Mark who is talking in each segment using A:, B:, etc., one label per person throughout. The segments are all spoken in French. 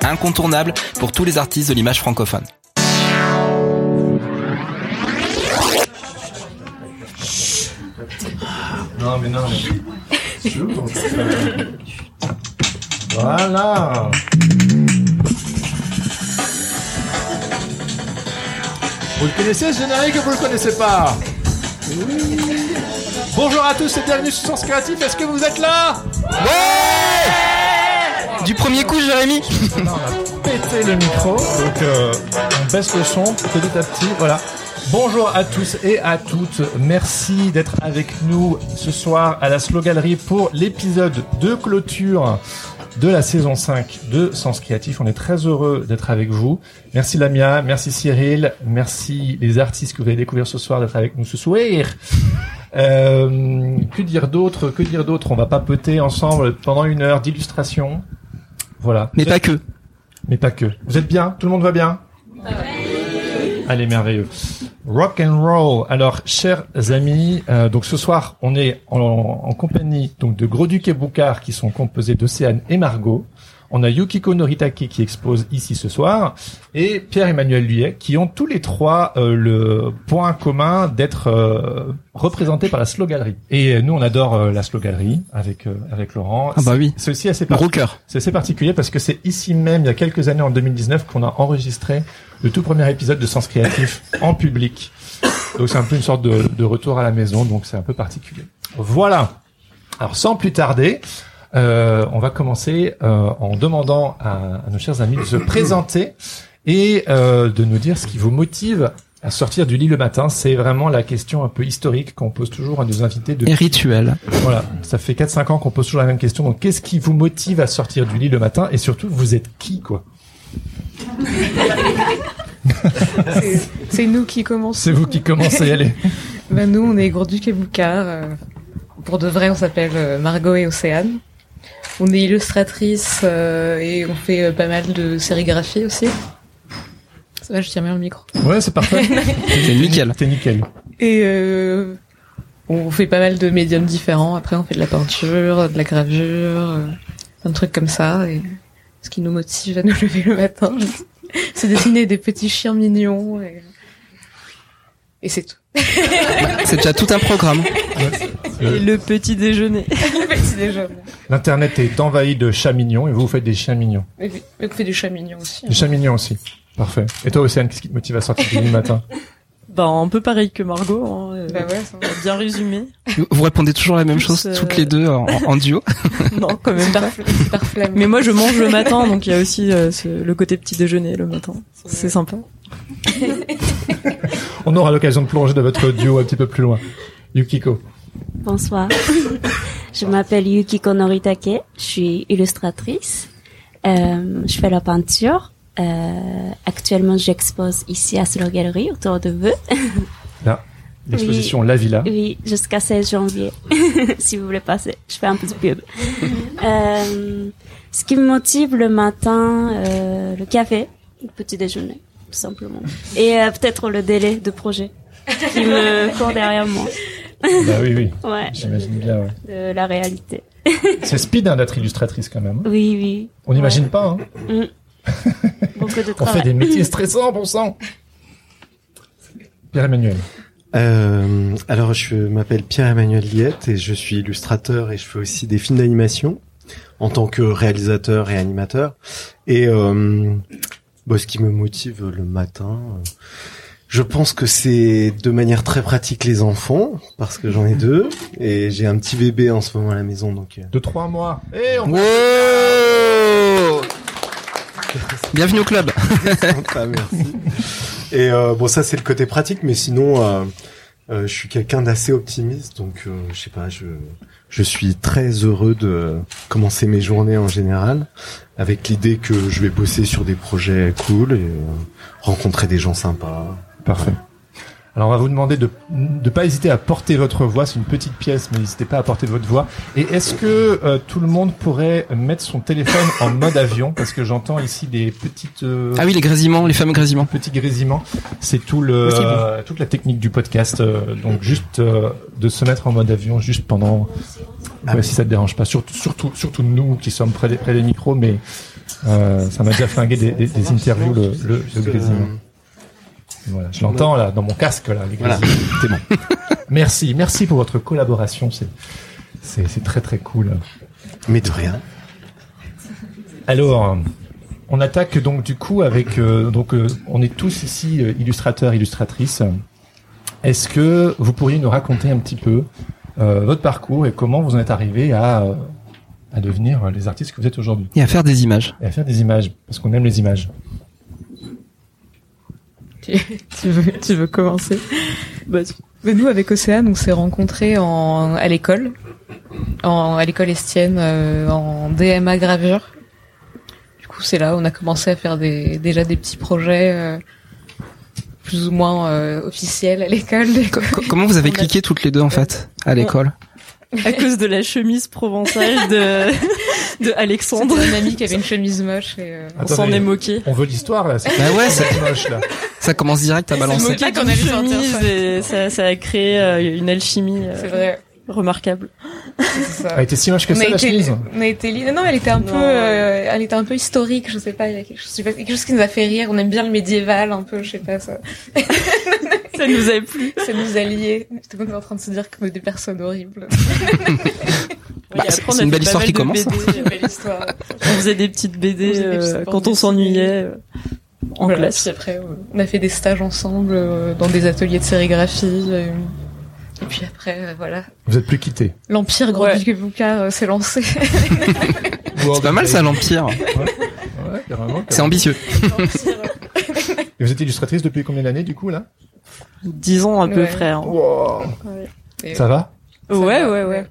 A: incontournable pour tous les artistes de l'image francophone.
B: Non, mais non, mais. Tu veux qu'on fasse ça Voilà Vous le connaissez ce générique ou vous le connaissez pas Bonjour à tous et bienvenue sur Sens Créatif, est-ce que vous êtes là
A: Du premier coup, Jérémy
B: Non, on a pété le micro, donc euh, on baisse le son petit à petit, voilà. Bonjour à tous et à toutes, merci d'être avec nous ce soir à la Slogalerie pour l'épisode de clôture de la saison 5 de Sens Créatif. On est très heureux d'être avec vous. Merci Lamia, merci Cyril, merci les artistes que vous avez découverts ce soir d'être avec nous ce soir. Euh, que dire d'autre Que dire d'autre On va papoter ensemble pendant une heure d'illustration. Voilà.
A: Mais pas que.
B: Mais pas que. Vous êtes bien Tout le monde va bien Allez, merveilleux. Rock and roll. Alors, chers amis, euh, donc ce soir, on est en, en compagnie donc de Groduc et Boucard qui sont composés d'Océane et Margot. On a Yukiko Noritake qui expose ici ce soir et Pierre-Emmanuel Luyet qui ont tous les trois euh, le point commun d'être euh, représentés par la Slogalerie. Et nous, on adore euh, la Slogalerie avec euh, avec Laurent.
A: Ah bah oui.
B: C'est aussi assez
A: Gros cœur.
B: c'est assez particulier parce que c'est ici même, il y a quelques années, en 2019, qu'on a enregistré le tout premier épisode de Sens Créatif en public. Donc c'est un peu une sorte de, de retour à la maison, donc c'est un peu particulier. Voilà. Alors sans plus tarder, euh, on va commencer euh, en demandant à, à nos chers amis de se présenter et euh, de nous dire ce qui vous motive à sortir du lit le matin. C'est vraiment la question un peu historique qu'on pose toujours à nos invités de
A: Et rituel.
B: voilà, ça fait 4-5 ans qu'on pose toujours la même question. Donc, qu'est-ce qui vous motive à sortir du lit le matin Et surtout, vous êtes qui, quoi
C: C'est- C'est nous qui commençons.
B: C'est vous qui commencez à aller.
C: Ben, nous, on est Gourduc et Boucard. euh, pour de vrai, on s'appelle euh, Margot et Océane. On est illustratrice euh, et on fait euh, pas mal de sérigraphie aussi. Ça va, je tiens bien le micro.
B: Ouais, c'est parfait.
A: C'est nickel.
B: T'es nickel.
C: Et euh, on fait pas mal de médiums différents. Après, on fait de la peinture, de la gravure, euh, plein de trucs comme ça. Et ce qui nous motive à nous lever le matin, c'est dessiner des petits chiens mignons. Et, et c'est tout.
A: C'est déjà tout un programme.
B: Euh,
D: le petit déjeuner.
C: Petit déjeuner.
B: L'internet est envahi de chats mignons et vous, vous faites des chiens mignons.
C: Mais oui, mais on fait des chats mignons aussi. hein.
B: Des chats mignons aussi. Parfait. Et toi, Océane, qu'est-ce qui te motive à sortir du lit le matin
D: Ben, un peu pareil que Margot. hein, euh,
C: Bah ouais, ça va.
D: Bien résumé.
A: Vous- Vous répondez toujours la même
D: Tous,
A: chose,
D: euh,
A: toutes les deux en, en duo.
D: Non, quand même
C: C'est
D: pas.
C: par, c'est par flamme.
D: Mais moi, je mange le matin, donc il y a aussi euh, ce- le côté petit déjeuner le matin. C'est sympa.
B: On aura l'occasion de plonger dans votre duo un petit peu plus loin. Yukiko.
E: Bonsoir. je m'appelle Yukiko Noritake. Je suis illustratrice. Euh, je fais la peinture. Euh, actuellement, j'expose ici à Slow Gallery autour de vous.
B: Là, l'exposition La Villa.
E: Oui, jusqu'à 16 janvier. si vous voulez passer, je fais un peu de pub. Euh, ce qui me motive le matin, euh, le café, le petit déjeuner, tout simplement. Et euh, peut-être le délai de projet qui me court derrière moi.
B: bah oui, oui.
E: Ouais,
B: J'imagine bien, ouais.
E: de la réalité.
B: C'est speed hein, d'être illustratrice quand même.
E: Oui, oui.
B: On n'imagine pas, hein.
E: Mm. Beaucoup beaucoup de
B: On fait
E: travail.
B: des métiers stressants, bon sang. Pierre-Emmanuel.
F: Euh, alors, je m'appelle Pierre-Emmanuel Liette et je suis illustrateur et je fais aussi des films d'animation en tant que réalisateur et animateur. Et euh, bah, ce qui me motive le matin, euh, je pense que c'est de manière très pratique les enfants parce que j'en ai deux et j'ai un petit bébé en ce moment à la maison donc. euh,
B: Mhm. De trois mois. Et on...
A: Wow Bienvenue au club.
F: Ah, merci. Et euh, bon, ça c'est le côté pratique, mais sinon, euh, euh, je suis quelqu'un d'assez optimiste, donc euh, je sais pas, je je suis très heureux de commencer mes journées en général avec l'idée que je vais bosser sur des projets cool et euh, rencontrer des gens sympas.
B: Parfait. Alors on va vous demander de ne pas hésiter à porter votre voix. C'est une petite pièce, mais n'hésitez pas à porter votre voix. Et est-ce que euh, tout le monde pourrait mettre son téléphone en mode avion Parce que j'entends ici des petites... euh,
A: Ah oui, les grésillements, les fameux grésillements.
B: petit grésillement. C'est tout le,
A: Possible.
B: euh, toute la technique du podcast. euh, donc juste euh, de se mettre en mode avion juste pendant,
F: Ah
B: Ouais,
F: oui.
B: si ça te dérange pas. Surtout, surtout, surtout nous qui sommes près des, près des micros, mais euh, ça m'a déjà flingué des, des- des interviews le, le, le grésillement. Voilà, je l'entends là dans mon casque là. les
F: Voilà,
B: grésillements.
F: c'est bon.
B: Merci, merci pour votre collaboration. C'est c'est c'est très très cool.
F: Mais de rien.
B: Alors, on attaque donc du coup avec euh, donc euh, on est tous ici euh, illustrateurs illustratrices. Est-ce que vous pourriez nous raconter un petit peu euh, votre parcours et comment vous en êtes arrivé à euh, à devenir les artistes que vous êtes aujourd'hui
A: Et à faire des images.
B: et à faire des images parce qu'on aime les images.
C: tu veux, tu veux commencer Bah, tu- mais Nous, avec Océane, on s'est rencontrés en, à l'école, en, à l'école Estienne, euh, en DMA gravure. Du coup, c'est là où on a commencé à faire des, déjà des petits projets euh, plus ou moins euh, officiels à l'école. des-
A: Co- co- comment vous avez
C: On a-
A: cliqué toutes les deux en fait à l'école
D: À cause de la chemise provençale de, de Alexandre.
C: C'était une amie qui avait une chemise moche et... euh,
D: On s'en est moqué.
B: On veut l'histoire là. c'est-
A: Bah ouais, ça,
B: c'est moche là.
A: ça commence direct à balancer.
D: moqué
C: qu'on
D: d'une
C: allait sortir
D: chemise
C: ça.
D: et ça, ça a créé euh, une alchimie euh,
C: C'est vrai,
D: remarquable.
C: c'est ça.
B: Elle était si moche que
C: Bah, On a,
B: ça la
C: été,
B: chemise.
C: on a été li- Non, elle était un
D: Non,
C: peu, euh, elle était un peu historique, je sais pas. Il y a quelque chose, je sais pas, quelque chose qui nous a fait rire. On aime bien le médiéval, un peu, je sais pas ça.
D: Ça nous a plu.
C: Ça nous a liés. Tout le monde est en train de se dire qu'on est des personnes horribles.
A: Bah,
D: Et
A: c'est-
D: après, on a
A: c'est une belle
D: fait pas
A: histoire
D: mal
A: qui
D: de
A: commence. hein.
D: BD.
C: Belle histoire.
D: On faisait des petites
C: On
D: BD
C: faisait des
D: euh,
C: petites bandes
D: quand on s'ennuyait euh, en
C: Voilà,
D: classe.
C: puis après, euh, on a fait des stages ensemble euh, dans des ateliers de sérigraphie. euh, et puis après, euh, voilà,
B: Vous êtes plus quittés.
C: l'empire Grand
D: Ouais.
C: Duc Bouka s'est lancé.
A: C'est pas mal ça l'empire.
B: Ouais, carrément,
A: C'est ambitieux.
B: Et vous êtes illustratrice depuis combien d'années du coup là
D: 10 ans à peu
C: Ouais.
D: près. hein.
C: Et-
B: Ça va
D: Ouais, ouais, ouais.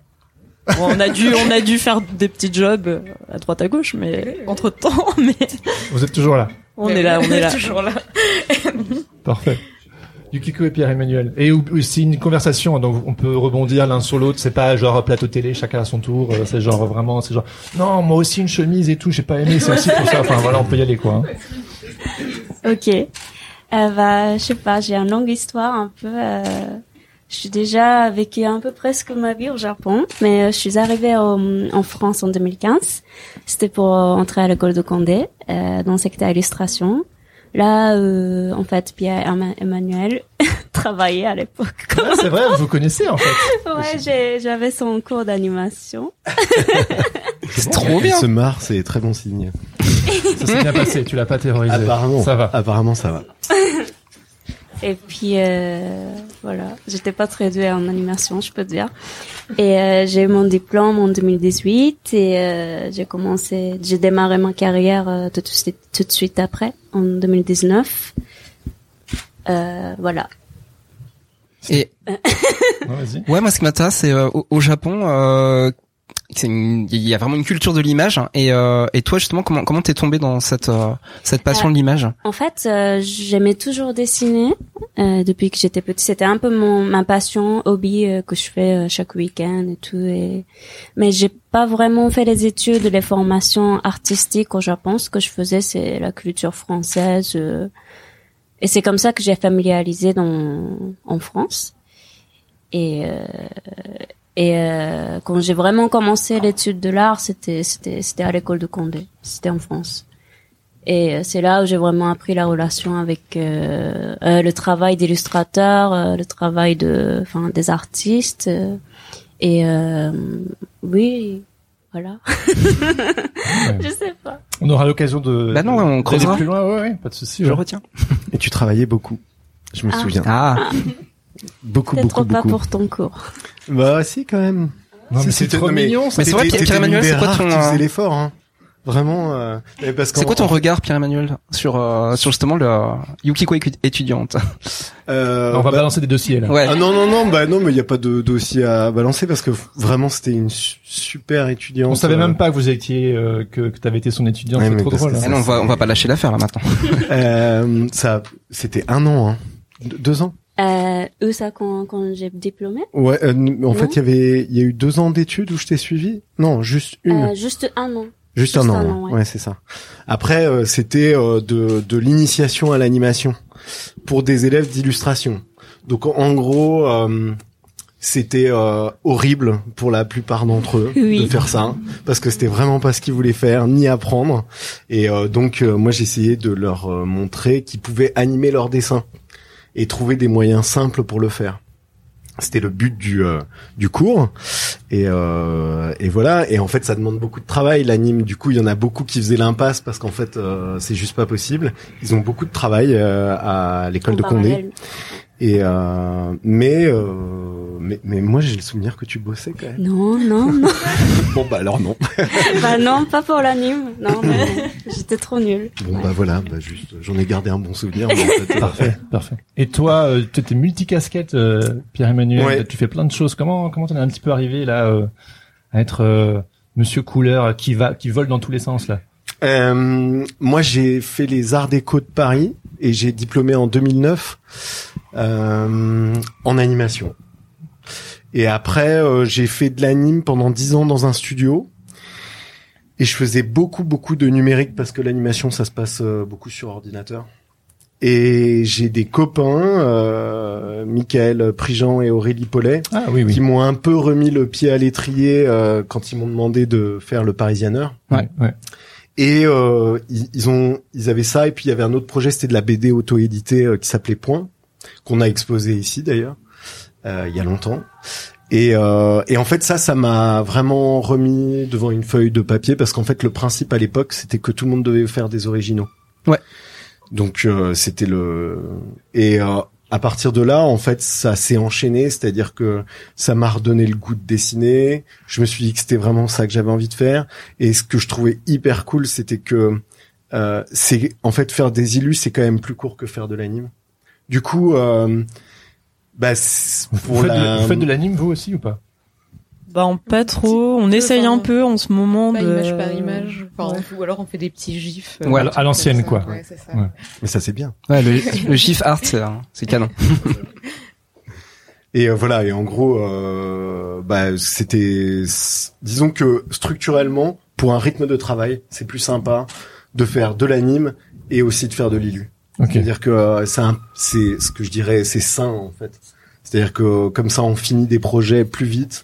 D: Bon, on a dû, on a dû faire des petits jobs euh, à droite à gauche, mais entre temps, mais
B: Vous êtes toujours là.
D: on est là, on est là.
C: toujours là.
B: Parfait. Yukiko et Pierre-Emmanuel. Et ou- ou c'est une conversation, donc on peut rebondir l'un sur l'autre. C'est pas genre plateau télé, chacun à son tour. euh, C'est genre vraiment, c'est genre non, moi aussi une chemise et tout, j'ai pas aimé, c'est aussi pour ça. Enfin voilà, on peut y aller quoi. hein.
E: Ok. Euh, bah, je sais pas, j'ai une longue histoire un peu. Euh, j'ai déjà vécu un peu presque ma vie au Japon, mais euh, je suis arrivée au- en France en 2015. C'était pour euh, entrer à l'école de Condé, euh, dans le secteur illustration. Là, euh, en fait, Pierre et Emmanuel travaillaient à l'époque.
B: Ah, c'est vrai, vous connaissez en fait.
E: ouais, j'ai- j'avais son cours d'animation.
A: C'est trop
F: Il
A: bien.
F: se marre, c'est très bon signe.
B: Ça s'est bien passé, tu l'as pas terrorisé.
F: Apparemment,
B: Ça va.
F: Apparemment, ça va.
E: Et puis euh, voilà, j'étais pas très douée en animation, je peux dire. Et euh, j'ai eu mon diplôme en 2018 et euh, j'ai commencé, j'ai démarré ma carrière euh, tout, de suite, tout de suite après, en 2019. Euh, voilà.
A: Et
B: Non, vas-y.
A: ouais, moi ce qui m'intéresse c'est euh, au, au Japon. euh, c'est une- Il y a vraiment une culture de l'image hein. et, euh, et toi justement comment comment t'es tombé dans cette euh, cette passion de l'image
E: En fait, euh, j'aimais toujours dessiner euh, depuis que j'étais petite. C'était un peu mon ma passion, hobby euh, que je fais euh, chaque week-end et tout. Et... Mais j'ai pas vraiment fait les études, les formations artistiques au Japon. Ce que je faisais, c'est la culture française. euh, Et c'est comme ça que j'ai familiarisé dans en France. Et euh, et euh, quand j'ai vraiment commencé l'étude de l'art, c'était c'était c'était à l'école de Condé. C'était en France. Et euh, c'est là où j'ai vraiment appris la relation avec euh, euh, le travail d'illustrateur, euh, le travail de, enfin, des artistes. euh, et euh, oui, voilà. Je sais pas.
G: On aura l'occasion de.
A: Bah non, on
G: d'aller
A: creusera.
G: plus loin, ouais, ouais, pas de souci.
A: Je
G: ouais.
A: retiens.
F: Et tu travaillais beaucoup. Je me
E: Ah.
F: souviens.
A: Ah,
F: Beaucoup, beaucoup,
E: Peut-être pas
F: beaucoup.
E: pour ton cours.
F: Bah, si, quand même.
G: Non, mais
F: Si,
G: c'est
F: c'était-
G: trop
F: non, mais-
G: mignon. ça.
A: Mais c'est vrai,
F: T'étais-
A: Pierre-
F: t'étais
A: Pierre-Emmanuel,
F: l'une des
A: c'est quoi
F: rares
A: ton,
F: qui
A: euh,
F: faisait l'effort, hein. Vraiment, euh, et parce
A: c'est
F: qu'en-
A: quoi ton regard, Pierre-Emmanuel, sur, euh, sur justement le Yukiko écu- étudiante
F: euh,
G: On va
F: bah,
G: balancer des dossiers là.
A: Ouais.
F: Ah non non non bah non mais il y a pas de dossier à balancer parce que f- vraiment c'était une su- super étudiante.
G: On savait
F: euh,
G: même pas que vous étiez euh, que, que t'avais été son étudiant,
F: Ouais,
G: c'est
F: mais
G: trop
F: parce
G: drôle.
F: que
G: hein.
A: Ah non, on va, on va pas lâcher l'affaire là maintenant.
F: Euh, ça c'était un an hein. De- deux ans.
E: Euh, eux, ça, quand, quand j'ai diplômé,
F: Ouais euh, n-
E: Non.
F: en fait il y avait il y a eu deux ans d'études où je t'ai suivi. Non juste une.
E: euh, juste un an.
F: Juste un an, ouais, Ouais, c'est ça. Après, euh, c'était euh, de, de l'initiation à l'animation pour des élèves d'illustration. Donc en- en gros, euh, c'était euh, horrible pour la plupart d'entre eux
E: Oui.
F: de faire ça, parce que c'était vraiment pas ce qu'ils voulaient faire, ni apprendre. Et euh, donc euh, moi j'essayais de leur euh, montrer qu'ils pouvaient animer leurs dessins et trouver des moyens simples pour le faire. C'était le but du, euh, du cours. Et, euh, et voilà. Et en fait, ça demande beaucoup de travail, l'anime. Du coup, il y en a beaucoup qui faisaient l'impasse parce qu'en fait, euh, c'est juste pas possible. Ils ont beaucoup de travail euh, à l'école
E: En
F: de Condé.
E: parallèle.
F: Et euh, mais, euh, mais mais moi, j'ai le souvenir que tu bossais quand même.
E: Non, non, non.
F: bon bah alors non.
E: bah non, pas pour l'anime. Non, non, non. j'étais trop nulle.
F: Bon bah voilà. Bah juste, j'en ai gardé un bon souvenir. mais en fait, euh,
G: Parfait, parfait. Et toi, euh, tu étais multicasquette, euh, Pierre-Emmanuel.
F: Ouais.
G: Tu fais plein de choses. Comment comment t'en es un petit peu arrivé là euh, à être euh, Monsieur Couleur euh, qui va qui vole dans tous les sens là
F: Euh, moi, j'ai fait les arts déco de Paris et j'ai diplômé en 2009 euh, en animation. Et après, euh, j'ai fait de l'anime pendant 10 ans dans un studio. Et je faisais beaucoup, beaucoup de numérique parce que l'animation, ça se passe euh, beaucoup sur ordinateur. Et j'ai des copains, euh, Michael Prigent et Aurélie Paulet,
G: Ah oui
F: qui m'ont un peu remis le pied à l'étrier euh, quand ils m'ont demandé de faire le Parisianeur.
G: Ouais, ouais.
F: Et euh, ils, ils ont, ils avaient ça. Et puis il y avait un autre projet, c'était de la BD auto-éditée euh, qui s'appelait Point, qu'on a exposé ici d'ailleurs, euh, il y a longtemps. Et, euh, et en fait ça, ça m'a vraiment remis devant une feuille de papier parce qu'en fait le principe à l'époque, c'était que tout le monde devait faire des originaux.
A: Ouais.
F: Donc euh, c'était le et euh, à partir de là, en fait, ça s'est enchaîné, c'est-à-dire que ça m'a redonné le goût de dessiner. Je me suis dit que c'était vraiment ça que j'avais envie de faire. Et ce que je trouvais hyper cool, c'était que euh, c'est en fait faire des illus, c'est quand même plus court que faire de l'anime. Du coup, euh, bah c'est-
G: Vous
F: pour
G: faites,
F: la
G: de, vous faites de l'anime vous aussi ou pas
D: Bah, on, pas trop. On
C: peu,
D: essaye
C: enfin,
D: un peu en ce moment
C: Pas
D: de.
C: image par image. Enfin,
D: euh, Ouais.
C: Ou alors on fait des petits gifs.
A: Ouais, à
C: des trucs
G: l'ancienne,
C: comme ça.
G: quoi.
C: Ouais, c'est ça.
G: Ouais.
F: mais ça c'est bien.
A: Ouais, le, le GIF art, c'est euh, c'est canon.
F: Et euh, voilà, et en gros, euh, bah, c'était, disons que structurellement, pour un rythme de travail, c'est plus sympa de faire de l'anime et aussi de faire de l'illu.
G: Ok.
F: C'est-à-dire que euh, c'est un- c'est ce que je dirais, c'est sain en fait. C'est-à-dire que comme ça, on finit des projets plus vite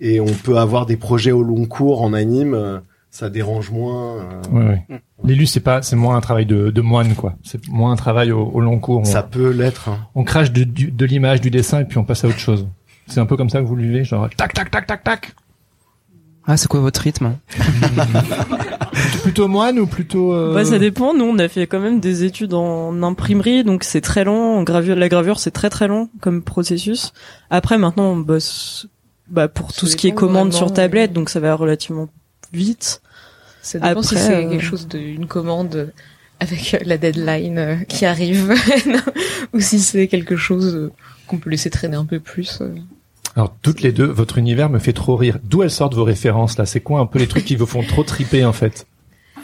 F: et on peut avoir des projets au long cours en anime. euh, ça dérange moins. euh,
G: Ouais, ouais. L'élu c'est pas c'est moins un travail de, de moine quoi. C'est moins un travail au, au long cours. On,
F: Ça peut l'être. hein.
G: on crache de, du- de l'image, du dessin et puis on passe à autre chose. C'est un peu comme ça que vous le vivez, genre tac tac tac tac tac.
A: Ah, c'est quoi votre rythme
G: Plutôt moine ou plutôt euh,
D: Bah, ça dépend. Nous, on a fait quand même des études en imprimerie, donc c'est très lent. En gravure, la gravure, c'est très très lent comme processus. Après, maintenant, on bosse bah, pour
C: Ça
D: tout ce qui est
C: dépend
D: commande
C: vraiment,
D: sur tablette,
C: ouais.
D: donc ça va relativement vite.
C: Ça dépend si
D: Après,
C: c'est
D: euh,
C: quelque chose d'une commande avec euh, la deadline euh, qui arrive non, ou si c'est quelque chose euh, qu'on peut laisser traîner un peu plus. euh.
G: Alors toutes les deux, votre univers me fait trop rire. D'où elles sortent vos références là C'est quoi un peu les trucs qui vous font trop triper en fait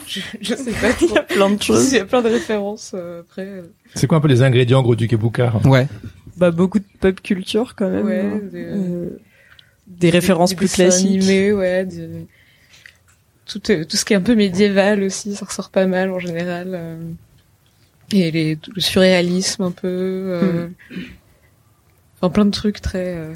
C: Je, je sais pas trop.
D: Plein de
C: Il
D: choses.
C: y a plein de références euh, après. euh,
G: C'est quoi un peu les ingrédients gros du Kebouka
A: Ouais.
D: Bah, beaucoup de pop culture quand même.
C: Ouais,
D: hein.
C: des-
D: Euh, des références
C: des
D: plus
C: dessins
D: classiques.
C: animés, ouais, des- tout, euh, tout ce qui est un peu médiéval aussi, ça ressort pas mal en général. euh. Et les, tout Hmm. le surréalisme un peu. euh. Enfin, plein de trucs très. euh,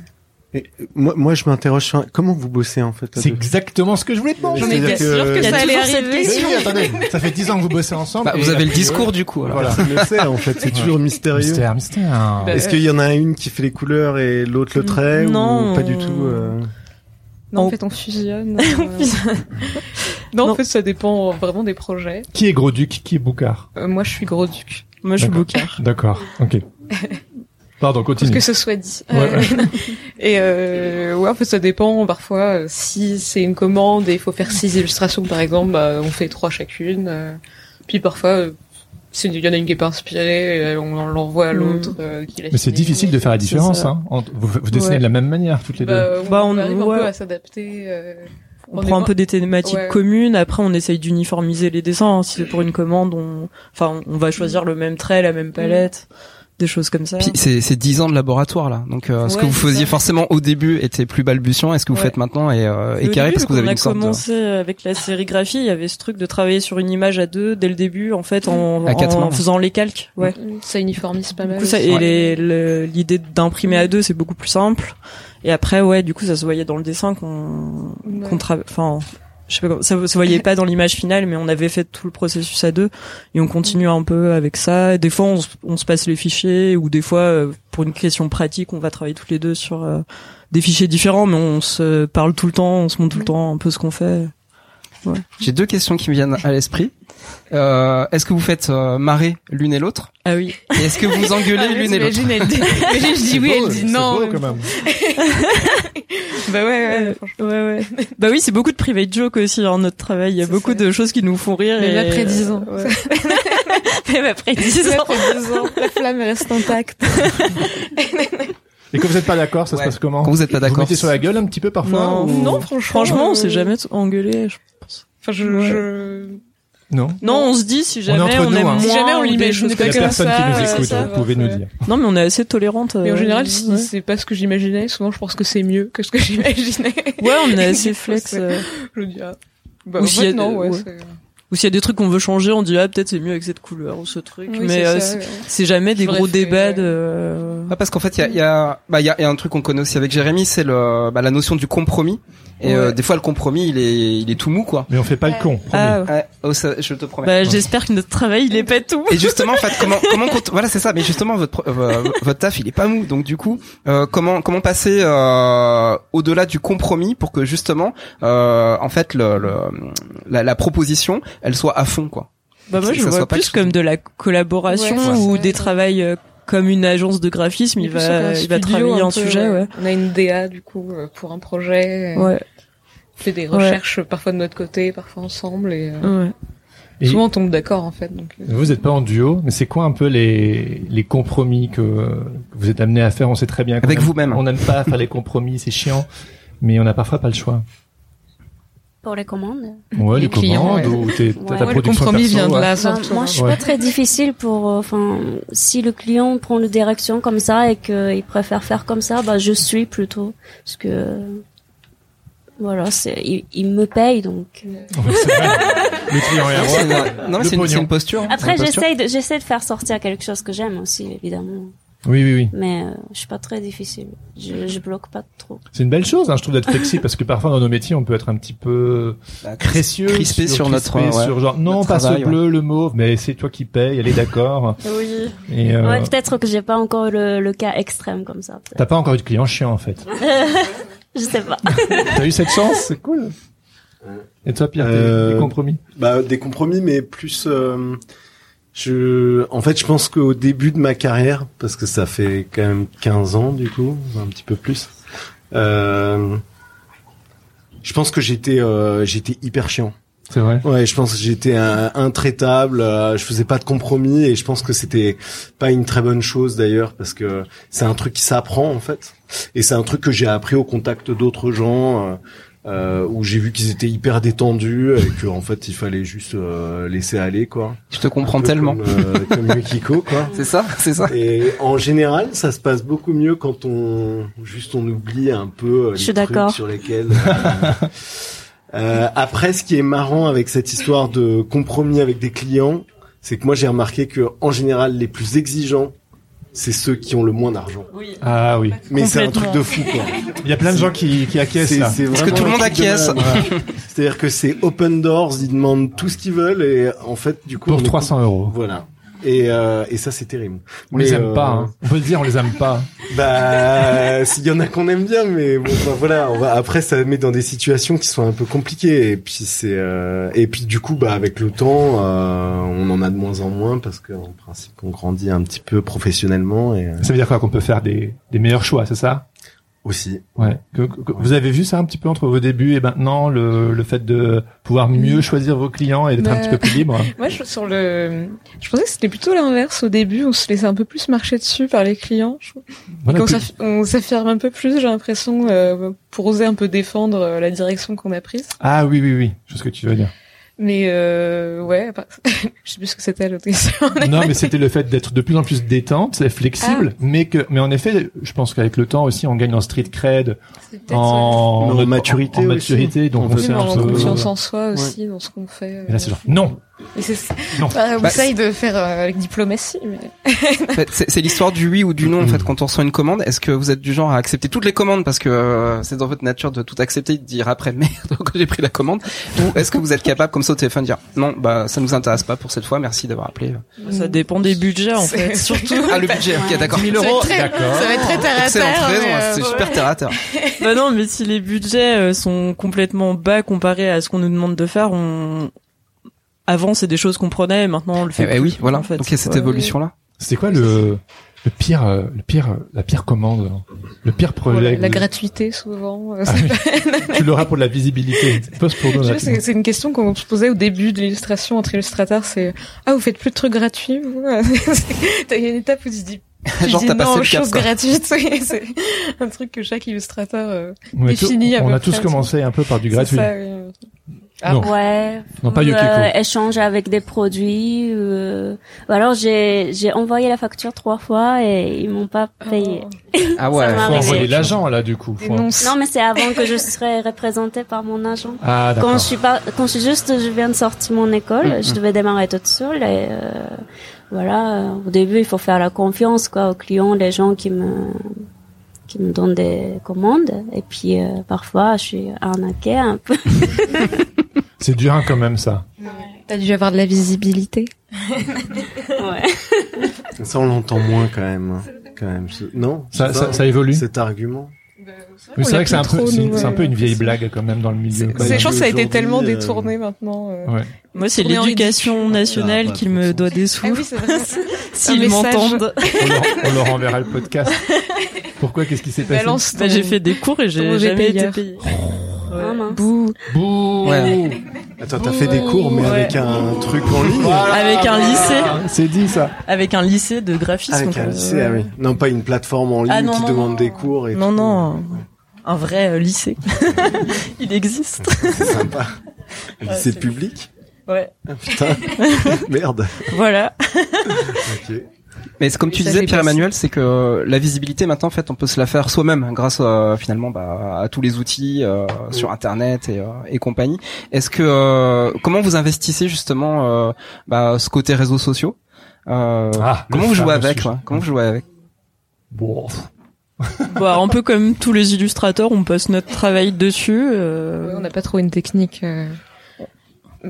F: Et, euh, moi, moi, je m'interroge sur comment vous bossez en fait. à
B: C'est
F: deux
B: exactement ce que je voulais te demander.
F: J'en
C: On était
F: C'est-à-dire que-
C: sûr que
F: Il y
C: ça allait arriver.
B: Oui, oui, attendez, ça fait 10 ans que vous bossez ensemble.
A: Bah,
B: et
A: vous avez le
B: a priori-
A: discours du coup. alors.
B: Voilà.
F: Personne ne le sait en fait, c'est toujours mystérieux.
B: Mystère, mystère.
C: Bah,
F: Est-ce qu'il y en a une qui fait les couleurs et l'autre le trait
D: Non.
F: ou pas du tout euh,
C: Non,
D: On-
C: en fait, on fusionne. euh, non, en
D: Non.
C: fait, ça dépend euh, vraiment des projets.
B: Qui est Gros Duc Qui est Boucard
C: Euh, moi, je suis gros duc.
D: Moi, je suis
B: D'accord.
D: bouquin.
B: D'accord, ok. Pardon,
C: Parce
B: continue.
C: que ce soit dit.
B: Ouais, ouais.
C: et euh, ouais, en fait, ça dépend. Parfois, euh, si c'est une commande et il faut faire six illustrations, par exemple, bah, on fait trois chacune. euh, puis parfois, euh, c'est- il y en a une qui est pas inspirée, et on l'envoie
D: Hmm.
C: à l'autre. euh, qui l'a
B: Mais c'est
C: fini.
B: difficile de faire la
D: C'est
B: différence.
D: ça.
B: Hein. entre- Vous, vous dessinez
D: Ouais.
B: de la même manière toutes les deux.
C: Bah, on,
D: Bah, on-
C: arrive un
D: ouais.
C: peu à s'adapter. euh,
D: On,
C: On
D: prend
C: est-
D: un peu des thématiques
C: Ouais.
D: communes. Après, on essaye d'uniformiser les dessins. hein. Si c'est pour une commande, on, enfin, on va choisir le même trait, la même
C: Mm.
D: palette, des choses comme ça.
A: Puis c'est c'est 10 ans de laboratoire là. Donc euh, ce que
D: Ouais,
A: vous
D: c'est
A: faisiez
D: ça.
A: forcément au début était plus balbutiant, est-ce que vous
D: Ouais.
A: faites maintenant est euh, est
D: Au
A: carré
D: début,
A: parce que
D: quand
A: vous avez
D: on a
A: une sorte de...
D: commencé avec la sérigraphie, il y avait ce truc de travailler sur une image à deux dès le début, en fait, en,
A: À
D: en-
A: quatre mains.
D: en faisant les calques. Ouais.
C: Mm, Ça uniformise pas
D: Du
C: mal.
D: coup, ça,
C: aussi.
D: et les- le- l'idée d'imprimer à deux, c'est beaucoup plus simple. Et après, ouais, du coup, ça se voyait dans le dessin qu'on,
C: Ouais.
D: qu'on tra- enfin, je sais pas comment- ça se voyait pas dans l'image finale, mais on avait fait tout le processus à deux et on continue un peu avec ça. Des fois, on, se- on se passe les fichiers ou des fois, euh, pour une question pratique, on va travailler tous les deux sur euh, des fichiers différents, mais on se parle tout le temps, on se montre tout le temps un peu ce qu'on fait.
A: J'ai deux questions qui me viennent à l'esprit. Euh, est-ce que vous faites euh, marrer l'une et l'autre
D: Ah oui. Ah,
A: Et est-ce que vous engueulez l'une et l'autre
C: Imagine, Ah, elle dit, imagine, je dis oui, elle dit non.
B: C'est beau quand même.
C: Bah ouais, ouais.
D: Euh, ouais, ouais. bah oui, c'est beaucoup de private joke aussi en notre travail. Il y a
C: C'est
D: beaucoup
C: ça.
D: de choses qui nous font rire.
C: Même
D: et...
C: après 10 ans.
D: Ouais. Même après 10 ans.
C: Après deux ans, la flamme reste intacte.
B: Et quand vous n'êtes pas d'accord, ça
A: Ouais.
B: se passe comment
A: Quand vous êtes pas
B: Vous
A: d'accord.
B: mettez sur la gueule un petit peu parfois
D: Non.
B: ou-
C: Non, franchement.
D: Franchement, on
C: euh,
D: s'est jamais engueulé. je-
C: Enfin, je,
D: Ouais.
C: je...
B: Non.
D: Non, on se dit si jamais
B: On est entre
D: on,
B: nous,
D: aime
B: hein.
D: moins,
C: Si jamais on
D: ou des
C: l'imagine
D: choses
C: pas
B: La
D: comme
C: comme
B: personne
C: ça,
B: qui nous
C: euh,
B: écoute, hein,
C: ça
B: vous pouvez nous
C: va,
B: dire.
D: ça. Non, mais on est assez tolérante.
C: Mais en
D: euh,
C: général, si
D: ouais.
C: c'est pas ce que j'imaginais, souvent je pense que c'est mieux que ce que j'imaginais.
D: Ouais, on est
C: Du
D: assez
C: coup,
D: flex.
C: c'est-
D: euh.
C: Je me dis, ah. Bah,
D: Ou
C: en
D: s'il y
C: fait,
D: a-
C: non, ouais.
D: ouais.
C: c'est-
D: Ou s'il y a des trucs qu'on veut changer, on dit ah peut-être c'est mieux avec cette couleur ou ce truc.
C: Oui,
D: mais
C: c'est
D: euh,
C: ça,
D: c'est
C: ouais.
D: c'est jamais des
C: J'aurais
D: gros
C: fait,
D: débats.
C: ouais.
D: De... euh,
A: Ah, parce qu'en fait, il y a, il y, a, bah, il y, a, il y a un truc qu'on connaît aussi avec Jérémy, c'est le, bah, la notion du compromis. Et euh,
D: Ouais.
A: des fois, le compromis, il est, il est tout mou, quoi.
B: Mais on fait pas le con. promis.
D: Ah, ouais.
A: Ouais, oh, ça, je te promets.
D: bah, j'espère que notre travail il est pas tout.
A: Et justement, en fait, comment, comment, cont- voilà, c'est ça. Mais justement, votre, pro- euh, votre taf, il est pas mou. Donc, du coup, euh, comment, comment passer euh, au-delà du compromis pour que justement, euh, en fait, le, le, la, la proposition, elle soit à fond, quoi.
D: Bah moi
A: Ça-
D: je
A: ça
D: vois
A: soit pas
D: plus
A: que-
D: comme de la collaboration
C: Ouais,
D: ou
C: ouais.
D: des travails euh, comme une agence de graphisme, il
C: Puis c'est un
D: va euh, il va
C: studio
D: travailler un
C: peu,
D: sujet ouais.
C: On a une DA, du coup, euh, pour un projet. euh,
D: Ouais.
C: On fait des
D: Ouais.
C: recherches, euh, parfois de notre côté, parfois ensemble, et, euh,
D: ouais.
B: Et-
C: souvent on tombe d'accord, en fait. Donc, euh,
B: Vous n'êtes pas en duo, mais c'est quoi un peu les, les compromis que, que vous êtes amené à faire On sait très bien. qu'on
A: Avec
B: aime-
A: vous-même.
B: On n'aime pas faire les compromis, c'est chiant, mais on n'a parfois pas le choix.
E: Pour les commandes.
B: Ouais,
C: Les
B: les,
C: clients,
B: commandes
C: ouais.
B: ou t'es- t'as
E: Ouais.
B: ta
C: Moi, le
B: production
C: compromis
B: perso,
C: vient de
B: ouais.
C: là,
E: Enfin,
C: surtout.
E: Bah, moi, je suis
B: Ouais.
E: pas très difficile pour. euh, Enfin, si le client prend une direction comme ça et qu'il préfère faire comme ça, bah, je suis plutôt. Parce que. euh, Voilà, c'est, il, il me paye donc. euh.
B: Ouais, c'est vrai. Le client est à
A: C'est
B: moi.
A: une- non, mais
B: Le
A: c'est une,
B: pognon.
A: c'est une posture. hein.
E: Après,
A: C'est une posture.
E: j'essaie de, j'essaie de faire sortir quelque chose que j'aime aussi, évidemment.
B: Oui, oui, oui.
E: Mais euh, je suis pas très difficile. Je, je bloque pas trop.
B: C'est une belle chose, hein, je trouve, d'être flexible, parce que parfois dans nos métiers, on peut être un petit peu
A: Bah,
B: crécieux.
A: crispé sur notre, euh,
B: crispé
A: ouais.
B: sur genre, non,
A: Notre
B: pas
A: travail,
B: ce bleu, le mauve, mais c'est toi qui paye, elle est d'accord.
D: Oui.
B: Et, euh,
E: Ouais, peut-être que j'ai pas encore le, le cas extrême comme ça. peut-être.
B: T'as pas encore eu de client chiant, en fait.
E: Je sais pas.
B: T'as eu cette chance, c'est cool. Et toi, Pierre, t'es-
F: Euh,
B: t'es compromis
F: Bah des compromis, mais plus. euh, je, en fait, je pense qu'au début de ma carrière, parce que ça fait quand même 15 ans du coup, un petit peu plus. euh, je pense que j'étais, euh, j'étais hyper chiant.
B: C'est vrai.
F: Ouais, je pense que j'étais un- intraitable. euh, je faisais pas de compromis et je pense que c'était pas une très bonne chose d'ailleurs parce que c'est un truc qui s'apprend en fait et c'est un truc que j'ai appris au contact d'autres gens euh, euh, où j'ai vu qu'ils étaient hyper détendus et que en fait il fallait juste euh, laisser aller quoi.
A: Je te comprends
F: Un peu
A: tellement.
F: comme, euh, comme Yukiko quoi.
A: C'est ça, c'est ça.
F: Et en général, ça se passe beaucoup mieux quand on juste on oublie un peu euh, les
E: Je suis
F: trucs
E: d'accord.
F: sur lesquels. euh, euh, après, ce qui est marrant avec cette histoire de compromis avec des clients, c'est que moi j'ai remarqué que en général, les plus exigeants c'est ceux qui ont le moins d'argent.
D: Oui.
F: euh,
B: Ah oui.
F: Mais c'est un truc de fou, quoi.
B: Il y a plein de gens qui, qui acquiescent
F: C'est-
B: là.
F: c'est
A: Parce que
F: vraiment
A: tout le
F: un
A: monde
F: truc de
A: acquiesce.
F: malade. C'est-à-dire que c'est open doors, ils demandent tout ce qu'ils veulent et en fait, du coup, on
B: Pour
F: est-
B: 300 euros.
F: Voilà. Et, euh, et ça, c'est terrible.
B: On les
F: Mais,
B: aime
F: euh,
B: pas, hein. On peut le dire, on les aime pas.
F: Bah, s'il y en a qu'on aime bien, mais bon, bah, voilà. On va, après, ça met dans des situations qui sont un peu compliquées. Et puis c'est, euh, et puis du coup, bah, avec le temps, euh, on en a de moins en moins parce qu'en principe, on grandit un petit peu professionnellement et euh,
B: Ça veut dire quoi qu'on peut faire des, des meilleurs choix, c'est ça
F: aussi.
B: Ouais. Que- que- que- vous avez vu ça un petit peu entre vos débuts et maintenant le, le fait de pouvoir
E: Mm.
B: mieux choisir vos clients et d'être un
C: Mais-
B: petit peu plus libre. hein.
C: Moi, je, sur le, je pensais que c'était plutôt l'inverse. Au début, on se laissait un peu plus marcher dessus par les clients. Je-
B: Voilà,
C: Quand
B: plus-
C: ça- on s'affirme un peu plus, j'ai l'impression, euh, pour oser un peu défendre euh, la direction qu'on a prise.
B: Ah oui oui oui, je sais ce que tu veux dire.
C: Mais euh, ouais, à part- je sais plus ce que c'était l'autre question.
B: non, mais c'était le fait d'être de plus en plus détente, c'est flexible,
C: Ah.
B: mais que, mais en effet, je pense qu'avec le temps aussi, on gagne en street cred,
C: C'est peut-être
B: en,
F: Mais en maturité
B: en
F: aussi.
B: maturité, donc on
C: ça. Oui,
B: sait
C: mais
B: un
C: en
B: peu- euh,
C: confiance en soi aussi dans ce qu'on fait. euh.
B: Et là, c'est genre, non,
C: Et c'est-
B: Non.
C: Bah, on
A: Bah,
C: essaye de faire euh, avec diplomatie. Mais...
A: En fait, c'est c'est l'histoire du oui ou du non en fait quand on reçoit une commande. Est-ce que vous êtes du genre à accepter toutes les commandes parce que euh, c'est dans votre nature de tout accepter, de dire après merde quand j'ai pris la commande, ou est-ce que vous êtes capable comme ça au téléphone de dire non bah ça nous intéresse pas pour cette fois, merci d'avoir appelé.
D: Ça dépend des budgets, en fait. Hmm. Surtout.
A: Ah le budget, ok d'accord.
D: 1000
C: Ça va
D: euros.
C: être très-
B: d'accord.
C: Ça va être très terre à
A: Excellente
C: terre,
A: raison,
C: mais,
A: hein,
C: euh,
A: c'est
C: ouais.
A: super terre à terre.
D: Bah non, mais si les budgets euh, sont complètement bas comparés à ce qu'on nous demande de faire, on... avant c'est des choses qu'on prenait, maintenant on le fait.
A: Eh
D: plus,
A: oui, voilà.
D: en fait.
A: Donc il y a cette
D: Ouais.
A: évolution là.
B: c'était quoi le, le pire, euh, le pire, euh, la pire commande, hein le pire
C: Pour la,
B: projet que
C: la
B: vous-
C: gratuité souvent. euh,
B: Ah oui. Tu l'auras pour de la visibilité. Poste pour nous,
C: Je
B: là.
C: sais, c'est c'est une question qu'on se posait au début de l'illustration entre illustrateurs, c'est ah vous faites plus de trucs gratuits vous C'est- T'as- Il y a une étape où tu dis, tu
A: Genre,
C: dis
A: t'as passé
C: non aux
A: le cap,
C: choses
A: quoi.
C: gratuites, oui, c'est un truc que chaque illustrateur euh,
B: On a, tous-
C: défini à
B: on
C: peu
B: a tous
C: près,
B: commencé un peu par du
C: c'est
B: gratuit.
C: ça, oui. Ah.
B: Non,
E: Ouais.
B: non, pas
E: Ou,
B: Yukiko.
E: euh, échange avec des produits. euh, ou alors j'ai j'ai envoyé la facture trois fois et ils m'ont pas payé.
A: Ah
E: Ça
A: ouais.
E: m'a
B: Faut
E: arrivé.
B: envoyer l'agent, là, du coup.
C: Des
B: Faut-
C: noms.
E: Non mais c'est avant que je serais représentée par mon agent.
B: Ah,
E: Quand
B: d'accord.
E: je suis pas, quand je suis juste, je viens de sortir mon école, je devais démarrer toute seule et euh, voilà. euh, Au début, il faut faire la confiance quoi aux clients, les gens qui me qui me donnent des commandes et puis euh, parfois je suis arnaquée un peu.
B: C'est dur, hein, quand même, ça.
C: T'as dû avoir de la visibilité.
E: Ouais.
F: Ça, on l'entend moins quand même. hein, Quand même. Ce- Non.
B: Ça,
F: c'est
B: ça, ça évolue.
F: Cet argument.
C: On
B: Oui, Bah, c'est
C: l'a
B: vrai que c'est un
C: plus
B: peu,
C: trop,
B: c'est
C: nous,
B: c'est un
C: ouais.
B: peu une vieille blague quand même dans le milieu.
C: C'est-
B: quoi.
C: c'est- Je pense que ça a été
F: Aujourd'hui,
C: tellement
F: euh,
C: détourné maintenant. euh.
B: Ouais.
D: Moi, c'est
C: Tourner en
D: l'éducation
F: Ah,
D: nationale
F: pas
D: qui
F: de
D: me
F: sens.
D: doit des
C: Ah
D: sous.
C: oui, c'est vrai.
D: S'ils
C: message.
D: m'entendent.
B: On, leur, on leur enverra le podcast. Pourquoi Qu'est-ce qui s'est passé
C: Balance
D: Bah,
C: ton-
D: j'ai fait des cours et
C: ton
D: j'ai jamais été
C: GPR.
D: payé.
E: Ah, mince.
D: Bouh.
B: Bouh
A: Ouais.
F: Attends, t'as fait des cours, mais
D: Ouais.
F: avec un truc en ligne.
D: Avec un lycée,
B: C'est dit ça.
D: avec un lycée de graphisme.
F: Avec
D: quoi.
F: un lycée, ah oui. Non, pas une plateforme en ligne
D: Ah, non,
F: qui
D: non,
F: demande
D: non.
F: des cours et
D: Euh, Non,
F: tout.
D: non, un vrai euh, lycée. Il existe.
F: C'est sympa. lycée
D: c'est-
F: public.
D: Ouais.
F: Ah, putain. Merde.
D: Voilà.
F: Ok.
A: Mais c'est comme tu
C: Ça
A: disais,
C: dépasse.
A: Pierre-Emmanuel, c'est que la visibilité maintenant, en fait, on peut se la faire soi-même grâce euh, finalement bah, à tous les outils euh, sur Internet et, euh, et compagnie. Est-ce que euh, comment vous investissez justement euh, bah, ce côté réseaux sociaux Euh,
B: Ah,
A: Comment
B: le
A: vous jouez
B: fameux
A: avec
B: sujet.
A: quoi Comment vous jouez avec
B: Bon.
D: Bah, un peu comme tous les illustrateurs, on passe notre travail dessus. euh,
C: Ouais, on n'a pas trouvé une technique. euh,
B: Vous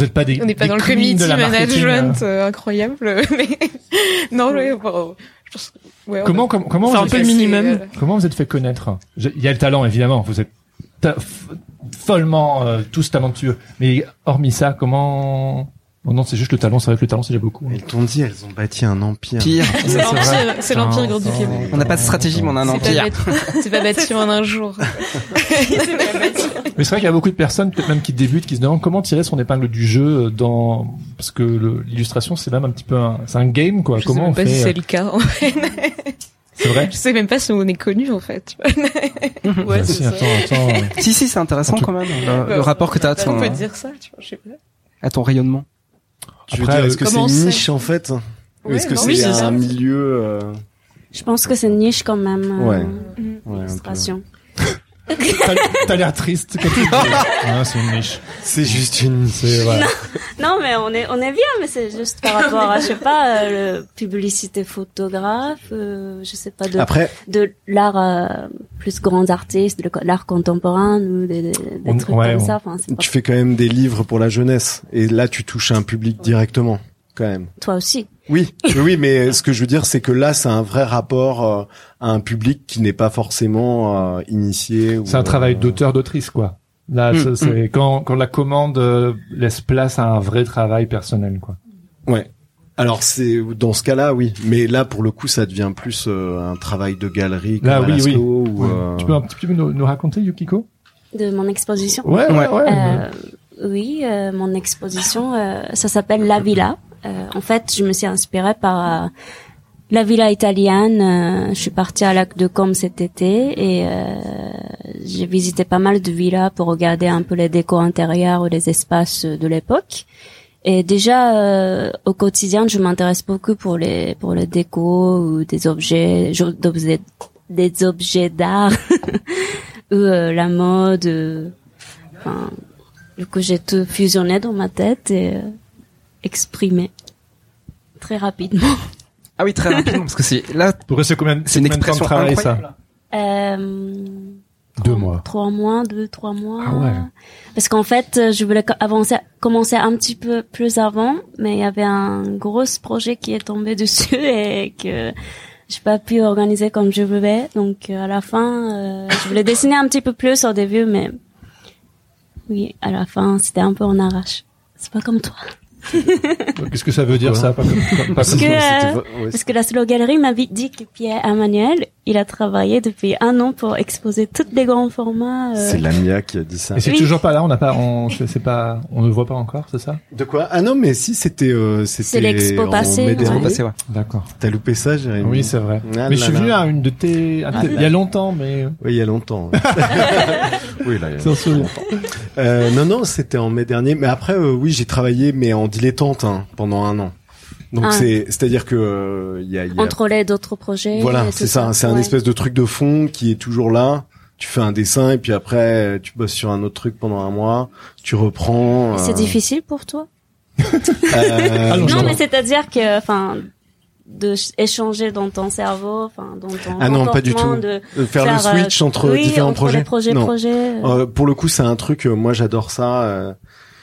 B: n'êtes pas des.
C: On n'est pas
B: des
C: dans le
B: queens
C: community
B: de la marketing,
C: management
B: euh.
C: euh, incroyable, mais non, ouais, bon, je pense. Ouais, on
B: Comment, comment, comment,
D: Enfin,
B: vous euh,
D: un peu
B: êtes-
D: le minimum.
B: comment vous êtes fait connaître J'ai- Il y a le talent, évidemment. Vous êtes ta- f- follement euh, tous talentueux. Mais hormis ça, comment. Bon, non, c'est juste le talent. C'est vrai que le talent, c'est déjà beaucoup. hein.
F: Elles t'ont dit, elles ont bâti un empire.
A: Pire,
C: C'est l'empire, c'est l'empire gros du Québec.
A: on n'a pas de stratégie, mais on a un
C: C'est pas
A: empire.
C: bâti- C'est pas bâti en un jour.
B: Mais c'est vrai qu'il y a beaucoup de personnes, peut-être même qui débutent, qui se demandent comment tirer son épingle du jeu euh, dans parce que le- l'illustration c'est même un petit peu un, c'est un game quoi.
C: Je sais
B: comment
C: même
B: on
C: pas si
B: fait
C: c'est
B: euh,
C: le cas. en fait.
B: C'est vrai.
C: Je sais même pas si on est connu en fait.
B: Bah, si, attends, attends. euh,
A: Si si, c'est intéressant
B: En tout-
A: quand même le, le
C: Ouais.
A: rapport que tu as à
C: Bah, on
A: ton,
B: hein.
C: peut dire ça, tu vois. Je sais pas.
A: à ton rayonnement.
F: Je veux
B: Après,
F: dire,
B: euh,
F: est-ce que c'est
C: comment
F: une
C: c'est
F: niche en fait Ou
C: Ouais,
F: Est-ce que
C: non,
F: c'est
C: oui, c'est
F: un
C: ça.
F: milieu euh,
E: Je pense que c'est niche quand même. euh,
F: Ouais. ouais, un peu.
E: illustration.
B: T'as- T'as l'air triste quand tu dis. Ah, c'est une niche.
F: C'est juste une. c'est- voilà.
E: Non, mais on est, on est bien, mais c'est juste par rapport à, je sais pas, euh, le publicité photographe, euh, je sais pas, de,
F: Après,
E: de l'art euh, plus grands artistes, de l'art contemporain, ou des, des- des
B: On-
E: trucs
B: ouais,
E: comme
B: on-
E: ça. Enfin, c'est pas-
F: tu fais quand même des livres pour la jeunesse, et là, tu touches à un public directement, quand même.
E: Toi aussi.
F: Oui, oui, oui, mais ce que je veux dire, c'est que là, c'est un vrai rapport euh, à un public qui n'est pas forcément euh, initié. ou,
B: C'est un travail
F: euh,
B: d'auteur, d'autrice, quoi. Là,
A: Mm,
B: ça, c'est quand, quand la commande euh, laisse place à un vrai travail personnel, quoi.
F: Ouais. Alors c'est dans ce cas-là, oui. Mais là, pour le coup, ça devient plus euh, un travail de galerie. Comme
B: Là,
F: à
B: oui, oui.
F: Lascaux, Ou, euh,
B: Tu peux un petit peu nous, nous raconter, Yukiko
E: de mon exposition.
B: Ouais, ouais, ouais.
E: Euh, oui, euh, mon exposition, euh, ça s'appelle La Villa. Euh, en fait, je me suis inspirée par euh, la villa italienne. Euh, je suis partie à Lac de Combe cet été et euh, j'ai visité pas mal de villas pour regarder un peu les décos intérieurs ou les espaces de l'époque. Et déjà euh, au quotidien, je m'intéresse beaucoup pour les pour les décos ou des objets, jo- d'objets- des objets d'art ou euh, la mode. euh, Enfin, du coup, j'ai tout fusionné dans ma tête et euh, exprimé très rapidement.
A: Ah oui, très rapidement, parce que c'est là,
B: Pour c'est combien,
A: c'est une
B: combien de temps de
A: expression
B: travail, ça
A: incroyable.
E: Euh,
F: Deux mois.
E: trois mois, deux, trois mois.
B: Ah ouais.
E: Parce qu'en fait, euh, je voulais co- avancer, commencer un petit peu plus avant, mais il y avait un gros projet qui est tombé dessus et que j'ai pas pu organiser comme je voulais. Donc euh, à la fin, euh, je voulais dessiner un petit peu plus au début, mais oui, à la fin, c'était un peu en arrache. C'est pas comme toi.
B: Qu'est-ce que ça veut dire, ça pas comme- comme- pas
E: Parce
B: comme-
E: que,
F: C'était-
E: euh,
F: ouais,
E: Parce que la Slow Galerie m'a vite dit que Pierre Emmanuel, il a travaillé depuis un an pour exposer toutes les grands formats. euh,
F: C'est Lamia qui a dit ça.
B: Et c'est
E: Oui.
B: toujours pas là, on n'a pas, on, c'est c'est pas, on ne voit pas encore, c'est ça
F: De quoi Ah non, mais si c'était. euh, c'était
E: C'est l'expo
F: en
E: passée,
F: mai
E: ouais.
F: dernier.
A: passé, ouais.
B: D'accord.
F: T'as loupé ça, Jérémy
B: Oui, c'est vrai.
F: Ah
B: mais je
F: là
B: suis
F: là.
B: venu à une de tes, à
F: Ah
B: tes-
F: là
B: il y a longtemps, mais euh,
F: Oui, il y a longtemps. oui, là. il y a
B: c'est un souvenir.
F: Euh, non, non, c'était en mai dernier. Mais après, euh, oui, j'ai travaillé, mais en dilettante hein, pendant un an. Donc
E: Ah.
F: c'est, c'est-à-dire que euh, il y a, il y a-
E: entre les d'autres projets. et
F: voilà,
E: tout
F: c'est ça. C'est un
E: Ouais.
F: espèce de truc de fond qui est toujours là. Tu fais un dessin et puis après euh, tu bosses sur un autre truc pendant un mois. Tu reprends.
E: C'est
F: euh,
E: difficile pour toi
B: non,
F: euh,
E: Non,
B: non.
E: mais c'est-à-dire que, enfin, de ch- échanger dans ton cerveau, enfin, dans ton
F: Ah non, pas du
E: comportement,
F: tout.
E: de
F: euh, faire,
E: faire,
F: le
E: euh,
F: switch entre
E: oui,
F: différents
E: entre
F: projets.
E: les projets,
F: non.
E: projets. euh,
F: Euh, pour le coup, c'est un truc. euh, moi, j'adore ça. euh,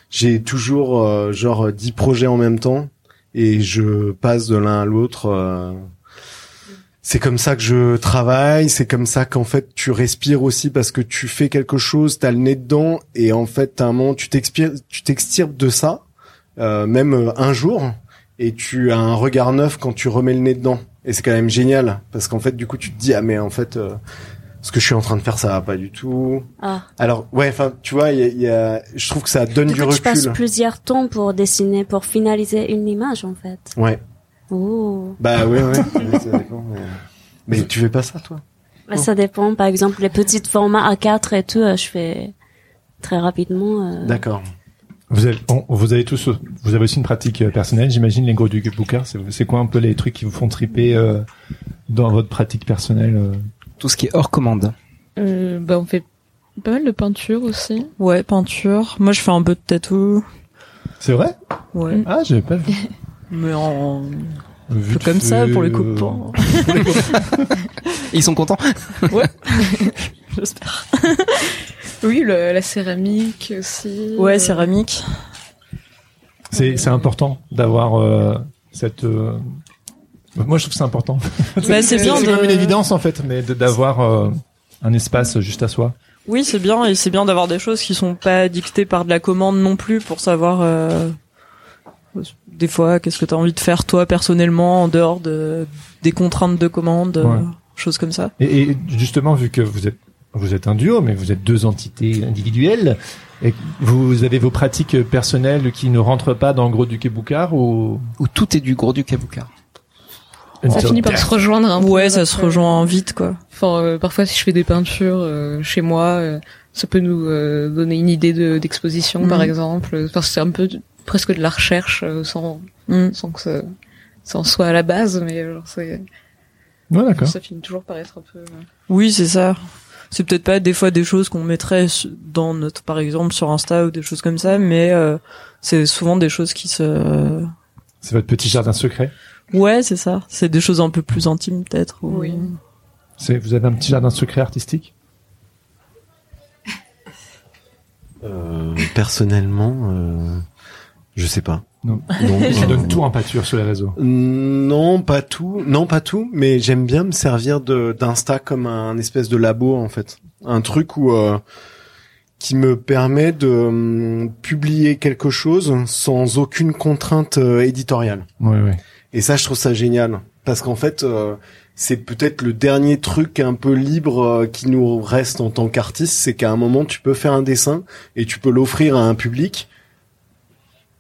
F: j'ai toujours euh, genre euh, 10 projets en même temps et je passe de l'un à l'autre. euh, c'est comme ça que je travaille. C'est comme ça qu'en fait tu respires aussi parce que tu fais quelque chose, t'as le nez dedans et en fait à un moment tu t'expires, tu t'extirpes de ça, euh, même euh, un jour, et tu as un regard neuf quand tu remets le nez dedans. Et c'est quand même génial parce qu'en fait du coup tu te dis ah mais en fait euh, ce que je suis en train de faire ça va pas du tout.
E: ah.
F: Alors ouais, enfin tu vois, il y a, il y a- je trouve que ça donne
E: Du
F: du
E: coup, tu passes
F: recul.
E: plusieurs temps pour dessiner, pour finaliser une image, en fait.
F: Ouais.
E: Oh.
F: Bah ouais, ouais. Ouais, ça dépend, mais... mais tu fais pas ça toi
E: Bah, Ça dépend. Par exemple, les petits formats A4 et tout, euh, je fais très rapidement. euh,
F: D'accord.
B: Vous avez, on- vous avez tous, vous avez aussi une pratique euh, personnelle, j'imagine, les gros du booker. C'est, c'est quoi un peu les trucs qui vous font triper euh, dans votre pratique personnelle euh
A: Tout ce qui est hors commande.
C: Euh, bah, on fait pas mal de peinture aussi.
D: Ouais, peinture. Moi, je fais un peu de tatou.
B: C'est vrai
D: Ouais.
B: Ah, j'avais pas vu.
D: Mais en,
B: Vu
D: peu
B: de
D: comme ça,
B: fait,
D: pour les
B: euh,
D: coups de poing.
A: Ils sont contents.
D: J'espère.
C: Oui, le- la céramique aussi.
D: Ouais,
C: Euh,
D: céramique.
B: C'est, c'est important d'avoir euh, cette. euh, Moi, je trouve que c'est important.
D: Bah, c'est bien
B: c'est
D: de-
B: comme une évidence en fait, mais de- d'avoir euh, un espace juste à soi.
D: Oui, c'est bien et c'est bien d'avoir des choses qui sont pas dictées par de la commande non plus pour savoir euh, des fois qu'est-ce que t'as envie de faire toi personnellement en dehors de des contraintes de commande, euh,
B: Ouais.
D: choses comme ça.
B: Et, et justement, vu que vous êtes vous êtes un duo, mais vous êtes deux entités individuelles, et que vous avez vos pratiques personnelles qui ne rentrent pas dans le gros du Kéboucar ou
A: Où tout est du gros du caboucar.
C: Ça finit par se rejoindre un peu.
D: Ouais, ça se
C: Après,
D: rejoint vite quoi.
C: Enfin, euh, parfois, si je fais des peintures euh, chez moi, euh, ça peut nous euh, donner une idée de- d'exposition,
D: Mhm.
C: par exemple. Enfin, c'est un peu de- presque de la recherche, euh, sans,
D: Mm.
C: sans que ça, ça en soit à la base, mais euh, genre, c'est-
B: Ouais, d'accord.
C: ça finit toujours par être un peu... euh,
D: Oui, c'est ça. c'est peut-être pas des fois des choses qu'on mettrait su- dans notre, par exemple, sur Insta ou des choses comme ça, mais euh, c'est souvent des choses qui se,
B: C'est votre petit jardin secret.
D: ouais, c'est ça. C'est des choses un peu plus intimes peut-être. ou-
C: Oui.
B: C'est- Vous avez un petit jardin secret artistique
F: Euh, personnellement, euh, je sais pas.
B: Non.
F: Non,
B: Je
F: euh,
B: donne tout en pâture sur les réseaux.
F: Mm, Non, pas tout. Non, pas tout. Mais j'aime bien me servir de d'Insta comme un espèce de labo en fait, un truc où euh, qui me permet de hum, publier quelque chose sans aucune contrainte euh, éditoriale.
B: Oui, oui.
F: Et ça, je trouve ça génial parce qu'en fait, euh, c'est peut-être le dernier truc un peu libre euh, qui nous reste en tant qu'artiste, c'est qu'à un moment, tu peux faire un dessin et tu peux l'offrir à un public.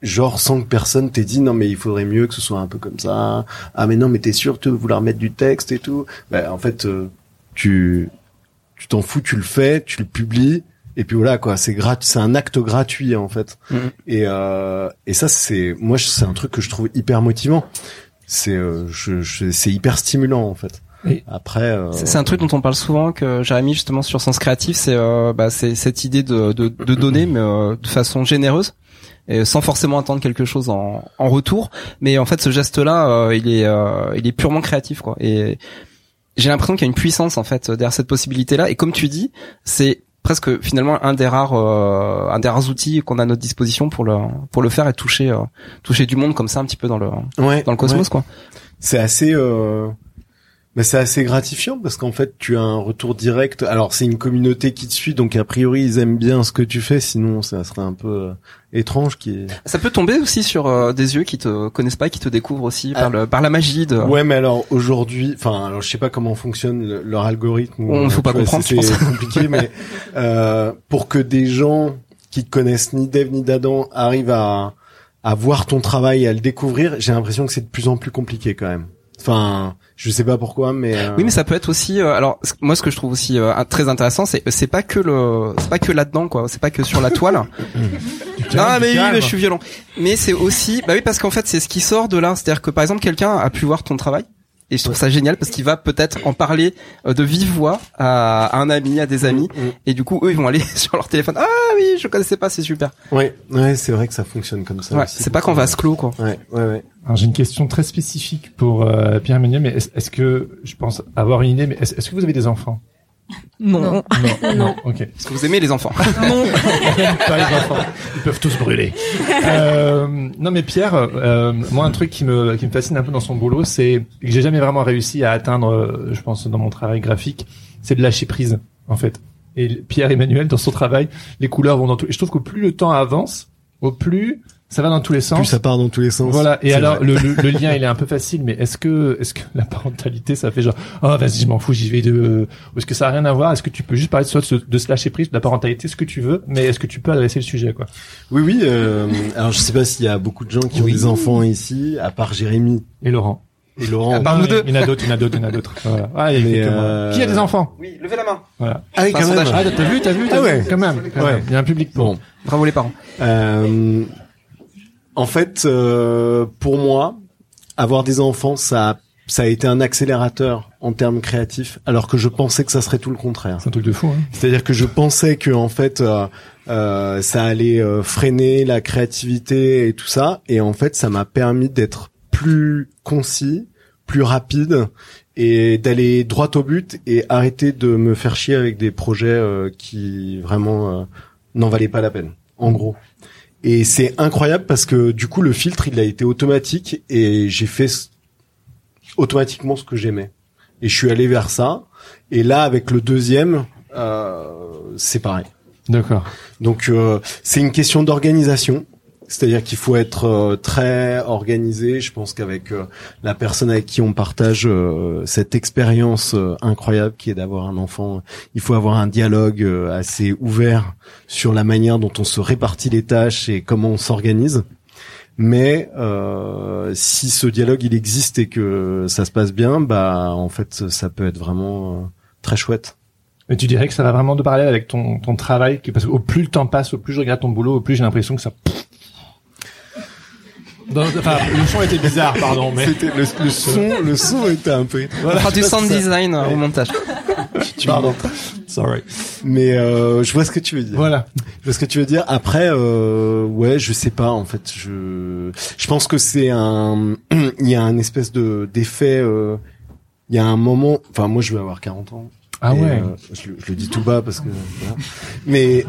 F: Genre sans que personne t'ait dit non mais il faudrait mieux que ce soit un peu comme ça ah mais non mais t'es sûr de vouloir mettre du texte et tout bah, en fait euh, tu tu t'en fous tu le fais tu le publies et puis voilà quoi c'est grat c'est un acte gratuit en fait
A: Mhm.
F: et euh, et ça c'est moi je- c'est un truc que je trouve hyper motivant c'est euh, je, je- c'est hyper stimulant en fait
B: Et-
F: après euh,
A: C'est c'est un truc dont on parle souvent que j'avais mis justement sur Sens Créatif, c'est euh, bah, c'est cette idée de, de, de donner mais euh, de façon généreuse et sans forcément attendre quelque chose en, en retour. Mais en fait, ce geste-là, euh, il est euh, il est purement créatif quoi. Et j'ai l'impression qu'il y a une puissance en fait derrière cette possibilité-là. Et comme tu dis, c'est presque finalement un des rares euh, un des rares outils qu'on a à notre disposition pour le pour le faire et toucher euh, toucher du monde comme ça un petit peu dans le
F: ouais,
A: dans le cosmos quoi.
F: c'est assez euh, bah, c'est assez gratifiant parce qu'en fait tu as un retour direct alors c'est une communauté qui te suit donc a priori ils aiment bien ce que tu fais sinon ça serait un peu euh, étrange qui
A: Ça peut tomber aussi sur euh, des yeux qui te connaissent pas, qui te découvrent aussi par, le, par la magie de.
F: Euh, ouais mais alors aujourd'hui enfin alors je sais pas comment fonctionne le- leur algorithme ou, euh,
A: On- faut
F: tu
A: pas
F: vois,
A: comprendre,
F: c'est
A: je pense.
F: c'est compliqué mais euh, pour que des gens qui te connaissent ni d'Eve ni d'Adam arrivent à à voir ton travail et à le découvrir j'ai l'impression que c'est de plus en plus compliqué quand même enfin je sais pas pourquoi mais euh,
A: Oui, mais ça peut être aussi. euh, alors ce- moi, ce que je trouve aussi euh, un- très intéressant, c'est c'est pas que le, c'est pas que là-dedans quoi, c'est pas que sur la toile. non,
B: calme,
A: mais
B: du
A: oui,
B: calme.
A: mais je suis violent. Mais c'est aussi, bah oui, parce qu'en fait, c'est ce qui sort de là. C'est-à-dire que par exemple, quelqu'un a pu voir ton travail. Et je trouve ça génial parce qu'il va peut-être en parler euh, de vive voix à, à un ami, à des amis,
F: Mm, mm.
A: et du coup eux ils vont aller sur leur téléphone. Ah oui, je connaissais pas, c'est super.
F: Ouais, ouais, c'est vrai que ça fonctionne comme ça.
A: Ouais,
F: aussi.
A: c'est pas qu'en vase clos quoi.
F: Ouais, ouais, ouais.
B: Alors, J'ai une question très spécifique pour euh, Pierre Emmanuel, mais est-ce est-ce que je pense avoir une idée, mais est-ce est-ce que vous avez des enfants
D: Non.
B: Non. non. Ok.
A: Parce que vous aimez les enfants.
B: pas les enfants. Ils peuvent tous brûler. Euh, non, mais Pierre, euh, moi, un truc qui me, qui me fascine un peu dans son boulot, c'est que j'ai jamais vraiment réussi à atteindre, euh, je pense, dans mon travail graphique, c'est de lâcher prise, en fait. Et Pierre Emmanuel, dans son travail, les couleurs vont dans tout. Et je trouve que plus le temps avance, au plus ça va dans tous les sens.
F: Plus ça part dans tous les sens.
B: Voilà. Et
F: C'est
B: alors,
F: vrai.
B: le, le- le lien, il est un peu facile, mais est-ce que, est-ce que la parentalité, ça fait genre, oh, vas-y, je m'en fous, j'y vais de, ou est-ce que ça a rien à voir? Est-ce que tu peux juste parler de, soit de, de se lâcher prise, de la parentalité, ce que tu veux, mais est-ce que tu peux adresser le sujet, quoi?
F: Oui, oui. euh, alors, je sais pas s'il y a beaucoup de gens qui ont des enfants ici, à part Jérémy
B: Et Laurent.
F: et Laurent.
A: À part- nous
B: Non,
A: deux.
B: Il y en a d'autres, il y en a d'autres, il y en a d'autres. Voilà. Ah, il y a
F: Mais,
B: que moi.
F: euh,
B: Qui a des enfants?
A: Oui, levez la main.
B: Voilà.
F: Ah oui,
A: c'est un
F: quand même.
B: Ah, t'as vu, t'as vu, t'as
F: Ah
B: vu,
F: ouais.
B: Quand même. quand
F: Ouais.
B: même. Il y a un public pour.
F: Bon.
A: Bravo les parents.
F: Euh, en fait, euh, pour moi, avoir des enfants, ça, a- ça a été un accélérateur en termes créatifs, alors que je pensais que ça serait tout le contraire.
B: C'est un truc de fou, hein.
F: C'est-à-dire que je pensais que en fait euh, euh, ça allait euh, freiner la créativité et tout ça, et en fait ça m'a permis d'être plus concis, plus rapide et d'aller droit au but et arrêter de me faire chier avec des projets euh, qui vraiment euh, n'en valaient pas la peine. En gros. Et c'est incroyable parce que du coup le filtre il a été automatique et j'ai fait s- automatiquement ce que j'aimais. Et je suis allé vers ça. Et là avec le deuxième, euh, c'est pareil.
B: D'accord.
F: Donc euh, c'est une question d'organisation. C'est-à-dire qu'il faut être euh, très organisé. Je pense qu'avec euh, la personne avec qui on partage euh, cette expérience euh, incroyable qui est d'avoir un enfant, euh, il faut avoir un dialogue euh, assez ouvert sur la manière dont on se répartit les tâches et comment on s'organise. Mais euh, si ce dialogue il existe et que ça se passe bien, bah en fait ça peut être vraiment euh, très chouette.
B: Mais tu dirais que ça va vraiment de parallèle avec ton, ton travail, que- parce qu'au plus le temps passe, au plus je regarde ton boulot, au plus j'ai l'impression que ça. Dans- enfin, le son était bizarre, pardon, mais.
F: C'était le, le son, le son était un peu.
A: On fera du sound design euh, au montage.
F: Pardon. Sorry. Mais euh, je vois ce que tu veux dire.
B: Voilà.
F: Je vois ce que tu veux dire. Après, euh, ouais, je sais pas. En fait, je je pense que c'est un il y a un espèce de d'effet. euh, il y a un moment. Enfin, moi, je vais avoir 40 ans.
B: Ah
F: Et,
B: ouais.
F: euh, je, le- je le dis tout bas parce que. voilà. Mais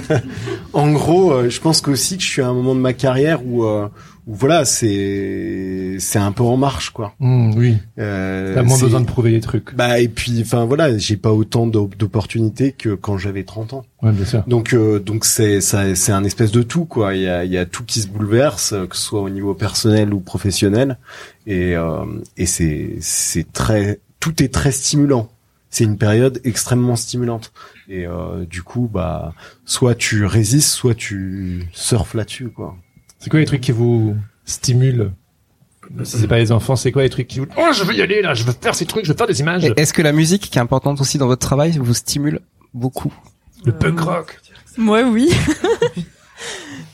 F: en gros, euh, je pense qu'aussi que je suis à un moment de ma carrière où euh, où voilà, c'est c'est un peu en marche quoi.
B: Hum, oui.
F: Euh,
B: T'as moins
F: c'est-
B: besoin de prouver les trucs.
F: bah et puis enfin voilà, j'ai pas autant d'op- d'opportunités que quand j'avais 30 ans.
B: Ouais, bien sûr.
F: Donc euh, donc c'est ça c'est un espèce de tout quoi. Il y a il y a tout qui se bouleverse, euh, que ce soit au niveau personnel ou professionnel, et euh, et c'est c'est très tout est très stimulant. C'est une période extrêmement stimulante et euh, du coup bah soit tu résistes, soit tu surfes là-dessus quoi.
B: C'est quoi les trucs qui vous stimulent Si c'est pas les enfants, c'est quoi les trucs qui vous... Oh, je veux y aller là, je veux faire ces trucs, je veux faire des images.
A: Et Est-ce que la musique, qui est importante aussi dans votre travail, vous stimule beaucoup
B: Le punk rock.
D: Moi, oui.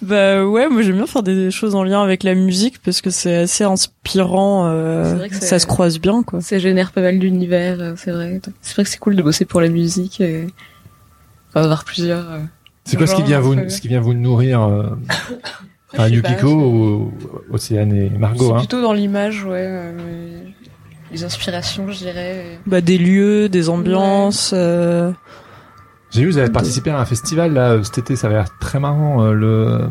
D: bah ouais, moi j'aime bien faire des choses en lien avec la musique parce que c'est assez inspirant.
C: C'est
D: euh,
C: vrai que
D: ça
C: c'est-
D: se croise bien, quoi.
C: Ça génère pas mal d'univers, euh, c'est vrai. C'est vrai que c'est cool de bosser pour la musique et enfin, avoir plusieurs. euh,
B: C'est quoi ce qui
C: Genre,
B: vient vous,
C: euh,
B: ce qui Ah, vient vous nourrir euh, enfin,
C: je sais pas,
B: Yukiko ou Océane et Margot
C: c'est
B: hein.
C: plutôt dans l'image, ouais. euh, mais les inspirations, je dirais.
D: Bah des lieux, des ambiances. euh,
B: J'ai vu, vous avez participé à un festival là euh, cet été, ça avait l'air très marrant. euh, le...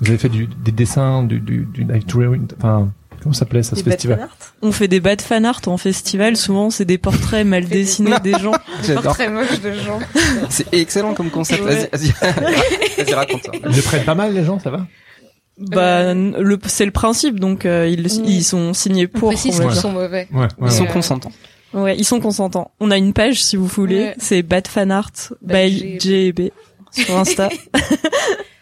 B: Vous avez fait du, des dessins, du, du, du live drawing, enfin, comment ça s'appelait ça ce festival
D: on fait des bas de fan art en festival. Souvent, c'est des portraits mal
C: Fait des-
D: dessinés des gens.
C: Des
A: J'adore.
C: portraits moches de gens.
A: C'est excellent comme concept.
D: Ouais.
A: Vas-y, vas-y, vas-y, raconte ça.
B: Ils le prennent pas mal les gens, ça va
D: Bah n- le c'est le principe, donc euh, ils ils sont signés
C: Pour
D: pour. on
C: précise
D: va
C: qu'ils
D: dire.
C: sont mauvais.
B: Ouais, ouais.
A: Ils sont
C: Ouais.
A: consentants.
D: Ouais, ils sont consentants. On a une page si vous voulez,
C: Ouais.
D: c'est Bad Fan Art
C: Bad
D: by JB sur Insta.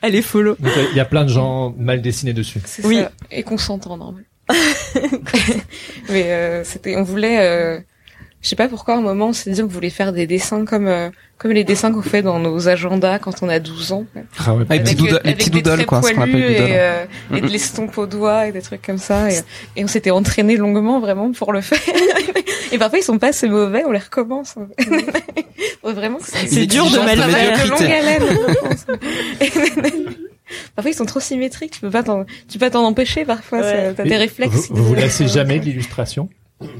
D: Allez follow.
B: Donc, Il y a plein de gens mal dessinés dessus.
C: C'est
D: Oui.
C: ça. Et qu'on s'entende. en vrai. Mais euh, c'était, on voulait, euh, je sais pas pourquoi, à un moment, on s'est dit on voulait faire des dessins comme euh, comme les dessins qu'on fait dans nos agendas quand on a 12 ans. quoi.
B: Ah ouais.
A: Ouais, Les petits
C: Avec, euh,
A: doodles- les
C: avec
A: petits
C: des
A: doodles,
C: traits
A: quoi, ce qu'on appelle
C: poilus
A: doodles.
C: Et, euh, et de l'estompe aux doigts et des trucs comme ça. Et, et on s'était entraîné longuement vraiment pour le faire. et parfois ils sont pas assez mauvais, on les recommence.
D: Mm.
C: Ouais, vraiment,
D: C'est dur de mal
C: travail
D: faire.
C: de longue haleine. je pense. parfois ils sont trop symétriques, tu peux pas t'en, tu peux pas t'en empêcher parfois, ça- t'as des
B: Et
C: réflexes.
B: Vous, vous vous lassez jamais de l'illustration Vous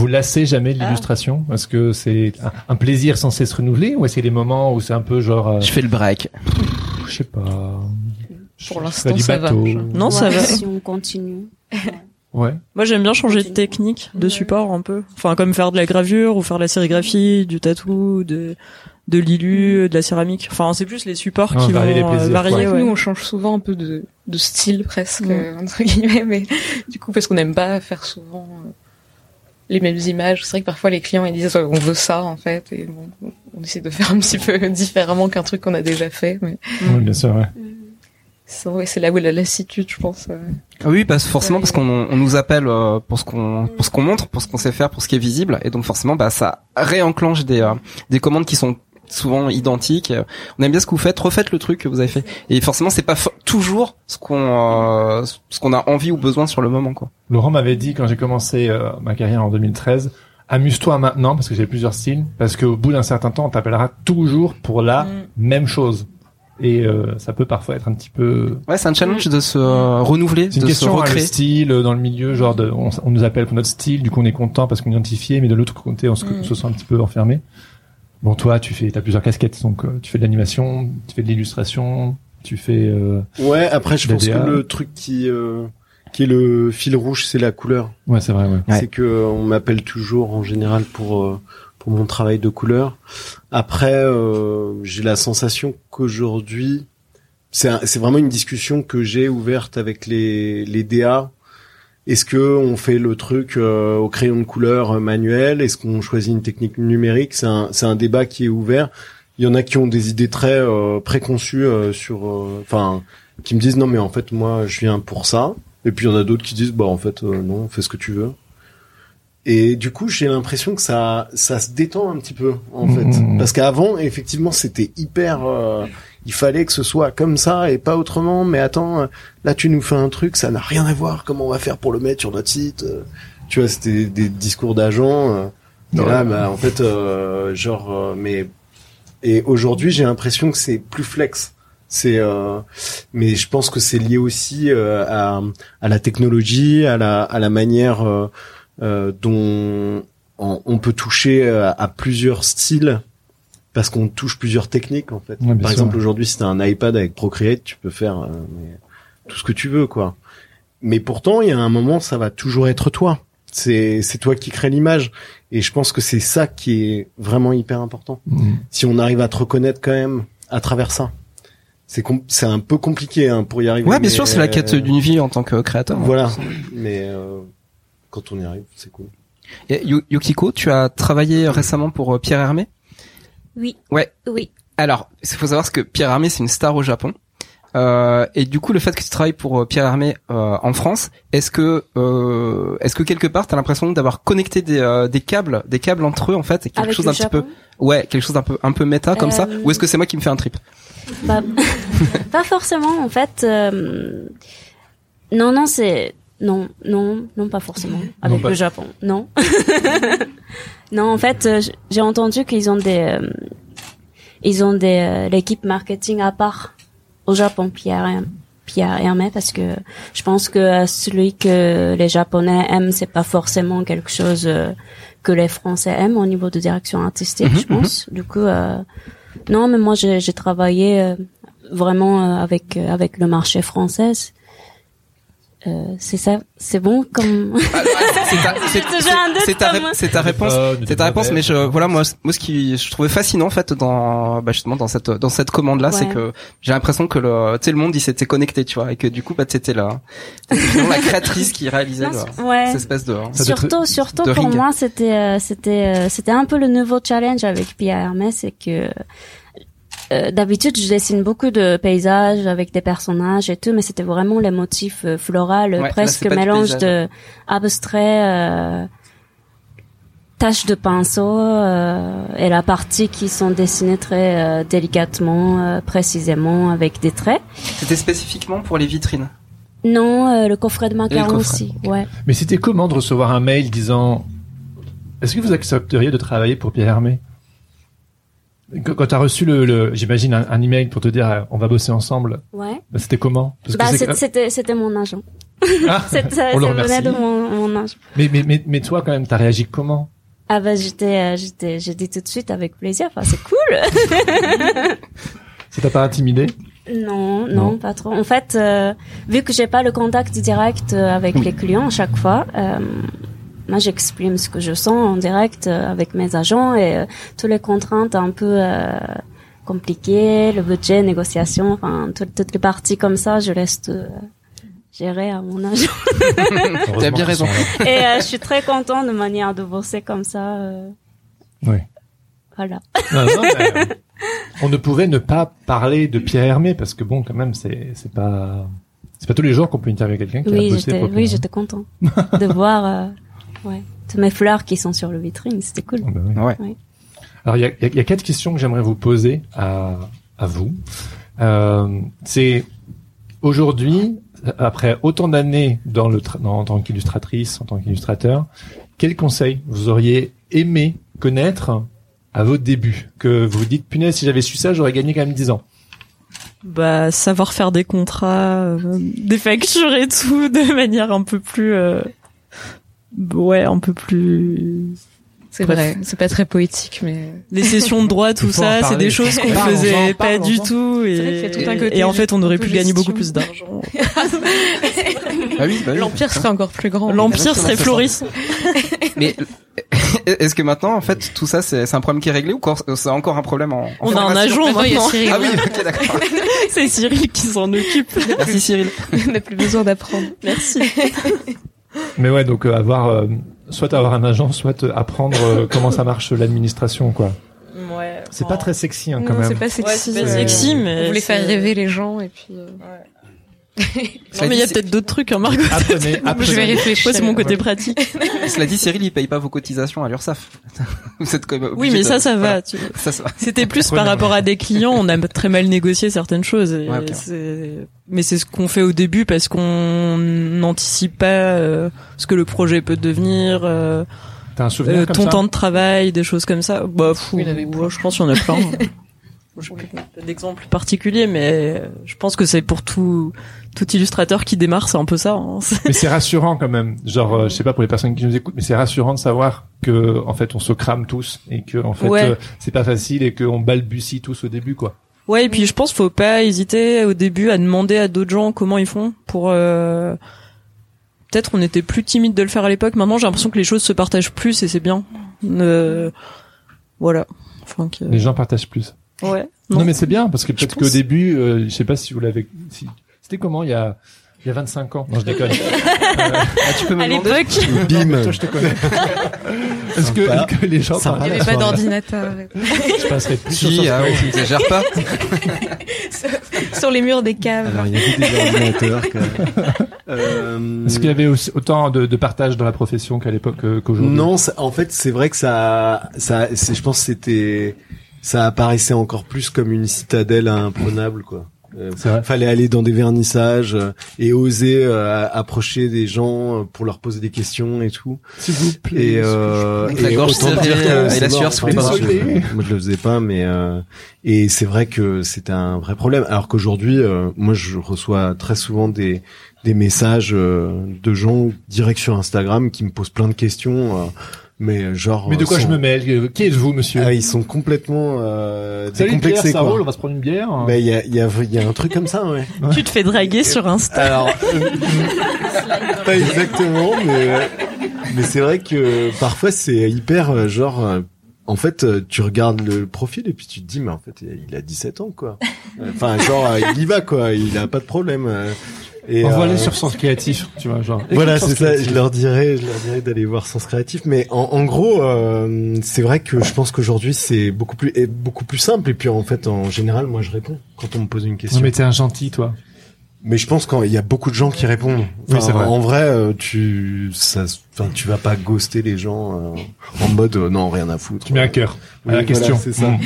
B: vous lassez jamais
C: Ah.
B: de l'illustration Est-ce que c'est un, un plaisir sans cesse renouvelé ou est-ce qu'il y a des moments où c'est un peu genre, euh,
A: Je fais le break.
B: je sais pas, je-
C: Pour
B: je
C: l'instant,
B: fais du
C: ça va,
B: bateau.
C: genre.
D: Non, ça va.
E: Si on continue.
B: Ouais.
D: Moi, j'aime bien changer de technique, de support un peu. Enfin, comme faire de la gravure ou faire de la sérigraphie, du tatou, de de
C: Mm.
D: l'ilu, de la céramique. Enfin, c'est plus les supports
B: Ah,
D: qui vont
B: varier les
D: euh,
B: plaisirs,
D: varier.
B: quoi.
D: ouais.
C: Nous, on change souvent un peu de, de style presque
D: Mm.
C: euh, entre guillemets, mais du coup parce qu'on n'aime pas faire souvent euh, les mêmes images. C'est vrai que parfois les clients ils disent euh, on veut ça en fait et bon, on essaie de faire un petit peu différemment qu'un truc qu'on a déjà fait. Mais
B: Ouais, bien sûr. Ouais.
C: c'est ouais, c'est là où est la lassitude, je pense. euh.
A: Ah Oui, parce forcément parce qu'on on nous appelle euh, pour ce qu'on pour ce qu'on montre, pour ce qu'on sait faire, pour ce qui est visible, et donc forcément bah ça réenclenche des euh, des commandes qui sont souvent identiques. Euh, On aime bien ce que vous faites, refaites le truc que vous avez fait, et forcément c'est pas fo- toujours ce qu'on euh, ce qu'on a envie ou besoin sur le moment quoi.
B: Laurent m'avait dit quand j'ai commencé euh, ma carrière en 2013, amuse-toi maintenant parce que j'ai plusieurs styles, parce qu'au bout d'un certain temps, on t'appellera toujours pour la
D: Mm.
B: même chose. Et euh, ça peut parfois être un petit peu
A: Ouais, c'est un challenge de se euh, renouveler,
B: C'est une
A: de se
B: question hein, le
A: recréer.
B: style euh, dans le milieu, genre de, on, s- on nous appelle pour notre style, du coup on est content parce qu'on est identifié, mais de l'autre côté on se,
D: Mm.
B: se sent un petit peu enfermé. Bon toi tu fais, t'as plusieurs casquettes, donc euh, tu fais de l'animation, tu fais de l'illustration, tu fais. euh,
F: Ouais, après je pense que
B: DDA.
F: le truc qui euh, qui est le fil rouge, c'est la couleur.
B: Ouais c'est vrai. Ouais.
A: Ouais.
F: C'est que euh, on m'appelle toujours en général pour euh, pour mon travail de couleur. Après, euh, j'ai la sensation qu'aujourd'hui, c'est un- c'est vraiment une discussion que j'ai ouverte avec les les DA. Est-ce que on fait le truc euh, au crayon de couleur euh, manuel Est-ce qu'on choisit une technique numérique C'est un c'est un débat qui est ouvert. Il y en a qui ont des idées très euh, préconçues euh, sur, euh, enfin, qui me disent non mais en fait moi je viens pour ça. Et puis il y en a d'autres qui disent bah en fait euh, non fais ce que tu veux. Et du coup, j'ai l'impression que ça, ça se détend un petit peu, en
B: Mmh,
F: fait.
B: mmh, mmh.
F: Parce qu'avant, effectivement, c'était hyper, euh, il fallait que ce soit comme ça et pas autrement. Mais attends, euh, là, tu nous fais un truc, ça n'a rien à voir. Comment on va faire pour le mettre sur notre site? euh, Tu vois, c'était des discours d'agents. euh, Et là, bah, en fait, euh, genre, euh, mais et aujourd'hui, j'ai l'impression que c'est plus flex. C'est, euh, mais je pense que c'est lié aussi euh, à, à la technologie, à la, à la manière euh, euh, dont on, on peut toucher à, à plusieurs styles parce qu'on touche plusieurs techniques en fait.
B: Ouais, bien
F: Par
B: sûr.
F: exemple, aujourd'hui, si t'as un iPad avec Procreate, tu peux faire euh, mais tout ce que tu veux, quoi. Mais pourtant, il y a un moment, ça va toujours être toi. C'est, c'est toi qui crée l'image. Et je pense que c'est ça qui est vraiment hyper important.
A: Mm.
F: Si on arrive à te reconnaître quand même à travers ça, c'est com- c'est un peu compliqué hein, pour y arriver.
A: Ouais, bien
F: mais,
A: sûr, c'est la quête
F: euh,
A: d'une vie en tant que créateur. hein.
F: Voilà. Mais euh, quand on y arrive, c'est cool.
A: Et Yu- Yukiko, tu as travaillé récemment pour euh, Pierre Hermé.
E: Oui.
A: Ouais.
E: Oui.
A: Alors, il faut savoir que Pierre Hermé, c'est une star au Japon. Euh, et du coup, le fait que tu travailles pour euh, Pierre Hermé euh, en France, est-ce que, euh, est-ce que quelque part, t'as l'impression d'avoir connecté des, euh, des câbles, des câbles entre eux en fait, et quelque
E: Avec
A: chose
E: le
A: d'un petit peu,
E: Japon
A: ouais, quelque chose d'un peu, un peu méta comme ça,
E: Euh,
A: ou est-ce que c'est moi qui me fais un trip
E: Bah, pas forcément, en fait. euh, Non, non, c'est... Non, non, non, pas forcément. Avec
G: pas-
E: le Japon, non. non, en fait, euh, j- j'ai entendu qu'ils ont des... euh, Ils ont des... euh, L'équipe marketing à part au Japon, Pierre Pierre Hermé, parce que je pense que euh, celui que les Japonais aiment, c'est pas forcément quelque chose euh, que les Français aiment au niveau de direction artistique, je pense. Du coup, euh, non, mais moi j'ai j'ai travaillé euh, vraiment euh, avec euh, avec le marché français. Euh, c'est ça, c'est bon comme.
A: Ah, C'est ta- c'est-
E: toujours
A: c'est-
E: un doute
A: c'est ta,
E: comme-
A: ré- c'est ta réponse. C'est ta réponse, mais je, voilà, moi, moi, ce qui, je trouvais fascinant, en fait, dans, bah, justement, dans cette, dans cette commande-là,
E: Ouais.
A: c'est que j'ai l'impression que le, tu sais, le monde, il s'était connecté, tu vois, et que du coup, bah, t'étais là. T'étais finalement la créatrice qui réalisait
E: Non,
A: le-
E: c'est- ouais.
A: cette espèce de,
B: Ça doit être
E: Surtout, surtout
A: de
E: pour
A: ring.
E: moi, c'était euh, c'était euh, c'était un peu le nouveau challenge avec Pierre Hermès, c'est que euh, d'habitude je dessine beaucoup de paysages avec des personnages et tout, mais c'était vraiment les motifs euh, floraux,
A: Ouais, là,
E: presque
A: c'est pas du
E: mélange de
A: paysage.
E: abstrait, euh, taches de pinceau euh, et la partie qui sont dessinées très euh, délicatement, euh, précisément avec des traits.
A: C'était spécifiquement pour les vitrines.
E: Non, euh, le coffret de macarons
A: coffret,
E: aussi, ouais.
B: Mais c'était comment de recevoir un mail disant Est-ce que vous accepteriez de travailler pour Pierre Hermé Qu- Quand tu as reçu le, le- j'imagine un, un email pour te dire euh, on va bosser ensemble,
E: Ouais.
B: bah, c'était comment Parce que
E: Bah,
B: c'est-
E: c'est- c'était c'était mon agent.
B: Ah,
E: C'est- ça,
B: on le
E: ça venait
B: remercie.
E: de mon, mon âge.
B: Mais, mais, mais, mais toi quand même, t'as réagi comment
E: Ah bah j'étais, euh, j'étais, j'ai dit tout de suite avec plaisir. Enfin c'est cool.
B: Ça t'a pas intimidé
E: non, non,
B: Non.
E: pas trop. En fait, euh, vu que j'ai pas le contact direct euh, avec les clients à chaque fois, euh, moi j'exprime ce que je sens en direct euh, avec mes agents et euh, toutes les contraintes un peu euh, compliquées, le budget, négociation, enfin tout- toutes les parties comme ça, je laisse tout, euh, gérer à mon agent.
B: Heureusement
A: bien
B: qu'ils
A: raison.
B: sont là.
E: et euh, je suis très contente de manière de bosser comme ça. euh,
B: Oui.
E: voilà.
B: Non, non, mais, euh, on ne pouvait ne pas parler de Pierre Hermé parce que bon, quand même, c'est c'est pas c'est pas tous les jours qu'on peut interviewer quelqu'un qui
E: Oui,
B: a bossé
E: j'étais,
B: pour
E: oui, j'étais content de voir, euh, ouais, toutes mes fleurs qui sont sur le vitrine, c'était cool.
B: Ah bah oui.
A: Ouais.
E: Oui.
B: Alors, il y a, il y a- il y a quatre questions que j'aimerais vous poser à, à vous. Euh, c'est aujourd'hui, après autant d'années dans le tra- dans- en tant qu'illustratrice, en tant qu'illustrateur, quel conseil vous auriez aimé connaître à vos débuts Que vous vous dites, punaise, si j'avais su ça, j'aurais gagné quand même 10 ans.
D: bah savoir faire des contrats, euh, des factures et tout de manière un peu plus euh, ouais, un peu plus
C: C'est
D: Bref.
C: vrai, c'est pas très poétique, mais
D: les sessions de droit tout
B: Faut en
D: ça, c'est
B: parler.
D: des choses qu'on
B: Parlons-en,
D: faisait pas du
B: parlons-en.
D: tout et,
C: C'est vrai qu'il y a tout un
D: et-
C: côté
D: et en fait on aurait pu
C: gestion.
D: gagner beaucoup plus d'argent.
A: Ah oui, bah oui.
C: l'empire serait encore plus grand.
D: L'empire
A: exactement,
D: serait
A: c'est ça.
D: florissant.
A: Mais, est-ce que maintenant, en fait, tout ça, c'est, c'est un problème qui est réglé ou encore- c'est encore un problème en, en
D: On a un
A: formation
D: agent
C: Maintenant, il y a
D: maintenant.
C: Cyril.
A: Ah oui, ok, d'accord.
D: C'est Cyril qui s'en occupe.
A: Merci Cyril.
C: On n'a plus besoin d'apprendre.
D: Merci.
B: Mais ouais, donc euh, avoir euh, soit avoir un agent, soit euh, apprendre euh, comment ça marche euh, l'administration, quoi.
D: Ouais. Oh.
B: C'est pas très sexy hein, quand
C: Non,
B: même.
C: c'est pas sexy.
D: Ouais, c'est pas
C: euh,
D: sexy, mais
C: On voulait
D: c'est-
C: faire rêver les gens et puis. euh,
D: Non mais il y a peut-être d'autres trucs hein, Margot.
B: Apprenez,
C: Je vais
B: apprenez.
C: réfléchir.
D: Moi c'est mon côté pratique.
A: Cela dit, Cyril, il paye pas vos cotisations à l'URSSAF. Vous êtes quand même
D: Oui
A: obligé
D: mais
A: de-
D: ça ça va.
A: voilà.
D: tu-
A: Ça, ça va.
D: C'était plus
B: Prenez,
D: par rapport à des clients, on a très mal négocié certaines choses. et
A: Ouais, ok.
D: c'est- Mais c'est ce qu'on fait au début parce qu'on n'anticipe pas euh, ce que le projet peut devenir. euh,
B: T'as un souvenir
D: Euh,
B: comme
D: ton
B: ça
D: temps de travail, des choses comme ça. Bah, fou,
C: Oui, il y en avait
D: ouais,
C: plein.
D: je pense qu'il y en a plein. je n'ai pas d'exemple particulier, mais euh, je pense que c'est pour tout, tout illustrateur qui démarre, c'est un peu ça. hein.
B: Mais c'est rassurant quand même. Genre, euh, je sais pas pour les personnes qui nous écoutent, mais c'est rassurant de savoir que en fait on se crame tous et que en fait
D: Ouais.
B: euh, c'est pas facile et qu'on balbutie tous au début quoi.
D: Ouais, et puis je pense qu'il faut pas hésiter au début à demander à d'autres gens comment ils font pour. euh, Peut-être on était plus timide de le faire à l'époque. Maintenant, j'ai l'impression que les choses se partagent plus et c'est bien. Euh, Voilà. Enfin, que-
B: Les gens partagent plus.
D: Ouais.
B: Non,
D: Non.
B: mais c'est bien parce que peut-être
D: pense.
B: qu'au début, euh, je sais pas si vous l'avez. Si... C'était comment il y a il y a 25 ans Non, je déconne.
A: Ah, tu peux me
D: À
A: demander
D: l'époque,
F: Euh, Bim.
B: Toi, je te connais. Est-ce que,
F: Sympa.
B: est-ce que les gens
F: Sympa.
C: Il n'y
B: partagent
C: avait pas d'ordinateur.
B: Je passerai plus sur
A: Si, ah oui, tu exagères pas.
C: Sur les murs des caves.
F: Alors, il y avait des ordinateurs. quand même. Euh,
B: Est-ce qu'il y avait aussi autant de, de partage dans la profession qu'à l'époque euh, qu'aujourd'hui
F: Non, ça- en fait, c'est vrai que ça, ça, c'est- je pense, que c'était, ça apparaissait encore plus comme une citadelle imprenable, quoi. Euh,
B: C'est vrai.
F: fallait aller dans des vernissages euh, et oser euh, approcher des gens euh, pour leur poser des questions et tout.
B: S'il vous plaît.
F: Et, euh,
A: Donc, la gorge
F: autant
A: serrée,
F: dire que
A: euh, et
F: c'est
A: la
F: mort.
A: sueur sous les
F: Enfin,
B: bras.
F: je-
B: Désolé.
F: Moi, je le faisais pas, mais euh, et c'est vrai que c'est un vrai problème. Alors qu'aujourd'hui, euh, moi, je reçois très souvent des des messages euh, de gens direct sur Instagram qui me posent plein de questions, euh, mais genre.
B: mais de quoi
F: euh,
B: je
F: sont-
B: me mêle Euh, Qui êtes-vous, monsieur
F: Ah, ils sont complètement euh,
B: Salut Pierre,
F: décomplexés
B: ça roule, on
F: quoi.
B: va se prendre une bière.
F: Bah, il y a, il y, a, il y a un truc comme ça, ouais.
D: tu te fais draguer sur Insta.
F: Alors, euh, pas exactement, mais, euh, mais c'est vrai que parfois c'est hyper euh, genre. euh, En fait, euh, tu regardes le profil et puis tu te dis, mais en fait, il a 17 ans, quoi. Enfin, genre, euh, il y va, quoi. Il a pas de problème. euh, Et,
B: on va
F: euh,
B: aller sur Sens Créatif, tu vois, genre.
F: voilà,
B: Écoute
F: c'est
B: Sens
F: ça.
B: Créatif.
F: Je leur dirais, je leur dirais d'aller voir Sens Créatif. Mais en, en gros, euh, c'est vrai que je pense qu'aujourd'hui c'est beaucoup plus, est beaucoup plus simple. Et puis en fait, en général, moi, je réponds quand on me pose une question.
B: Non, mais t'es un gentil, toi.
F: Mais je pense qu'il y a beaucoup de gens qui répondent.
B: Oui, c'est vrai.
F: En vrai, euh, tu, ça, enfin, tu vas pas ghoster les gens euh, en mode euh, non, rien à foutre.
B: Tu mets un cœur
F: Oui,
B: à la
F: voilà,
B: question.
F: c'est ça.
B: Mm.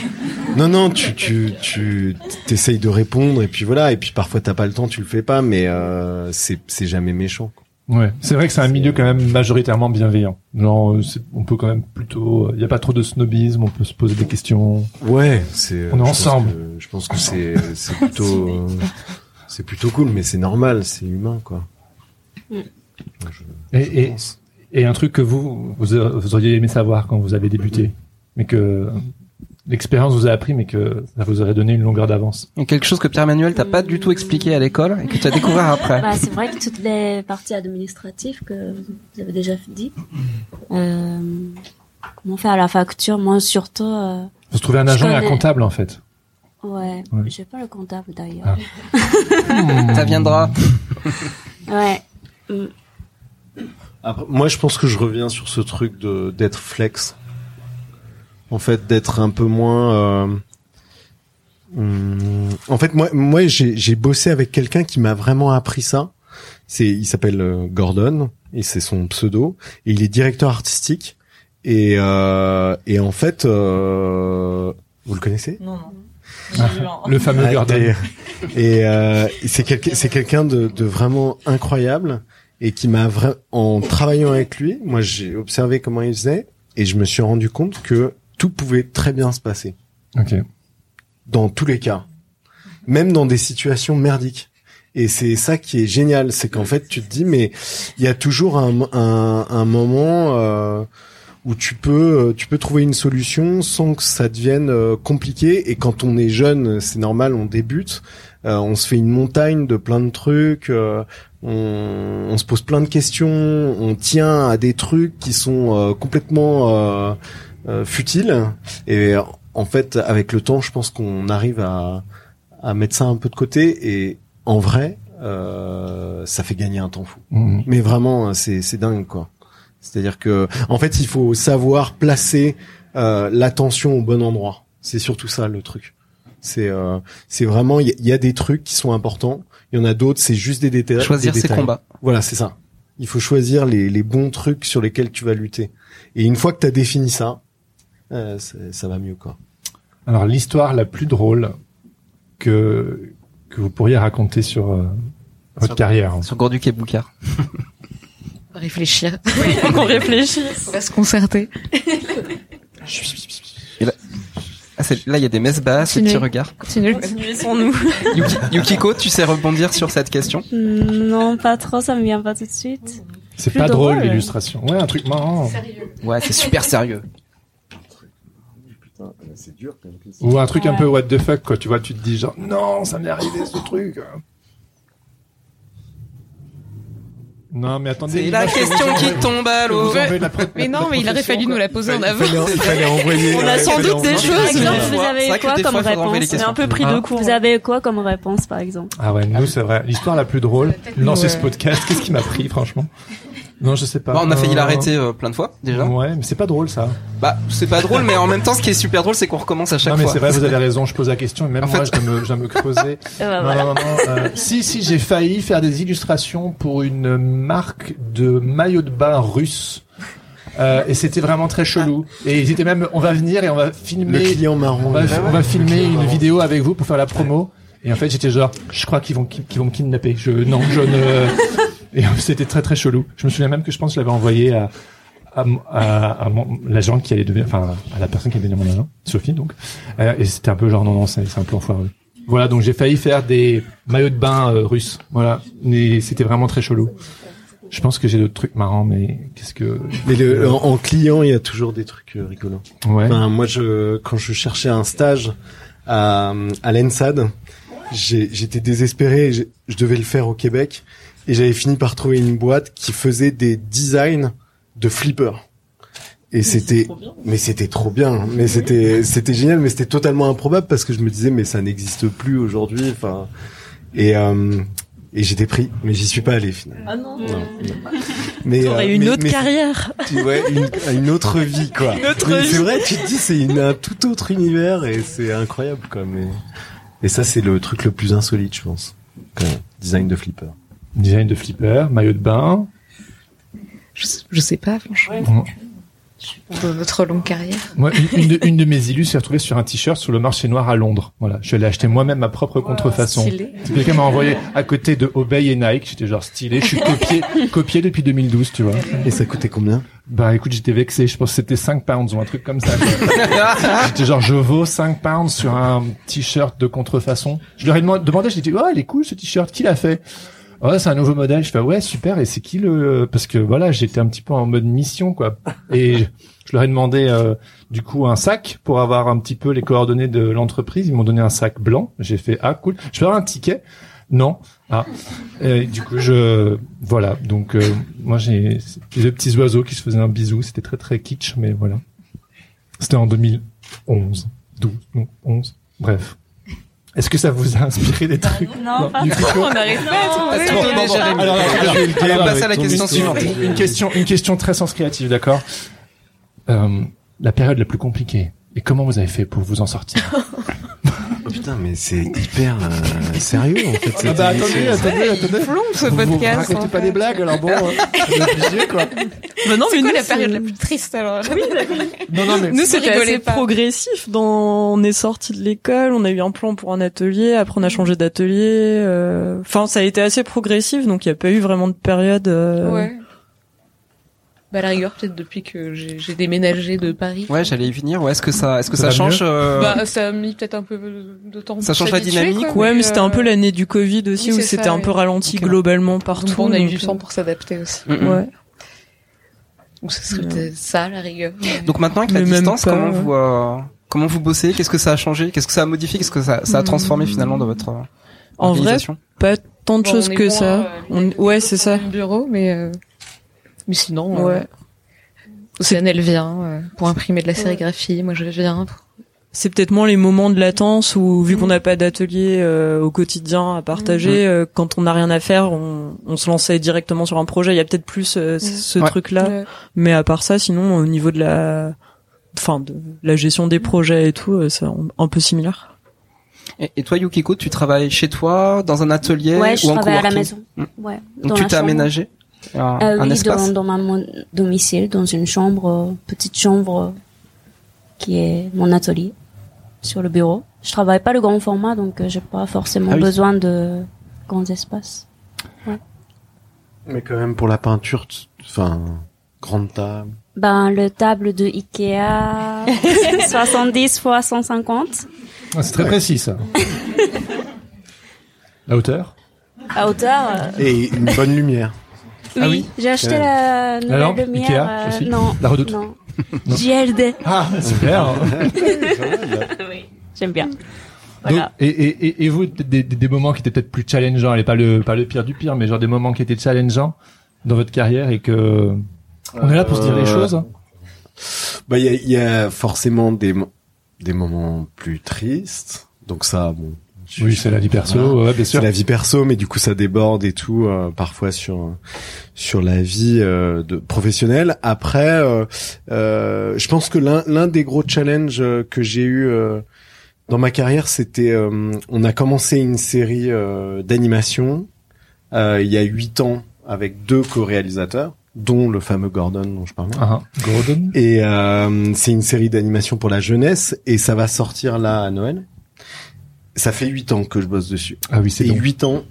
F: Non, non, tu, tu, tu, t'essayes de répondre et puis voilà. Et puis parfois t'as pas le temps, tu le fais pas, mais euh, c'est, c'est jamais méchant. quoi.
B: Ouais, c'est vrai que c'est un milieu quand même majoritairement bienveillant. Genre, euh, c'est- on peut quand même plutôt, il n'y a pas trop de snobisme, on peut se poser des questions.
F: Ouais, c'est. euh,
B: On est
F: je pense
B: ensemble.
F: que- Je pense que c'est, c'est plutôt, euh, c'est plutôt cool, mais c'est normal, c'est humain, quoi. Je-
B: Et,
F: je
B: et,
F: pense.
B: et un truc que vous, vous, a- vous auriez aimé savoir quand vous avez débuté, mais que l'expérience vous a appris, mais que ça vous aurait donné une longueur d'avance.
A: Donc, Quelque chose que Pierre-Manuel t'a pas du tout expliqué à l'école et que tu as découvert après.
E: Bah, c'est vrai que toutes les parties administratives que vous avez déjà dit, euh, comment faire la facture, moi surtout, euh,
B: Vous trouvez un
E: Je
B: agent et un
E: connais.
B: comptable, en fait.
E: ouais,
B: Ouais.
E: j'ai pas le comptable d'ailleurs.
B: Ah.
A: Ça viendra.
E: Ouais,
B: Hmm.
E: Mm.
F: Après, moi, je pense que je reviens sur ce truc de d'être flex. En fait, d'être un peu moins. euh, hum, en fait, moi, moi, j'ai j'ai bossé avec quelqu'un qui m'a vraiment appris ça. C'est, il s'appelle euh, Gordon et c'est son pseudo. Et il est directeur artistique. Et euh, et en fait, euh, vous le connaissez
D: Non, non.
B: Le fameux
F: ah,
B: Gordon.
F: Et, et, euh, c'est quelqu'un, c'est quelqu'un de, de vraiment incroyable et qui m'a vra- en travaillant avec lui, moi j'ai observé comment il faisait et je me suis rendu compte que tout pouvait très bien se passer
B: Ok.
F: dans tous les cas, même dans des situations merdiques. Et c'est ça qui est génial, c'est qu'en fait tu te dis mais il y a toujours un, un, un moment euh, où tu peux euh, tu peux trouver une solution sans que ça devienne euh, compliqué. Et quand on est jeune, c'est normal, on débute, euh, on se fait une montagne de plein de trucs. euh, on, on se pose plein de questions, on tient à des trucs qui sont euh, complètement euh, euh, futiles. Et en fait, avec le temps, je pense qu'on arrive à, à mettre ça un peu de côté. Et en vrai, euh, ça fait gagner un temps fou.
B: Mm.
F: Mais vraiment, euh, c'est c'est dingue, quoi. C'est-à-dire que, en fait, il faut savoir placer euh, l'attention au bon endroit. C'est surtout ça le truc. C'est euh, c'est vraiment, il y, a- il y a des trucs qui sont importants. Il y en a d'autres, c'est juste des détails.
A: Choisir
F: des
A: ses
F: détails.
A: combats.
F: Voilà, c'est ça. Il faut choisir les, les bons trucs sur lesquels tu vas lutter. Et une fois que tu as défini ça, euh, c'est- ça va mieux, quoi.
B: Alors, l'histoire la plus drôle que, que vous pourriez raconter sur euh, votre
A: Sur-
B: carrière.
A: Sur Gourduc et Boucard.
C: réfléchir.
D: qu'on réfléchisse.
C: On va se concerter.
A: Ah, c'est- là, il y a des messes basses, des
C: Continuez.
A: petits regards.
C: Continuez.
D: Continuez sans nous.
A: Yuki- Yukiko, tu sais rebondir sur cette question
E: Mm, Non, pas trop, ça me vient pas tout de suite.
B: C'est
E: Plus
B: pas drôle,
E: drôle.
B: l'illustration. Ouais, Ah, un truc marrant.
A: Ouais, c'est super sérieux.
H: C'est dur quand même.
B: Ou un truc un
E: Ouais.
B: peu what the fuck, quoi. Tu vois, tu te dis genre, non, ça m'est arrivé ce truc. hein. Non, mais attendez.
A: C'est la
B: l'image que
A: question
B: vous
A: qui
B: envoyez-
A: tombe à
B: que vous
A: l'eau.
B: envoyez de la pro-
C: Mais
B: de la
C: non, mais il aurait
B: profession,
C: fallu nous
B: quoi.
C: la poser en
B: Il fallait-
C: avant.
B: il fallait envoyer- euh,
D: On a
B: il
D: sans
B: fallait
D: doute
B: envoyer-
D: des
E: Par
D: choses, mais-
E: exemple, vous
A: C'est
E: avez
A: vrai que
E: quoi
A: des fois,
E: comme
A: il faudra enlever les
E: réponse
D: On est un peu pris
B: Hein
D: de court.
E: Vous avez quoi comme réponse, par exemple
B: Ah ouais, nous, c'est vrai. L'histoire la plus drôle.
C: Peut-être nous,
B: Lancer
C: euh,
B: ce podcast, qu'est-ce qui m'a pris, franchement? Non, je sais pas.
A: Bah, on a failli
B: Euh,
A: l'arrêter euh, plein de fois déjà.
B: Ouais, mais c'est pas drôle ça.
A: Bah, c'est pas drôle, mais en même temps, ce qui est super drôle, c'est qu'on recommence à chaque
B: non, mais
A: fois.
B: c'est vrai, vous avez raison, je pose la question, et même
A: En
B: moi,
A: fait-
B: je dois me, je dois me creuser.
I: Ah,
E: Euh, bah,
B: non,
E: voilà.
B: non, non, non, euh, si, si, j'ai failli faire des illustrations pour une marque de maillot de bain russe. Euh, et c'était vraiment très chelou. Et ils étaient même, on va venir et on va
F: Le
B: filmer,
F: client
B: on
F: marron. Ah
B: va, on va filmer une
F: marron.
B: vidéo avec vous pour faire la promo. Et en fait, j'étais genre, je crois qu'ils vont, ki- qu'ils vont me kidnapper. Je, non, je ne, et c'était très très chelou. Je me souviens même que je pense que je l'avais envoyé à, à, mon- à, à mon- l'agent qui allait devenir, enfin, à la personne qui allait devenir mon agent, Sophie donc. Euh, et c'était un peu genre non non, c'est c'est un plan foireux. Voilà, donc j'ai failli faire des maillots de bain euh, russes. Voilà, mais c'était vraiment très chelou. Je pense que j'ai d'autres trucs marrants, mais qu'est-ce que Euh,
F: Mais le- en, en client, il y a toujours des trucs euh, rigolos.
B: ouais.
F: Enfin, moi, je, quand je cherchais un stage à, à l'ENSAD, j'ai- j'étais désespéré. j'ai- Je devais le faire au Québec. Et j'avais fini par trouver une boîte qui faisait des designs de flippers. Et c'était, mais c'était trop bien. hein. Mais c'était, c'était génial. Mais c'était totalement improbable parce que je me disais, mais ça n'existe plus aujourd'hui. Enfin, et, euh, et j'étais pris. Mais j'y suis pas allé finalement.
D: Ah non.
F: Non. Mais, euh,
D: T'aurais une
F: mais-
D: autre
F: mais-
D: carrière.
F: tu vois, une, une autre vie, quoi. Une
D: autre
F: C'est
D: vie.
F: vrai, tu te dis, c'est une- un tout autre univers et c'est incroyable, quoi. Mais... Et ça, c'est le truc le plus insolite, je pense. quand même. Design de flipper.
B: Design de flipper, maillot de bain.
C: Je, je sais pas, franchement.
B: Bon.
C: Dans Votre longue carrière.
B: Moi, une- une, de, une de mes illus s'est retrouvée sur un t-shirt sur le marché noir à Londres. Voilà, je l'ai acheté moi-même ma propre contrefaçon.
C: Stylé.
B: Quelqu'un m'a envoyé à côté de Obey et Nike. J'étais genre stylé. Je suis copié, copié depuis 2012, tu vois.
F: Et ça coûtait combien
B: Bah écoute, j'étais vexé. Je pense que c'était 5 pounds ou un truc comme ça. j'étais genre, je vaux 5 pounds sur un t-shirt de contrefaçon. Je leur ai demand- demandé, j'ai dit, oh, il est cool ce t-shirt. Qui l'a fait Oh, c'est un nouveau modèle. Je fais, ouais, super. Et c'est qui le Parce que voilà, j'étais un petit peu en mode mission, quoi. Et je, je leur ai demandé euh, du coup un sac pour avoir un petit peu les coordonnées de l'entreprise. Ils m'ont donné un sac blanc. J'ai fait, ah cool. Je peux avoir un ticket Non. Ah. Et du coup, je voilà. Donc euh, moi, j'ai j'ai deux petits oiseaux qui se faisaient un bisou. C'était très très kitsch, mais voilà. C'était en 2011, 12, non 11. Bref. Est-ce que ça vous a inspiré des trucs
E: Bah, Non, pas
B: du coup,
D: On n'arrive pas à trouver.
A: Bon, bon, bon, Jérémy,
B: alors, alors,
A: je vais
B: alors,
A: passer à la
B: ton
A: question
B: histoire.
A: suivante.
B: Une question, une question très sens créative, d'accord Euh, La période la plus compliquée. Et comment vous avez fait pour vous en sortir
F: Oh putain, mais c'est hyper euh, sérieux, en fait. cette émission.
B: Ah bah, attendez, attendez.
C: Long ce
B: Vous, vous
C: podcast.
B: racontez
C: en
B: pas
C: fait.
B: des blagues, alors bon, euh, on est obligé, quoi.
D: Bah non,
C: C'est
D: mais
C: quoi
D: nous,
C: la période
D: c'est-
C: la plus triste alors
B: Non, non, mais
D: Nous, c'était
C: rigolez
D: assez
C: pas.
D: progressif. Dans... On est sorti de l'école, on a eu un plan pour un atelier, après on a changé d'atelier. euh, Enfin, ça a été assez progressif, donc il n'y a pas eu vraiment de période. euh,
C: Ouais. Bah, à la rigueur, peut-être depuis que j'ai j'ai déménagé de Paris.
A: Ouais, j'allais y venir. Ouais, est-ce que ça, est-ce que
B: Ça
A: ça,
B: va
A: change euh,
C: Bah, ça a mis peut-être un peu de temps.
A: Ça change la
C: s'habituer,
A: dynamique,
C: quoi,
D: Ouais, mais c'était un peu
C: euh,
D: l'année du Covid aussi,
C: oui,
D: où
C: c'est
D: c'était
C: ça,
D: un
C: oui.
D: peu ralenti
A: Ok.
D: globalement
C: donc
D: partout.
C: on a eu
D: donc, euh,
C: du temps pour s'adapter aussi.
A: mm, mm.
D: Ouais.
C: Ou ce serait peut-être ça, à la rigueur.
A: Donc maintenant avec la
D: Mm. Mais même
A: distance,
D: pas,
A: comment
D: ouais.
A: vous euh, comment vous bossez Qu'est-ce que ça a changé Qu'est-ce que ça a modifié Qu'est-ce que ça, ça a transformé finalement dans votre euh,
D: En vrai,
A: organisation
D: pas tant de
C: Bon,
D: choses
C: on est
D: que
C: moins,
D: ça.
C: euh,
D: On- Ouais, c'est ça.
C: Dans le bureau, mais, euh, mais sinon,
D: Ouais.
C: ouais. Océane, elle vient euh, pour imprimer de la sérigraphie. Moi, je viens. pour-
D: c'est peut-être moins les moments de latence où
C: Mm.
D: vu qu'on n'a pas d'atelier euh, au quotidien à partager
A: Mm.
D: euh, quand on n'a rien à faire on, on se lançait directement sur un projet il y a peut-être plus euh, ce- ce
A: Ouais.
D: truc là
C: Mm. Ouais.
D: mais à part ça sinon au niveau de la enfin de la gestion des projets et tout euh, c'est un, un peu similaire
A: et, et toi, Yukiko, tu travailles chez toi, dans un atelier
E: Ouais, je
A: ou en
E: travaille à la
A: coworking
E: maison.
A: Mm.
E: Ouais, dans
A: Donc tu
E: la
A: t'es
E: chambre.
A: aménagé un,
E: Euh,
A: Ah, un
E: oui,
A: espace.
E: dans, dans ma mon- domicile, dans une chambre, euh, petite chambre euh, qui est mon atelier sur le bureau. Je travaille pas le grand format, donc euh, j'ai pas forcément
A: Ah oui.
E: besoin de grands espaces.
F: Mais quand même, pour la peinture, tu- enfin, grande table.
E: Ben, le table de Ikea, 70 x 150,
B: Ah, c'est très précis ça. La hauteur
E: à hauteur. euh,
F: Et une bonne lumière.
E: oui,
B: Ah oui.
E: j'ai acheté
F: Euh,
E: la nouvelle
B: lampe
E: lumière. euh,
B: Ikea aussi
E: non,
B: La redoute
E: non. JLD.
B: Ah, super
E: oui, j'aime bien.
B: Donc,
E: Voilà.
B: et, et, et- et vous, peut-être des, des- des moments qui étaient peut-être plus challengeants, et pas le, pas le pire du pire, mais genre des moments qui étaient challengeants dans votre carrière et que... On est là pour se dire les
F: Euh,
B: choses. hein.
F: Bah, il y a, il y a forcément des, mo- des moments plus tristes. Donc ça, bon. je-
B: Oui, c'est la vie
F: Voilà.
B: perso, ouais, bien sûr.
F: C'est la vie perso, mais du coup ça déborde et tout euh, parfois sur sur la vie euh, de professionnelle. Après, euh, euh, je pense que l'un l'un des gros challenges euh, que j'ai eu euh, dans ma carrière, c'était euh, on a commencé une série euh, d'animation euh, il y a huit ans avec deux co-réalisateurs, dont le fameux Gordon dont je parlais.
B: Ah, ah. Gordon
F: Et euh, c'est une série d'animation pour la jeunesse et ça va sortir là à Noël. Ça fait huit ans que je bosse dessus.
B: Ah oui, c'est
F: Et
B: donc.
F: 8 ans.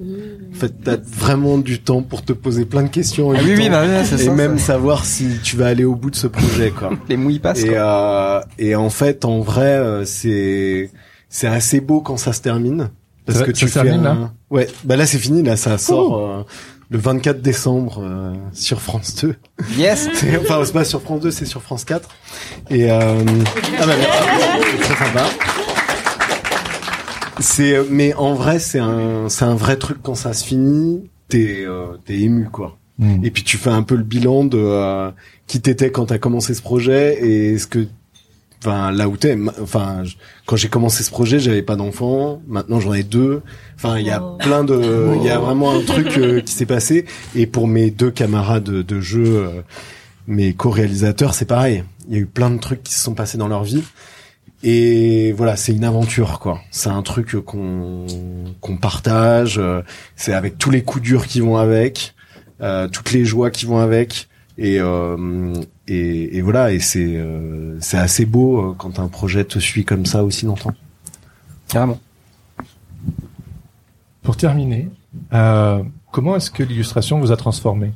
F: En fait, t'as vraiment du temps pour te poser plein de questions. en
A: Ah oui,
F: huit
A: oui,
F: ans.
A: bah, oui, c'est
F: et
A: ça.
F: même
A: ça.
F: savoir si tu vas aller au bout de ce projet, quoi.
A: Les mouilles passent.
F: et,
A: quoi.
F: euh, et en fait, en vrai, euh, c'est c'est assez beau quand ça se termine parce
B: Ça-
F: que
B: ça
F: tu
B: se
F: fais
B: termine,
F: un- ouais. Bah là, c'est fini. Là, ça sort euh, le 24 décembre euh, sur France 2.
A: Yes.
F: C'est- enfin, c'est pas sur France 2, c'est sur France 4. Et euh, ah bah, merci. C'est très sympa. C'est, euh, mais en vrai, c'est un, c'est un vrai truc quand ça se finit. T'es, euh, t'es ému quoi.
B: Mm.
F: Et puis tu fais un peu le bilan de euh, qui t'étais quand t'as commencé ce projet et ce que, enfin là où t'es. Ma- Enfin, je- quand j'ai commencé ce projet, j'avais pas d'enfant. Maintenant, j'en ai deux. Enfin, il y a
E: Oh.
F: plein de, il y a vraiment un truc euh, qui s'est passé. Et pour mes deux camarades de, de jeu, euh, mes co-réalisateurs, c'est pareil. Il y a eu plein de trucs qui se sont passés dans leur vie. Et voilà, c'est une aventure, quoi. C'est un truc qu'on qu'on partage. euh, C'est avec tous les coups durs qui vont avec, euh, toutes les joies qui vont avec. Et euh, et, et voilà. Et c'est euh, c'est assez beau euh, quand un projet te suit comme ça aussi longtemps.
A: Carrément.
B: Pour terminer, euh, comment est-ce que l'illustration vous a transformé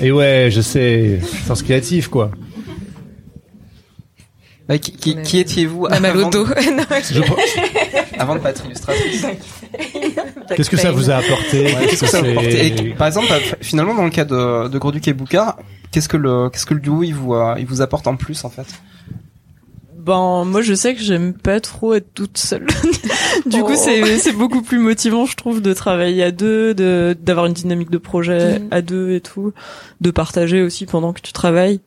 B: Et ouais, je sais, sens créatif quoi.
A: Bah, qui qui, qui étiez-vous
C: On a mal au
A: avant,
C: dos.
A: de-
C: Non,
B: Je pense-
A: avant de pas être illustratrice
B: Qu'est-ce que ça vous a apporté
A: Qu'est-ce que ça vous
B: c'est-
A: portait Et Par exemple, bah, f- finalement, dans le cas de, de Gorduc et Boucard, qu'est-ce que le qu'est-ce que le duo il vous euh, il vous apporte en plus en fait
D: Ah Ben moi je sais que j'aime pas trop être toute seule. du
F: Oh.
D: coup c'est c'est beaucoup plus motivant je trouve de travailler à deux, de d'avoir une dynamique de projet à deux et tout, de partager aussi pendant que tu travailles.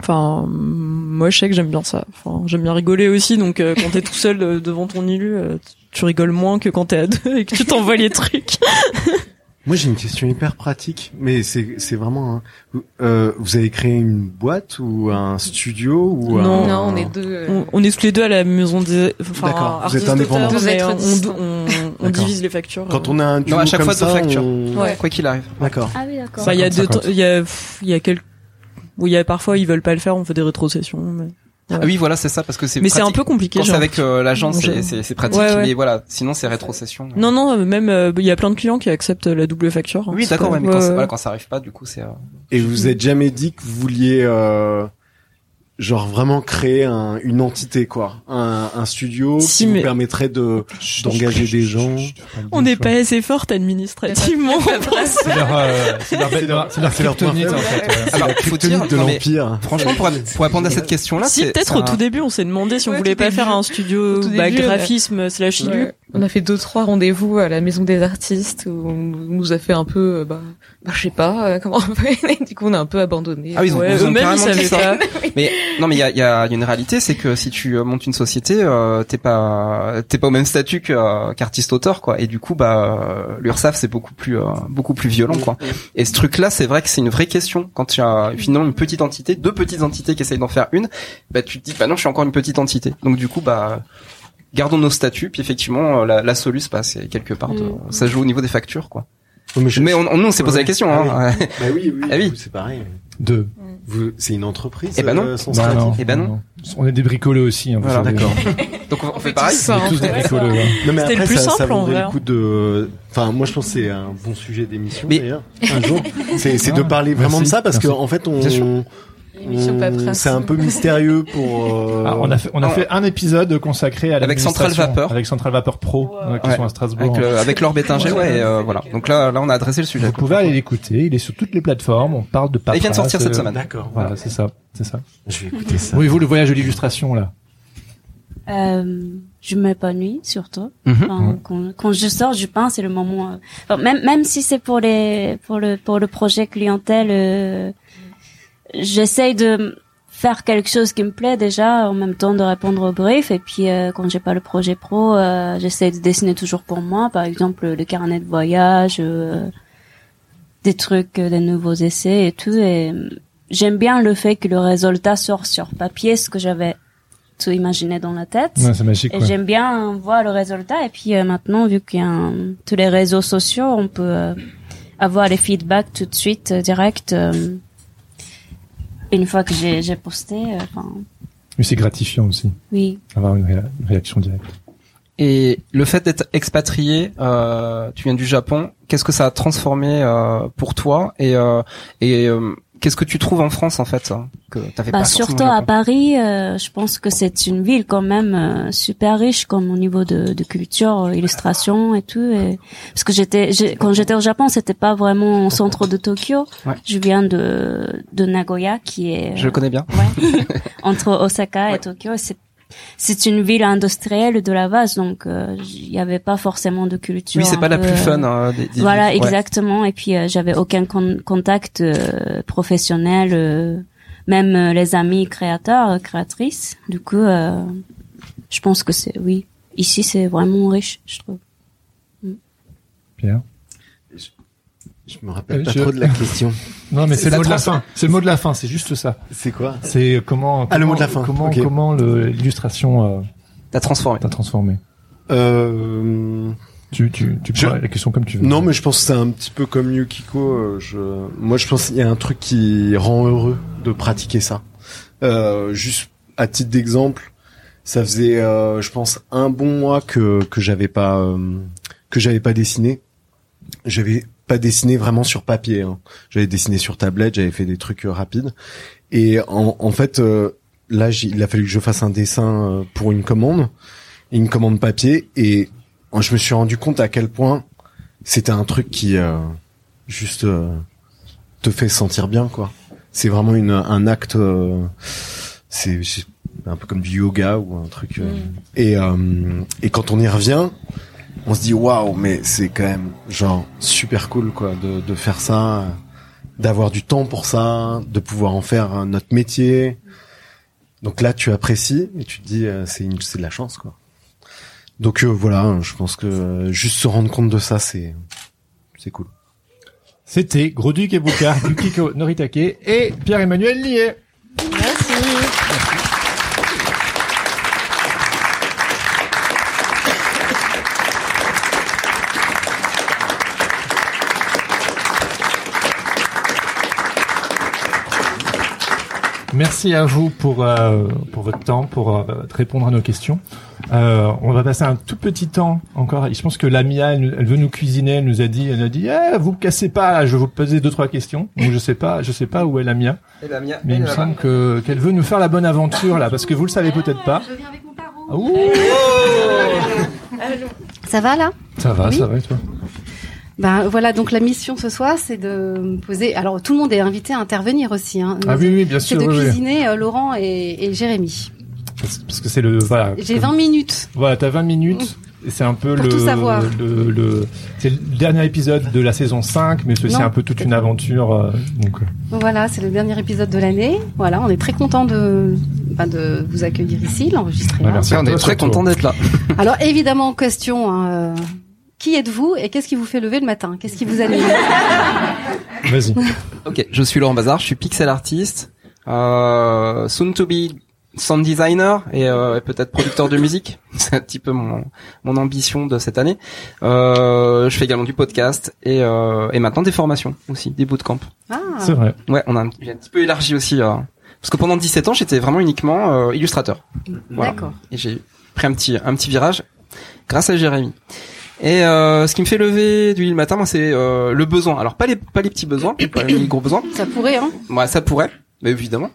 D: Enfin moi je sais que j'aime bien ça. Enfin j'aime bien rigoler aussi donc euh, quand t'es tout seul euh, devant ton élu tu rigoles moins que quand t'es à deux et que tu t'envoies les trucs.
F: Moi, j'ai une question hyper pratique, mais c'est c'est vraiment. un- vous- euh, vous avez créé une boîte ou un studio ou
D: Non.
F: un-
C: non, on est deux. euh,
D: On, on est tous les deux à la maison des enfin
F: D'accord, vous
D: artistes
F: êtes indépendants.
D: auteurs,
C: Deux
D: mais
C: êtres
D: on-
C: distants.
D: on, on- on
F: D'accord.
D: divise les factures.
F: Quand
C: euh.
F: on a un duo
A: Non, à chaque
F: comme
A: fois, deux
F: ça,
A: factures.
F: on-
D: Ouais.
A: Quoi qu'il arrive.
F: D'accord.
E: Ah oui, d'accord.
D: Bah, il y a deux,
B: 50.
D: il y a, pff, il y a quelques, oui, il y a parfois ils veulent pas le faire, on fait des rétrocessions, mais,
A: Ah oui, voilà, c'est ça parce que c'est
D: mais c'est un
A: pratique.
D: peu compliqué.
A: quand c'est
D: genre.
A: avec euh, l'agence,
D: Bonjour.
A: c'est- c'est c'est pratique,
D: Ouais, ouais.
A: mais voilà, sinon c'est rétrocession.
D: Non, non, euh, même, euh, il y a plein de clients qui acceptent la double facture. hein,
A: Oui,
D: c'est
A: d'accord,
D: pas-
A: ouais, mais quand, c'est-
D: ouais.
A: voilà, quand ça arrive pas, du coup, c'est. euh,
F: Et vous vous êtes jamais dit que vous vouliez euh, genre vraiment créer un- une entité quoi, un, un studio
D: Si,
F: qui
D: mais-
F: vous permettrait de d'engager des gens.
D: On n'est pas assez forte administrativement.
B: hein. C'est leur, euh, c'est leur, bête noire- c'est leur
F: C'est leur
B: kryptonite, en fait. ouais.
A: Alors, faut dire,
F: de
A: non, mais
F: l'empire.
A: franchement, pour, pour répondre à cette question-là,
D: si
A: c'est
D: peut-être
A: c'est
D: au
A: un-
D: tout début, on s'est demandé si on
C: Ouais,
D: voulait
C: tout
D: pas
C: début.
D: faire un
C: Au
D: studio
C: tout
D: bah,
C: début,
D: graphisme slash
C: Ouais.
D: illu.
C: On a fait deux trois rendez-vous à la maison des artistes où on nous a fait un peu euh, bah, bah je sais pas euh, comment on fait. du coup on a un peu abandonné.
A: Ah oui, ils ont,
D: Ouais,
A: ils ont
D: eux-mêmes, ils
A: carrément dit
D: savaient
A: ça.
D: pas.
A: Mais non, mais il y a, il y a- il y a une réalité, c'est que si tu euh, montes une société, euh, t'es pas t'es pas au même statut que, euh, qu'artiste auteur, quoi. Et du coup, bah euh, l'URSSAF c'est beaucoup plus euh, beaucoup plus violent, quoi. Et ce truc-là, c'est vrai que c'est une vraie question. Quand tu as finalement une petite entité, deux petites entités qui essayent d'en faire une, bah tu te dis, bah non, je suis encore une petite entité. Donc du coup, bah gardons nos statuts. Puis effectivement, euh, la, la soluce, bah, c'est quelque part, de-
E: Mm.
A: ça joue au niveau des factures, quoi.
F: Oh, je-
A: Mais on, on, nous, on s'est posé la question.
F: Ah
A: Hein.
F: Bah oui, oui,
A: Ah oui.
F: vous, c'est pareil.
B: Deux.
F: Vous, c'est une entreprise.
A: Eh ben non.
F: euh, sans
B: Bah,
F: statut.
B: non,
A: Eh ben non.
B: On est des bricoleux aussi. hein, vous
A: Voilà,
B: savez.
A: d'accord. Donc on, on fait pareil.
C: ça,
B: On est
C: en
B: tous des
C: fait.
B: bricolos, hein.
F: Non
D: C'était
F: mais après
D: le plus
F: ça, ça
D: simple, en
F: vaudrait
D: vrai.
F: le coup de. Enfin, moi je pense que c'est un bon sujet d'émission
A: Mais-
F: d'ailleurs. Un jour, c'est c'est de
B: Ah,
F: parler vraiment
B: merci,
F: de ça parce
B: merci.
F: que en fait
A: Bien sûr.
F: on,
C: Émission paperasse.
F: c'est un peu mystérieux pour. euh,
B: Ah, on a fait, on a
A: Ah.
B: fait un épisode consacré à
A: Avec
B: l'administration,
A: Central Vapeur.
B: avec Central Vapeur Pro euh, qui
A: Ouais.
B: sont à Strasbourg.
A: Avec, le, avec Laure Bétinger, ouais, et, euh, voilà. Donc là, là, on a adressé le sujet.
B: Vous pouvez aller l'écouter. Il est sur toutes les plateformes. On parle de paperasse.
A: Il vient de sortir cette
B: euh,
A: semaine.
F: D'accord.
B: Voilà, c'est ça, c'est ça.
F: Je vais écouter ça.
B: Oui, vous le voyage de l'illustration là.
E: Euh, je m'épanouis surtout.
A: Mhm.
E: Enfin, quand, quand je sors, je pense c'est le moment. euh, enfin, même même si c'est pour les pour le pour le projet clientèle, euh, j'essaye de faire quelque chose qui me plaît déjà, en même temps de répondre aux briefs. Et puis euh, quand j'ai pas le projet pro, euh, j'essaye de dessiner toujours pour moi. Par exemple, le carnet de voyage, euh, des trucs, euh, des nouveaux essais et tout. Et euh, j'aime bien le fait que le résultat sort sur papier, ce que j'avais tout imaginé dans la tête.
B: Ouais, c'est magique.
E: Et
B: quoi.
E: j'aime bien voir le résultat. Et puis euh, maintenant, vu qu'il y a un- tous les réseaux sociaux, on peut euh, avoir les feedbacks tout de suite, euh, direct. euh, une fois que j'ai j'ai posté, euh, enfin,
B: Mais c'est gratifiant aussi
E: oui.
B: avoir une, réa- une réaction directe.
A: Et le fait d'être expatrié, euh, tu viens du Japon, qu'est-ce que ça a transformé euh, pour toi et, euh, et euh, qu'est-ce que tu trouves en France en fait hein, que t'avais
E: Bah,
A: pas forcément hein.
E: surtout
A: au
E: à
A: Japon
E: Paris, euh, je pense que c'est une ville quand même euh, super riche comme au niveau de, de culture, euh, illustration et tout. Et... Parce que j'étais j'ai- quand j'étais au Japon, c'était pas vraiment au centre de Tokyo.
A: Ouais.
E: Je viens de de Nagoya qui est euh,
A: Je le connais bien.
E: Ouais. Entre Osaka et Tokyo, c'est c'est une ville industrielle de la vase, donc euh, il n'y avait pas forcément de culture.
A: Oui, c'est
E: un
A: pas la
E: peu,
A: plus fun.
E: euh,
A: hein, des, des
E: Voilà,
A: villes. Ouais.
E: exactement. Et puis euh, j'avais aucun con- contact euh, professionnel, euh, même euh, les amis créateurs, euh, créatrices. Du coup, euh, je pense que c'est oui. Ici, c'est vraiment riche, je trouve.
B: Pierre.
F: Je me rappelle
B: Euh,
F: pas
B: je-
F: trop de la question.
B: Non, mais c'est le
F: Ça
B: mot de la
F: transforme-
B: fin. C'est le mot de la fin. C'est juste ça.
F: C'est quoi
B: C'est euh, comment.
F: Ah, le
B: comment-
F: mot de la fin.
B: Comment
F: Ok.
B: comment le- l'illustration euh,
A: T'as transformé.
B: t'a transformé.
F: euh...
B: Tu tu tu
F: Je-
B: prends la question comme tu veux.
F: Non, mais je pense que c'est un petit peu comme Yukiko. euh, Je... Moi, je pense qu'il y a un truc qui rend heureux de pratiquer ça. Euh, juste à titre d'exemple, ça faisait, euh, je pense, un bon mois que que j'avais pas euh, que j'avais pas dessiné. J'avais pas dessiné vraiment sur papier. hein. J'avais dessiné sur tablette. J'avais fait des trucs euh, rapides. Et en, en fait, euh, là, j'ai- il a fallu que je fasse un dessin euh, pour une commande, une commande papier, et euh, je me suis rendu compte à quel point c'était un truc qui euh, juste euh, te fait sentir bien quoi c'est vraiment une un acte euh, c'est c'est un peu comme du yoga ou un truc euh, et euh, et quand on y revient on se dit waouh mais c'est quand même genre super cool quoi de de faire ça euh, d'avoir du temps pour ça de pouvoir en faire euh, notre métier donc là tu apprécies et tu te dis euh, c'est une- c'est de la chance quoi donc euh, voilà je pense que euh, juste se rendre compte de ça c'est c'est cool
B: C'était Groduc et Boucard, Yukiko Noritake et Pierre-Emmanuel Lié. Merci à vous pour euh, pour votre temps, pour euh, répondre à nos questions. Euh, on va passer un tout petit temps encore. Je pense que la Mia, elle, nous- elle veut nous cuisiner. Elle nous a dit, elle nous a dit, eh, vous me cassez pas. Là, je vais vous poser deux trois questions. Donc je sais pas, je sais pas où est la Mia, mais il me semble que qu'elle veut nous faire la bonne aventure là, parce que vous le savez peut-être pas.
H: Je viens avec mon tarot.
B: Ah, ouh.
H: Ça va là
B: ça va,
H: Oui.
B: ça va et toi
H: Ben voilà, donc la mission ce soir, c'est de me poser. Alors tout le monde est invité à intervenir aussi. Hein.
B: Ah oui, oui, bien
H: c'est
B: sûr.
H: de
B: oui, oui.
H: cuisiner euh, Laurent et, et Jérémy.
B: Parce, parce que c'est le voilà.
H: J'ai
B: comme-
H: 20 minutes.
B: Voilà, t'as 20 minutes. Et c'est un peu
H: Pour
B: le,
H: tout savoir.
B: le, le- c'est le dernier épisode de la saison 5, mais c'est
H: Non.
B: un peu toute une aventure. euh, donc, euh,
H: Donc, Voilà, c'est le dernier épisode de l'année. Voilà, on est très content de, ben, de vous accueillir ici, l'enregistrer.
B: bah,
H: là.
B: merci à
A: on est
B: toi,
A: très
B: surtout.
A: content d'être là.
H: Alors évidemment, question. hein, euh, Qui êtes-vous et qu'est-ce qui vous fait lever le matin Qu'est-ce qui vous anime
B: Vas-y.
A: Ok, je suis Laurent Bazar, je suis pixel artiste, euh, soon to be sound designer et, euh, et peut-être producteur de musique. C'est un petit peu mon, mon ambition de cette année. Euh, je fais également du podcast et, euh, et maintenant des formations aussi, des bootcamps.
H: Ah,
B: C'est vrai.
A: Ouais, on a un, j'ai un petit peu élargi aussi. euh, parce que pendant 17 ans, j'étais vraiment uniquement euh, illustrateur. Voilà.
H: d'accord.
A: Et j'ai pris un petit un petit virage grâce à Jérémy. Et euh, ce qui me fait lever du lit le matin, moi, c'est euh, le besoin. Alors pas les pas les petits besoins, pas les gros besoins.
H: Ça pourrait, hein.
A: Ouais, ça pourrait, mais évidemment.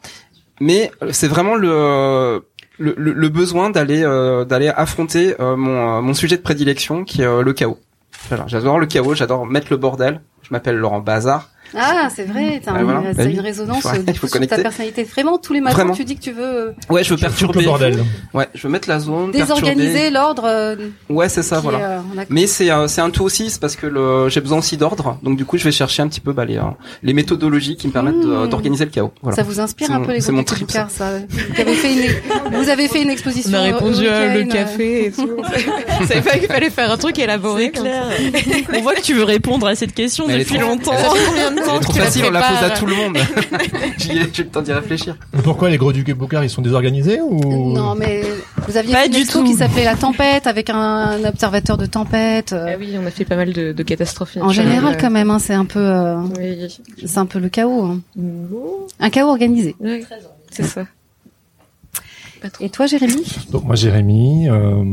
A: Mais euh, c'est vraiment le le, le- le besoin d'aller euh, d'aller affronter euh, mon euh, mon sujet de prédilection qui est euh, le chaos. Voilà, j'adore le chaos, j'adore mettre le bordel. Je m'appelle Laurent Bazar.
H: Ah, c'est vrai, t'as
A: Ah,
H: un-
A: voilà.
H: t'as
A: Bah oui.
H: une résonance
A: Ouais,
H: euh,
A: il faut
H: sur
A: connecter.
H: ta personnalité. Vraiment, tous les matins,
A: Vraiment.
H: tu dis que tu veux euh,
A: Ouais, je veux
G: Surtout
A: perturber.
G: le bordel.
A: Ouais, je veux mettre la zone.
H: désorganiser
A: perturber.
H: l'ordre. euh,
A: Ouais, c'est ça,
H: qui
A: voilà.
H: est, euh, en accord.
A: Mais c'est euh, c'est un tout aussi, c'est parce que le- j'ai besoin aussi d'ordre. Donc du coup, je vais chercher un petit peu bah, les euh, les méthodologies qui me permettent de-
H: Mmh.
A: d'organiser le chaos. Voilà.
H: Ça vous inspire
A: C'est
H: un
A: mon-
H: peu les
A: c'est mon
H: groupes de
A: trip, ça.
H: bouquins, ça. Vous avez fait une, vous avez fait une exposition.
C: On a répondu à le
H: hurricane, euh,
C: café et tout. Je savais pas qu'il fallait faire un truc élaboré. comme ça.
D: On voit que tu veux répondre à cette question
A: Mais elle est
D: depuis
A: trop-
D: longtemps.
A: elle C'est
C: Combien de temps
A: trop
C: tu la
A: facile, on la pose à
C: prépares
A: tout le monde. J'ai j'ai le temps d'y réfléchir.
G: Pourquoi les gros du boucard ils sont désorganisés ou
H: Non, mais vous aviez
D: Pas
H: fait une
D: du
H: expo
D: tout.
H: qui s'appelait La Tempête avec un observateur de tempête. euh,
C: Ah oui, on a fait pas mal de, de catastrophes.
H: En général, quand même, hein, c'est un peu, euh,
C: Oui. Mmh.
H: c'est un peu le chaos. hein. Un chaos organisé.
C: Oui, C'est ça.
H: Et toi, Jérémy
B: Donc moi Jérémy, euh,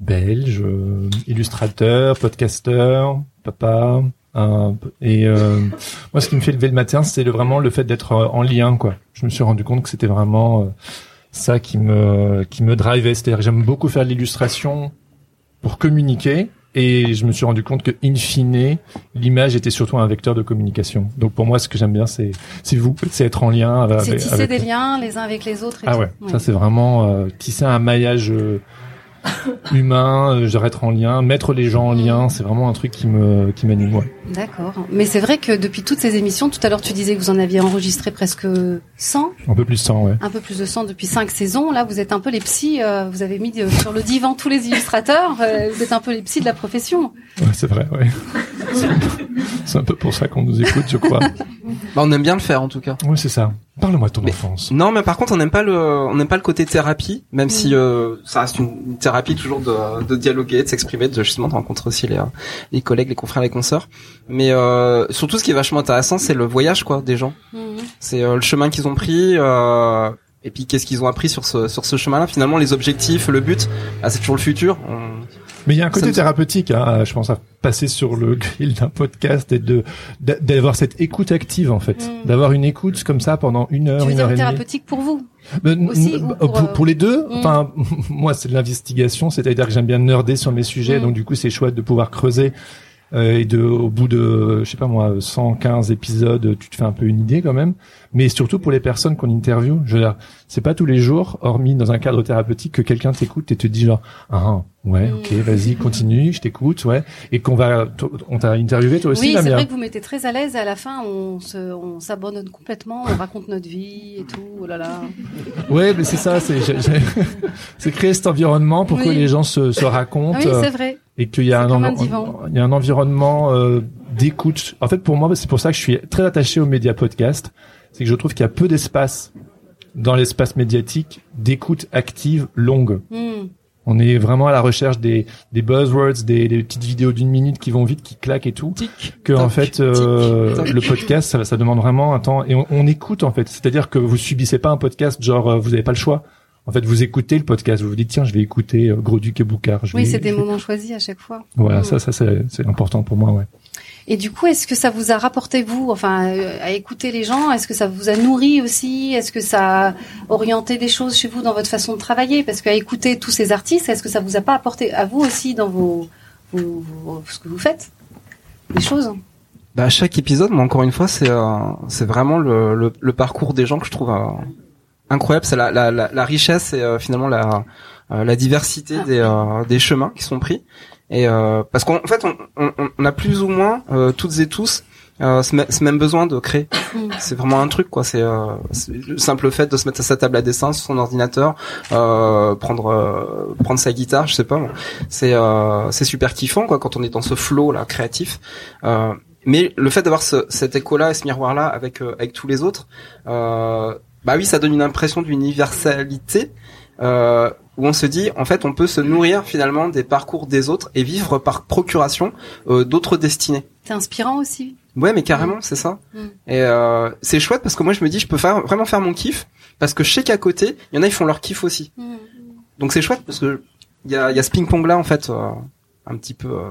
B: belge, euh, illustrateur, podcasteur, papa. un p- et euh, moi, ce qui me fait lever le matin, c'est le- vraiment le fait d'être euh, en lien, quoi. Je me suis rendu compte que c'était vraiment euh, ça qui me qui me drivait. C'est-à-dire que j'aime beaucoup faire de l'illustration pour communiquer, et je me suis rendu compte que, in fine, l'image était surtout un vecteur de communication. Donc pour moi, ce que j'aime bien, c'est c'est vous, c'est être en lien euh, Ah, avec.
H: C'est tisser
B: avec-
H: des liens les uns avec les autres. et
B: ah
H: tout.
B: ouais, ça c'est vraiment euh, tisser un maillage euh, humain, euh, je dirais être en lien, mettre les gens en lien, c'est vraiment un truc qui me qui m'anime. ouais.
H: D'accord. Mais c'est vrai que depuis toutes ces émissions, tout à l'heure, tu disais que vous en aviez enregistré presque 100,
B: Un peu plus sans, ouais.
H: un peu plus de 100 depuis 5 saisons. Là, vous êtes un peu les psys. euh, vous avez mis euh, sur le divan tous les illustrateurs. euh, vous êtes un peu les psys de la profession.
B: Ouais, c'est vrai, ouais. C'est un peu- c'est un peu pour ça qu'on nous écoute, je crois.
A: Bah, on aime bien le faire en tout cas.
B: Ouais, c'est ça. Parle-moi de ton
A: Mais-
B: enfance.
A: Non, mais par contre, on n'aime pas le, on n'aime pas le côté thérapie, même si euh, ça reste une, une thérapie toujours de, de dialoguer, de s'exprimer, de justement de rencontrer aussi les, euh, les collègues, les confrères, les consoeurs. Mais euh, surtout, ce qui est vachement intéressant, c'est le voyage quoi des gens.
H: Mhm.
A: C'est euh, le chemin qu'ils ont pris. euh, et puis qu'est-ce qu'ils ont appris sur ce sur ce chemin-là Finalement, les objectifs, le but, bah, c'est toujours le futur. On-
B: Mais il y a un côté
A: me-
B: thérapeutique, hein, je pense, à passer sur le grill d'un podcast et de d'a- d'avoir cette écoute active en fait,
H: Mm.
B: d'avoir une écoute comme ça pendant une
H: Tu
B: heure,
H: veux
B: une
H: dire
B: heure et demie.
H: thérapeutique pour vous
B: Ben,
H: Aussi,
B: n-
H: ou
B: bah,
H: pour,
B: pour,
H: euh,
B: pour les deux,
H: mm.
B: enfin moi c'est de l'investigation, c'est-à-dire que j'aime bien nerder sur mes sujets,
H: Mm.
B: donc du coup c'est chouette de pouvoir creuser euh, et de au bout de je sais pas moi 115 épisodes, tu te fais un peu une idée quand même, mais surtout pour les personnes qu'on interviewe, je veux dire, c'est pas tous les jours hormis dans un cadre thérapeutique que quelqu'un t'écoute et te dit genre ah ouais,
H: Mm.
B: OK, vas-y, continue, je t'écoute, ouais, et qu'on va t- on t'a interviewé toi aussi
H: Oui, c'est
B: Damien.
H: vrai que vous mettez très à l'aise et à la fin, on se, on s'abandonne complètement, on raconte notre vie et tout. Oh là là.
B: Ouais, mais c'est ça, c'est j'ai- j'ai- c'est créer cet environnement pour que
H: Oui.
B: les gens se, se
H: Ah
B: racontent
H: oui,
B: euh,
H: c'est vrai.
B: et qu'il y a
H: C'est
B: un,
H: comme un
B: env-
H: divan.
B: il y a un environnement euh, d'écoute. En fait, pour moi, c'est pour ça que je suis très attaché aux médias podcast, c'est que je trouve qu'il y a peu d'espace dans l'espace médiatique d'écoute active longue.
H: Hmm.
B: On est vraiment à la recherche des, des buzzwords, des, des petites vidéos d'une minute qui vont vite, qui claquent et tout. que en
A: toc,
B: fait, euh,
A: tic, toc.
B: le podcast, ça, ça demande vraiment un temps et on, on écoute en fait. C'est-à-dire que vous subissez pas un podcast genre euh, vous n'avez pas le choix. En fait, vous écoutez le podcast, vous vous dites tiens, je vais écouter euh, Gros Duc et Boucard. Je
H: Oui,
B: vais-
H: c'est des
B: je vais-
H: moments choisis à chaque fois.
B: voilà,
H: Mm.
B: ça, ça c'est c'est important pour moi. Ouais.
H: Et du coup, est-ce que ça vous a rapporté vous, enfin, euh, à écouter les gens Est-ce que ça vous a nourri aussi Est-ce que ça a orienté des choses chez vous dans votre façon de travailler Parce qu'à écouter tous ces artistes, est-ce que ça vous a pas apporté à vous aussi dans vos, vos- vos- ce que vous faites Des choses
A: Bah, à chaque épisode, moi, encore une fois, c'est euh, c'est vraiment le, le, le parcours des gens que je trouve euh, incroyable. C'est la, la, la, la richesse et euh, finalement la, euh, la diversité des, euh, des chemins qui sont pris. Et euh, parce qu'en en fait, on, on, on a plus ou moins euh, toutes et tous euh, ce, mê- ce même besoin de créer.
H: Mm.
A: C'est vraiment un truc, quoi. C'est euh, c'est le simple fait de se mettre à sa table à dessin, sur son ordinateur, euh, prendre euh, prendre sa guitare, je sais pas. moi. C'est euh, c'est super kiffant, quoi, quand on est dans ce flow là créatif. Euh, mais le fait d'avoir ce, cet écho-là et ce miroir-là avec euh, avec tous les autres, euh, bah oui, ça donne une impression d'universalité euh, où on se dit en fait on peut se nourrir finalement des parcours des autres et vivre par procuration euh, d'autres destinées.
H: C'est inspirant aussi.
A: Ouais, mais carrément, c'est ça.
H: Mm.
A: Et euh, c'est chouette parce que moi je me dis je peux faire vraiment faire mon kiff parce que je sais qu'à côté il y en a ils font leur kiff aussi. Donc c'est chouette parce que il y a, il y a ce ping-pong là en fait, euh, un petit peu. euh,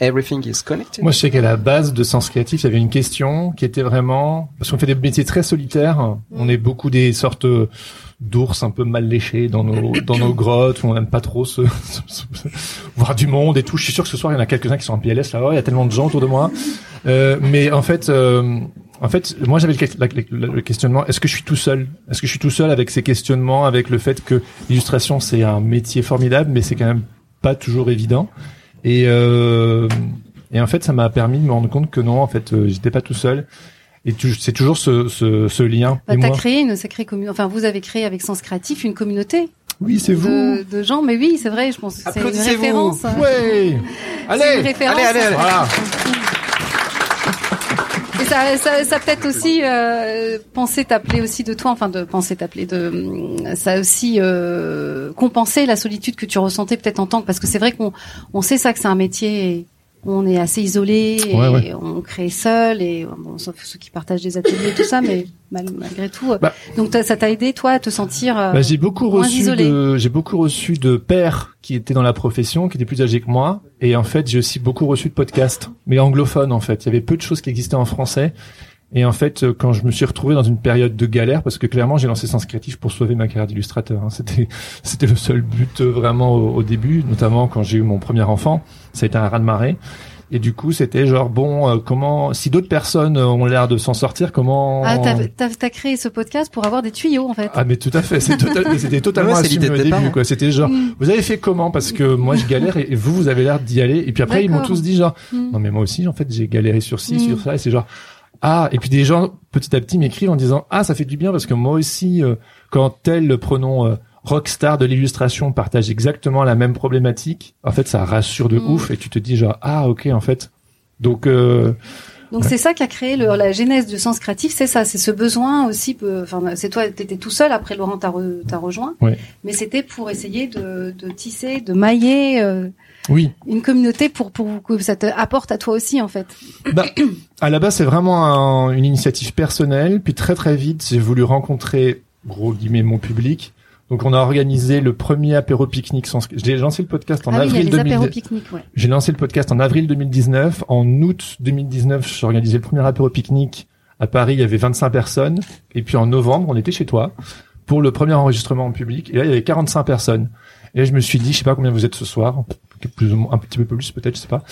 A: everything is connected.
B: Moi, je sais qu'à la base de Sens Créatif, il y avait une question qui était vraiment, parce qu'on fait des métiers très solitaires, on est beaucoup des sortes euh, d'ours un peu mal léchés dans nos, dans nos grottes, où on n'aime pas trop se, se- se- voir du monde et tout. Je suis sûr que ce soir, il y en a quelques-uns qui sont en PLS là-bas, il y a tellement de gens autour de moi. Euh, mais en fait, euh, en fait, moi j'avais le, que- la- la- le questionnement est-ce que je suis tout seul Est-ce que je suis tout seul avec ces questionnements, avec le fait que l'illustration c'est un métier formidable, mais c'est quand même pas toujours évident. Et euh, et en fait, ça m'a permis de me rendre compte que non, en fait, euh, j'étais pas tout seul. Et tu- c'est toujours ce, ce, ce lien.
H: Bah,
B: et
H: t'as
B: moi,
H: créé une sacrée communauté. Enfin, vous avez créé avec Sens Créatif une communauté
B: oui, c'est vous.
H: de, de gens. Mais oui, c'est vrai. Je pense que c'est une
A: Applaudissez-vous.
H: référence. hein.
B: Ouais.
H: C'est une
B: Allez,
H: référence.
A: allez, allez.
B: voilà.
H: Et ça, ça, ça peut-être aussi euh, penser t'appeler aussi de toi, enfin de penser t'appeler de ça a aussi euh, compenser la solitude que tu ressentais peut-être en tant que parce que c'est vrai qu'on on sait ça que c'est un métier. Et on est assez isolé et
B: Ouais, ouais.
H: on crée seul et bon, sauf ceux qui partagent des ateliers et tout ça, mais mal- malgré tout. euh,
B: Bah.
H: donc t'as- ça t'a aidé toi à te sentir. euh,
B: Bah, j'ai beaucoup
H: moins
B: reçu
H: isolé.
B: de, j'ai beaucoup reçu de pères qui étaient dans la profession, qui étaient plus âgés que moi, et en fait j'ai aussi beaucoup reçu de podcasts, mais anglophones en fait. Il y avait peu de choses qui existaient en français, et en fait euh, quand je me suis retrouvé dans une période de galère, parce que clairement j'ai lancé Sens Créatif pour sauver ma carrière d'illustrateur, hein. c'était c'était le seul but euh, vraiment au, au début, notamment quand j'ai eu mon premier enfant, ça a été un raz de marée. Et du coup, c'était genre bon, euh, comment si d'autres personnes euh, ont l'air de s'en sortir, comment
H: Ah, t'as- t'as t'as créé ce podcast pour avoir des tuyaux en fait.
B: ah mais tout à fait, c'est total- mais c'était totalement
A: Ouais, c'est
B: assumé
A: l'idée de
B: au
A: départ,
B: début
A: hein.
B: quoi. C'était genre
H: Mm.
B: vous avez fait comment parce que moi je galère et et vous vous avez l'air d'y aller et puis après ils m'ont
H: D'accord.
B: tous dit genre
H: Mm.
B: non mais moi aussi en fait j'ai galéré sur ci
H: Mm.
B: sur ça et c'est genre ah et puis des gens petit à petit m'écrivent en disant ah ça fait du bien parce que moi aussi euh, quand tel pronom euh, rockstar de l'illustration partage exactement la même problématique en fait ça rassure de
H: Mm.
B: ouf et tu te dis genre ah ok en fait donc euh,
H: Donc c'est ça qui a créé le- la genèse du sens créatif, c'est ça, c'est ce besoin aussi. peu- Enfin, c'est toi, t'étais tout seul. Après, Laurent t'a re- t'a rejoint,
B: Ouais.
H: mais c'était pour essayer de, de tisser, de mailler euh,
B: oui
H: une communauté pour pour que ça te apporte à toi aussi en fait.
B: Bah, à la base, c'est vraiment un- une initiative personnelle. Puis très très vite, j'ai voulu rencontrer, gros guillemets, mon public. Donc on a organisé le premier apéro pique-nique. Sans... J'ai lancé le podcast en
H: ah oui, il y a
B: avril
H: les apéros
B: 2019.
H: pique-nique, ouais.
B: J'ai lancé le podcast en avril 2019. En août 2019, j'ai organisé le premier apéro pique-nique à Paris. Il y avait 25 personnes. Et puis en novembre, on était chez toi pour le premier enregistrement en public. Et là, il y avait 45 personnes. Et là, je me suis dit, je sais pas combien vous êtes ce soir, plus ou moins, un petit peu plus peut-être, je sais pas.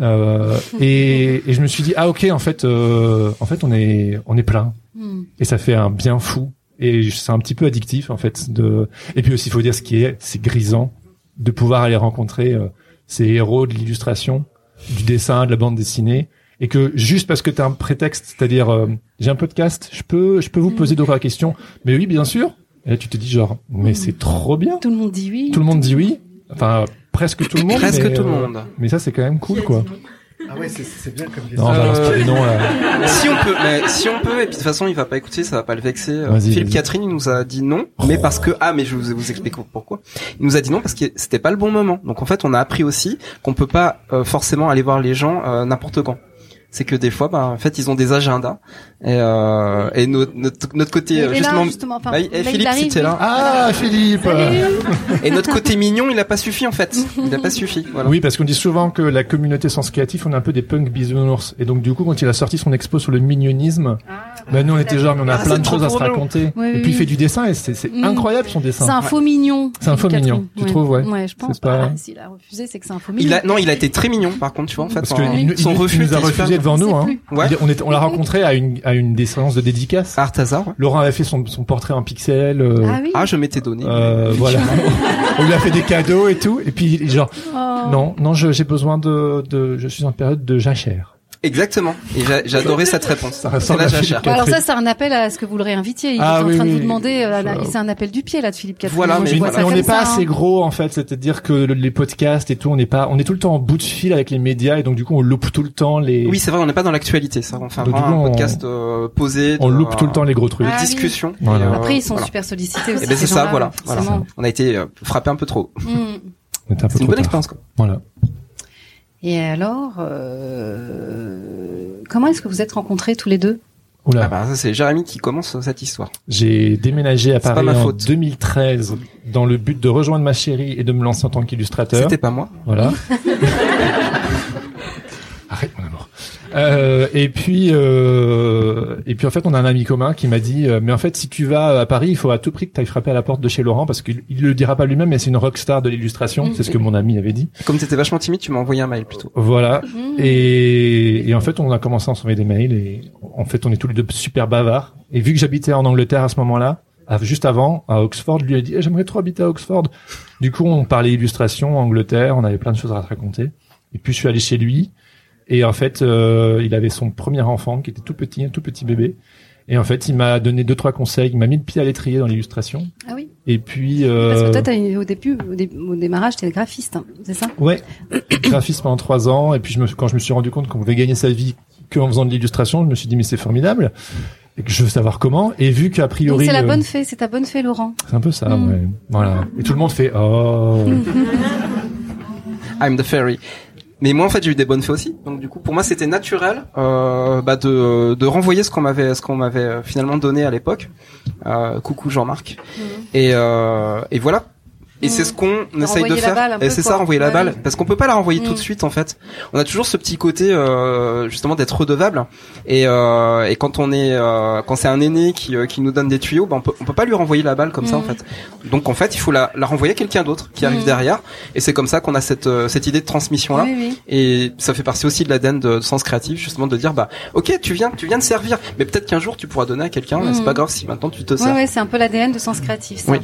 B: Euh, et, et je me suis dit, ah ok, en fait, euh, en fait, on est, on est plein.
H: Hmm.
B: Et ça fait un bien fou. Et c'est un petit peu addictif en fait. De... Et puis aussi, il faut dire ce qui est, c'est grisant de pouvoir aller rencontrer euh, ces héros de l'illustration, du dessin, de la bande dessinée, et que juste parce que t'as un prétexte, c'est-à-dire euh, j'ai un podcast, je peux, je peux vous poser deux trois questions, mais oui, bien sûr. Et là, tu te dis genre, mais c'est trop bien.
H: Tout le monde dit oui.
B: Tout le monde dit oui. Enfin, presque tout le monde.
A: Presque
B: mais,
A: tout le
B: euh,
A: monde.
B: Mais ça, c'est quand même cool, quoi.
F: Ah ouais, c'est- c'est bien comme
B: Non, on balance pas les noms, là.
A: Euh, Si on peut, mais si on peut, et puis de toute façon, il va pas écouter, ça va pas le vexer. Euh,
B: Vas-y,
A: Philippe
B: vas-y. Oh.
A: Catherine, il nous a dit non, mais parce que, ah, mais je vous, vous explique pourquoi. Il nous a dit non parce que c'était pas le bon moment. Donc en fait, on a appris aussi qu'on peut pas euh, forcément aller voir les gens euh, n'importe quand. C'est que des fois, bah, en fait, ils ont des agendas. Et, euh, et notre, notre, notre côté,
H: Il
A: euh,
H: est
A: justement,
H: là, justement. Enfin,
A: bah, et
H: là, il
A: Philippe,
H: arrive,
A: c'était
H: oui.
A: là.
B: Ah, Philippe.
A: Et notre côté mignon, il a pas suffi, en fait. Il a pas suffi. Voilà.
B: Oui, parce qu'on dit souvent que la communauté sens créatif, on est un peu des punks bisounours. Et donc, du coup, quand il a sorti son expo sur le mignonisme,
H: Ah,
B: bah, nous, on était genre, mais on a
A: Ah,
B: plein
A: c'est
B: de
A: trop
B: choses à se
A: pour nous.
B: raconter.
H: Ouais, oui,
B: et puis, il
H: oui.
B: fait du dessin et c'est c'est
H: Mm.
B: incroyable son dessin.
H: C'est un faux mignon.
B: C'est un faux
H: Catherine.
B: mignon. Tu trouves, ouais.
H: Ouais, je pense.
B: C'est pas-
H: Bah, S'il a refusé, c'est que c'est un faux mignon.
A: Il a, non, il a été très mignon, par contre, tu vois, en fait.
B: Parce que
A: en-
B: il nous-
A: son
B: il nous-
A: refus
B: il nous a
A: était super
B: refusé devant
H: Je sais
B: nous. Hein.
H: plus.
A: Ouais.
B: Il- On, est- on l'a rencontré à une, à une des séances de dédicace.
A: Art hasard, ouais.
B: Laurent avait fait son, son portrait en pixel. euh,
H: Ah oui.
A: Ah, je m'étais donné.
B: euh, voilà. on lui a fait des cadeaux et tout. Et puis, il est genre,
H: Oh.
B: non, non, je- j'ai besoin de, de, je suis en période de jachère.
A: Exactement. Et j'a- j'adorais cette réponse.
B: Ça
A: C'est
B: ressemble
A: la
B: à Philippe
A: jachère.
H: Bah, alors
B: Catherine.
H: ça, c'est un appel à ce que vous le réinvitiez. Il
B: Ah
H: est en
B: oui,
H: train de
B: oui.
H: vous demander. euh, là, là,
B: Euh,
H: c'est un appel du pied là de Philippe Catherine.
A: Voilà,
H: Moi, je
A: mais
B: Mais,
H: vois
A: voilà.
H: ça
B: on
H: comme
B: n'est pas
H: ça, hein.
B: assez gros en fait, c'est-à-dire que le- les podcasts et tout, on n'est pas, on est tout le temps en bout de fil avec les médias et donc du coup on loupe tout le temps les,
A: Oui, c'est vrai, on n'est pas dans l'actualité, ça. On fait
B: Donc, du
A: vraiment
B: coup,
A: un
B: on-
A: podcast euh, posé.
B: on
A: de-
B: loupe tout le temps les gros trucs.
A: de
H: Ah oui.
A: discussion.
B: Voilà.
A: Et, euh,
H: Après, ils sont
A: voilà.
H: super sollicités aussi.
A: Eh ben c'est
H: ces
A: ça,
H: gens-là,
A: voilà. voilà.
H: forcément.
A: On a été euh, frappé un peu trop.
H: Mm.
B: On est un peu
A: C'est une
B: trop
A: bonne
B: tard.
A: expérience. Quoi.
B: Voilà.
H: euh, Et alors, euh, comment est-ce que vous êtes rencontrés tous les deux
B: Oula.
A: Ah bah, ça, c'est Jérémy qui commence cette histoire.
B: J'ai déménagé à
A: C'est pas
B: Paris
A: ma
B: en
A: faute.
B: 2013 dans le but de rejoindre ma chérie et de me lancer en tant qu'illustrateur.
A: C'était pas moi.
B: Voilà. Arrête mon amour. Euh, et puis euh, et puis en fait on a un ami commun qui m'a dit euh, mais en fait si tu vas à Paris il faut à tout prix que tu ailles frapper à la porte de chez Laurent parce qu'il il le dira pas lui-même mais c'est une rockstar de l'illustration c'est ce que mon ami avait dit
A: Comme t'étais vachement timide, tu m'as envoyé un mail plutôt.
B: voilà
H: Mmh.
B: et, et en fait on a commencé à s'envoyer des mails et en fait on est tous les deux super bavards et vu que j'habitais en Angleterre à ce moment-là à- juste avant à Oxford lui a dit Eh, j'aimerais trop habiter à Oxford du coup, on parlait illustration, Angleterre, on avait plein de choses à raconter. Et puis je suis allé chez lui, et en fait, euh, il avait son premier enfant qui était tout petit, un tout petit bébé. Et en fait, il m'a donné deux trois conseils, il m'a mis le pied à l'étrier dans l'illustration.
H: Ah oui.
B: Et puis,
H: Parce que
B: euh,
H: toi, t'as eu- au début, au, dé- au démarrage, t'es graphiste, hein, c'est ça
B: ouais, graphisme pendant trois ans. Et puis je me, quand je me suis rendu compte qu'on pouvait gagner sa vie que en faisant de l'illustration, je me suis dit mais c'est formidable. Et que je veux savoir comment. Et vu qu'a
H: Donc
B: priori,
H: c'est la
B: euh,
H: bonne fée, c'est ta bonne fée, Laurent.
B: c'est un peu ça,
H: Mm.
B: ouais. Voilà. Et tout le monde fait oh.
A: I'm the fairy. Mais moi en fait j'ai eu des bonnes fées aussi, donc du coup pour moi c'était naturel euh, bah, de, de renvoyer ce qu'on m'avait ce qu'on m'avait euh, finalement donné à l'époque. Euh, coucou Jean-Marc.
H: Mm.
A: Et, euh, et voilà. Et c'est ce qu'on essaye de
H: Renvoyer la
A: faire.
H: balle un
A: et
H: peu,
A: c'est
H: quoi.
A: ça, renvoyer la
H: Ouais.
A: balle, parce qu'on peut pas la renvoyer tout
H: Mm.
A: de suite en fait. On a toujours ce petit côté euh, justement d'être redevable. Et, euh, et quand on est euh, quand c'est un aîné qui, euh, qui nous donne des tuyaux, bah, on peut on peut pas lui renvoyer la balle comme ça en
H: Mm.
A: fait. Donc en fait il faut la, la renvoyer à quelqu'un d'autre qui arrive
H: Mm.
A: derrière. Et c'est comme ça qu'on a cette euh, cette idée de transmission là.
H: Oui, oui.
A: Et ça fait partie aussi de l'ADN de, de sens créatif, justement, de dire bah ok, tu viens, tu viens de servir, mais peut-être qu'un jour tu pourras donner à quelqu'un. mais C'est
H: Mhm.
A: pas grave si maintenant tu te
H: Ouais,
A: sers.
H: ouais, c'est un peu l'ADN de Sens Créatif, ça.
A: Oui.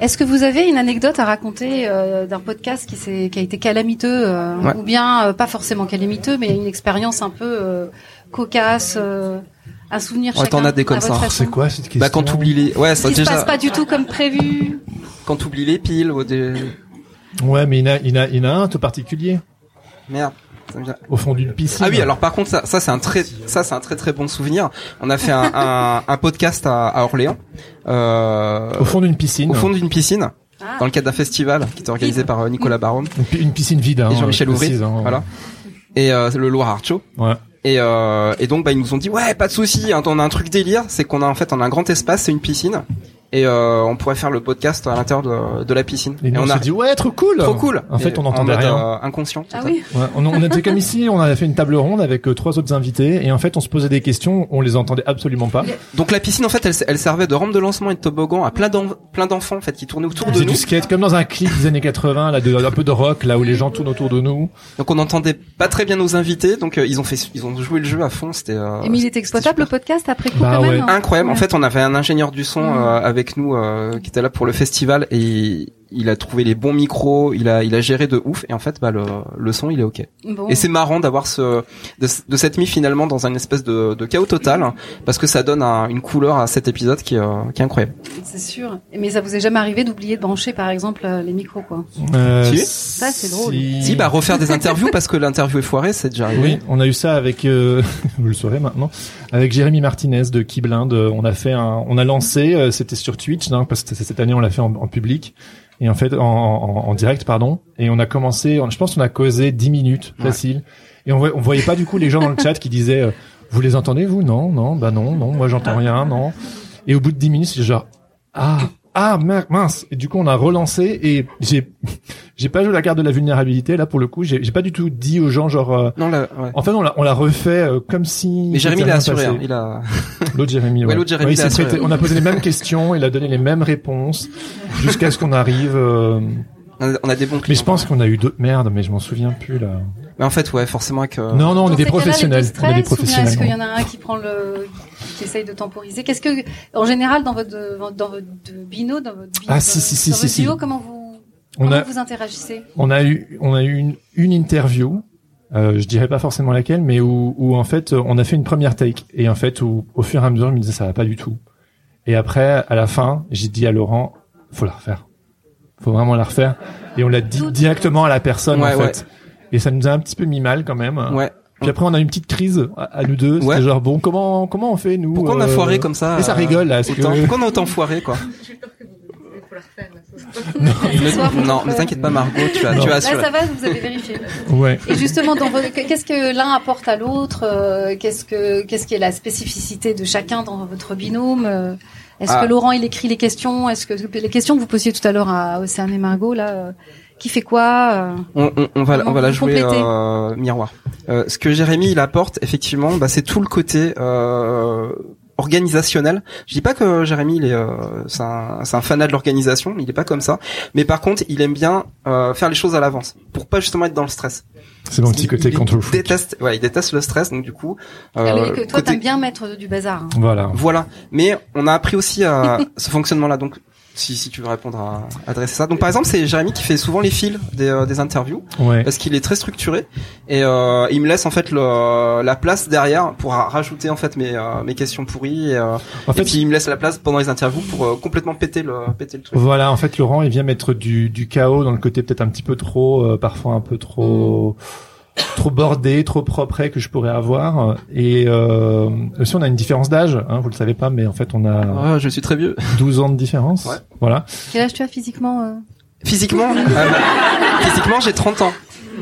H: Est-ce que vous avez une anecdote à raconter euh, d'un podcast qui, s'est- qui a été calamiteux, euh,
A: Ouais.
H: ou bien euh, pas forcément calamiteux, mais une expérience un peu euh, cocasse, euh, un souvenir
A: Ouais,
H: chacun
A: t'en as des comme
H: à votre
A: ça.
H: façon
B: C'est quoi cette question
A: Bah quand t'oublies les, ouais, ça
H: Qui se
A: déjà,
H: passe pas du tout comme prévu.
A: quand t'oublies les piles ou des
B: Ouais, mais il y en a, il y en a, il y en a un tout particulier.
A: merde. ça me vient.
B: au fond d'une piscine.
A: Ah oui, alors par contre ça, ça c'est un très, ça c'est un très très bon souvenir. On a fait un, un, un podcast à, à Orléans, euh,
B: Au fond d'une piscine.
A: au fond d'une piscine,
H: Ah. Mm.
A: dans le cadre d'un festival qui était organisé par euh, Nicolas Baron
B: Une pi- Une piscine vide. Hein,
A: et Jean-Michel
B: je
A: Ouvry,
B: précise, hein.
A: voilà, et euh, le Loire Archaud.
B: Ouais.
A: Et, euh, et donc bah, ils nous ont dit ouais pas de souci hein, on a un truc délire c'est qu'on a en fait on a un grand espace c'est une piscine et euh, on pourrait faire le podcast à l'intérieur de, de la piscine
B: Et, nous, on
A: on a
B: s'est dit ouais, trop cool.
A: trop cool
B: En fait,
A: Et
B: on entendait
A: en mode,
B: rien.
A: euh, inconscient
H: Ah
A: total.
H: oui.
B: Ouais, on, on était comme ici, on a fait une table ronde avec euh, trois autres invités et en fait, on se posait des questions, on les entendait absolument pas.
A: donc la piscine en fait elle, elle servait de rampe de lancement et de toboggan à plein d'en- plein d'enfants en fait qui tournaient autour
B: On
A: de
B: faisait
A: nous
B: du skate comme dans un clip des années 80 là de un peu de rock là où les gens tournent autour de nous.
A: donc on n'entendait pas très bien nos invités donc euh, ils ont fait ils ont joué le jeu à fond c'était euh,
H: Et mais il est exploitable le podcast après coup
B: Bah
H: quand
B: ouais.
H: même. hein.
A: Incroyable. En
H: Ouais.
A: fait, on avait un ingénieur du son
H: Mhm.
A: euh, avec nous euh, qui était là pour le festival et il- il a trouvé les bons micros, il a il a géré de ouf et en fait, bah le le son, il est ok.
H: Bon.
A: Et c'est marrant d'avoir ce de, de cette mis finalement dans un espèce de, de chaos total
H: Mm.
A: hein, parce que ça donne un- une couleur à cet épisode qui, euh, qui est incroyable.
H: C'est sûr. Mais ça vous est jamais arrivé d'oublier de brancher, par exemple, euh, les micros, quoi.
B: Euh,
A: Tu es
B: Ça
H: c'est drôle.
A: Si bah refaire des interviews parce que l'interview est foirée, c'est déjà arrivé.
B: Oui, on a eu ça avec, euh, vous le saurez maintenant, avec Jérémy Martinez de Keyblind. euh, On a fait un, on a lancé, euh, c'était sur Twitch, hein, parce que c- cette année on l'a fait en, en public et en fait en, en- en direct, pardon. Et on a commencé, on- je pense qu'on a causé 10 minutes facile. Et on, voy- on voyait pas du coup les gens dans le chat qui disaient, euh, vous les entendez vous Non, non, bah non, non, moi j'entends rien, non. Et au bout de 10 minutes, c'est genre, ah. Ah mer- mince Et du coup on a relancé et j'ai j'ai pas joué la carte de la vulnérabilité là pour le coup j'ai j'ai pas du tout dit aux gens genre euh,
A: Non là. Ouais.
B: en fait, on l'a, on l'a refait euh, comme si.
A: Mais Jérémy
B: il
A: l'a
B: était
A: assuré,
B: rien
A: hein,
B: passé.
A: il a.
B: L'autre Jérémy.
A: Ouais, l'autre Jérémy
B: il s'est
A: l'a assuré.
B: prêté- on a posé les mêmes questions, il a donné les mêmes réponses jusqu'à ce qu'on arrive. euh,
A: on a- On a des bons
B: Mais
A: clients.
B: je pense qu'on a eu d'autres merdes, mais je m'en souviens plus là.
A: Mais en fait, ouais, forcément que.
B: non, non, on
H: Dans ces cas-là,
B: est des
H: les deux
B: professionnels.
H: stress,
B: on
H: ou
B: est des
H: bien Est-ce qu'il y
B: professionnels.
H: en a un qui prend le, qui essaye de temporiser Qu'est-ce que, en général, dans votre, dans votre binôme, dans votre, binôme,
B: Ah, si, si, si,
H: dans
B: si,
H: votre
B: si.
H: duo, comment vous,
B: On
H: comment
B: a,
H: vous interagissez
B: on a eu, on a eu une, une interview. Euh, je dirais pas forcément laquelle, mais où, où en fait on a fait une première take et en fait où au fur et à mesure il me disait ça va pas du tout. Et après à la fin j'ai dit à Laurent faut la refaire, faut vraiment la refaire et on l'a dit directement à la personne
A: Ouais,
B: en
A: ouais.
B: fait. Et ça nous a un petit peu mis mal quand même.
A: Ouais.
B: Puis après on a eu une petite crise à, à nous deux.
A: Ouais.
B: C'était genre bon comment comment on fait nous
A: Pourquoi on a
B: euh,
A: foiré comme ça
B: Et ça
A: euh,
B: rigole là. est-ce
A: autant-
B: que-
A: Pourquoi on a autant foiré quoi
C: leur faire. la sauce.
A: Ne- Non, ne t'inquiète pas Margot, tu as,
B: Non.
A: tu as
H: Là,
A: assuré.
H: Bah, ça va, vous avez vérifié.
B: Ouais.
H: Et justement, dans vos- qu'est-ce que l'un apporte à l'autre euh, Qu'est-ce que qu'est-ce qui est la spécificité de chacun dans votre binôme euh, Est-ce
A: Ah.
H: que Laurent il écrit les questions Est-ce que les questions que vous posiez tout à l'heure à Océane et Margot là euh, qui fait quoi euh,
A: On, on- on va, la- on va la jouer
H: Compléter.
A: euh, miroir. Euh, ce que Jérémy il apporte effectivement, bah, c'est tout le côté euh, organisationnel. Je dis pas que Jérémy il est, euh, c'est un, c'est un fanat de l'organisation, il est pas comme ça. Mais par contre, il aime bien euh, faire les choses à l'avance pour pas justement être dans le stress.
B: C'est mon petit côté
A: il, il
B: control freak.
A: déteste, ouais, il déteste le stress, donc du coup. euh,
H: ah oui, que toi
A: côté-
H: t'aimes bien mettre du bazar. hein.
B: Voilà.
A: Voilà. Mais on a appris aussi à ce fonctionnement-là. Donc, si, si tu veux répondre à adresser ça. Donc, par exemple, c'est Jérémy qui fait souvent les fils des, euh, des interviews
B: Ouais.
A: parce qu'il est très structuré et euh, il me laisse en fait le, la place derrière pour ra- rajouter en fait mes, euh, mes questions pourries. Et, euh,
B: En
A: et
B: fait,
A: puis il me laisse la place pendant les interviews pour euh, complètement péter le péter le truc.
B: Voilà, en fait, Laurent, il vient mettre du, du chaos dans le côté peut-être un petit peu trop, euh, parfois un peu trop,
H: Mm.
B: trop bordé, trop propre que je pourrais avoir. Et euh, aussi, on a une différence d'âge. Hein, vous le savez pas, mais en fait, on a
A: Ah, je suis très vieux.
B: 12 ans de différence.
A: Ouais.
B: Voilà.
H: Quel âge tu as physiquement euh
A: Physiquement, euh, physiquement, j'ai 30 ans.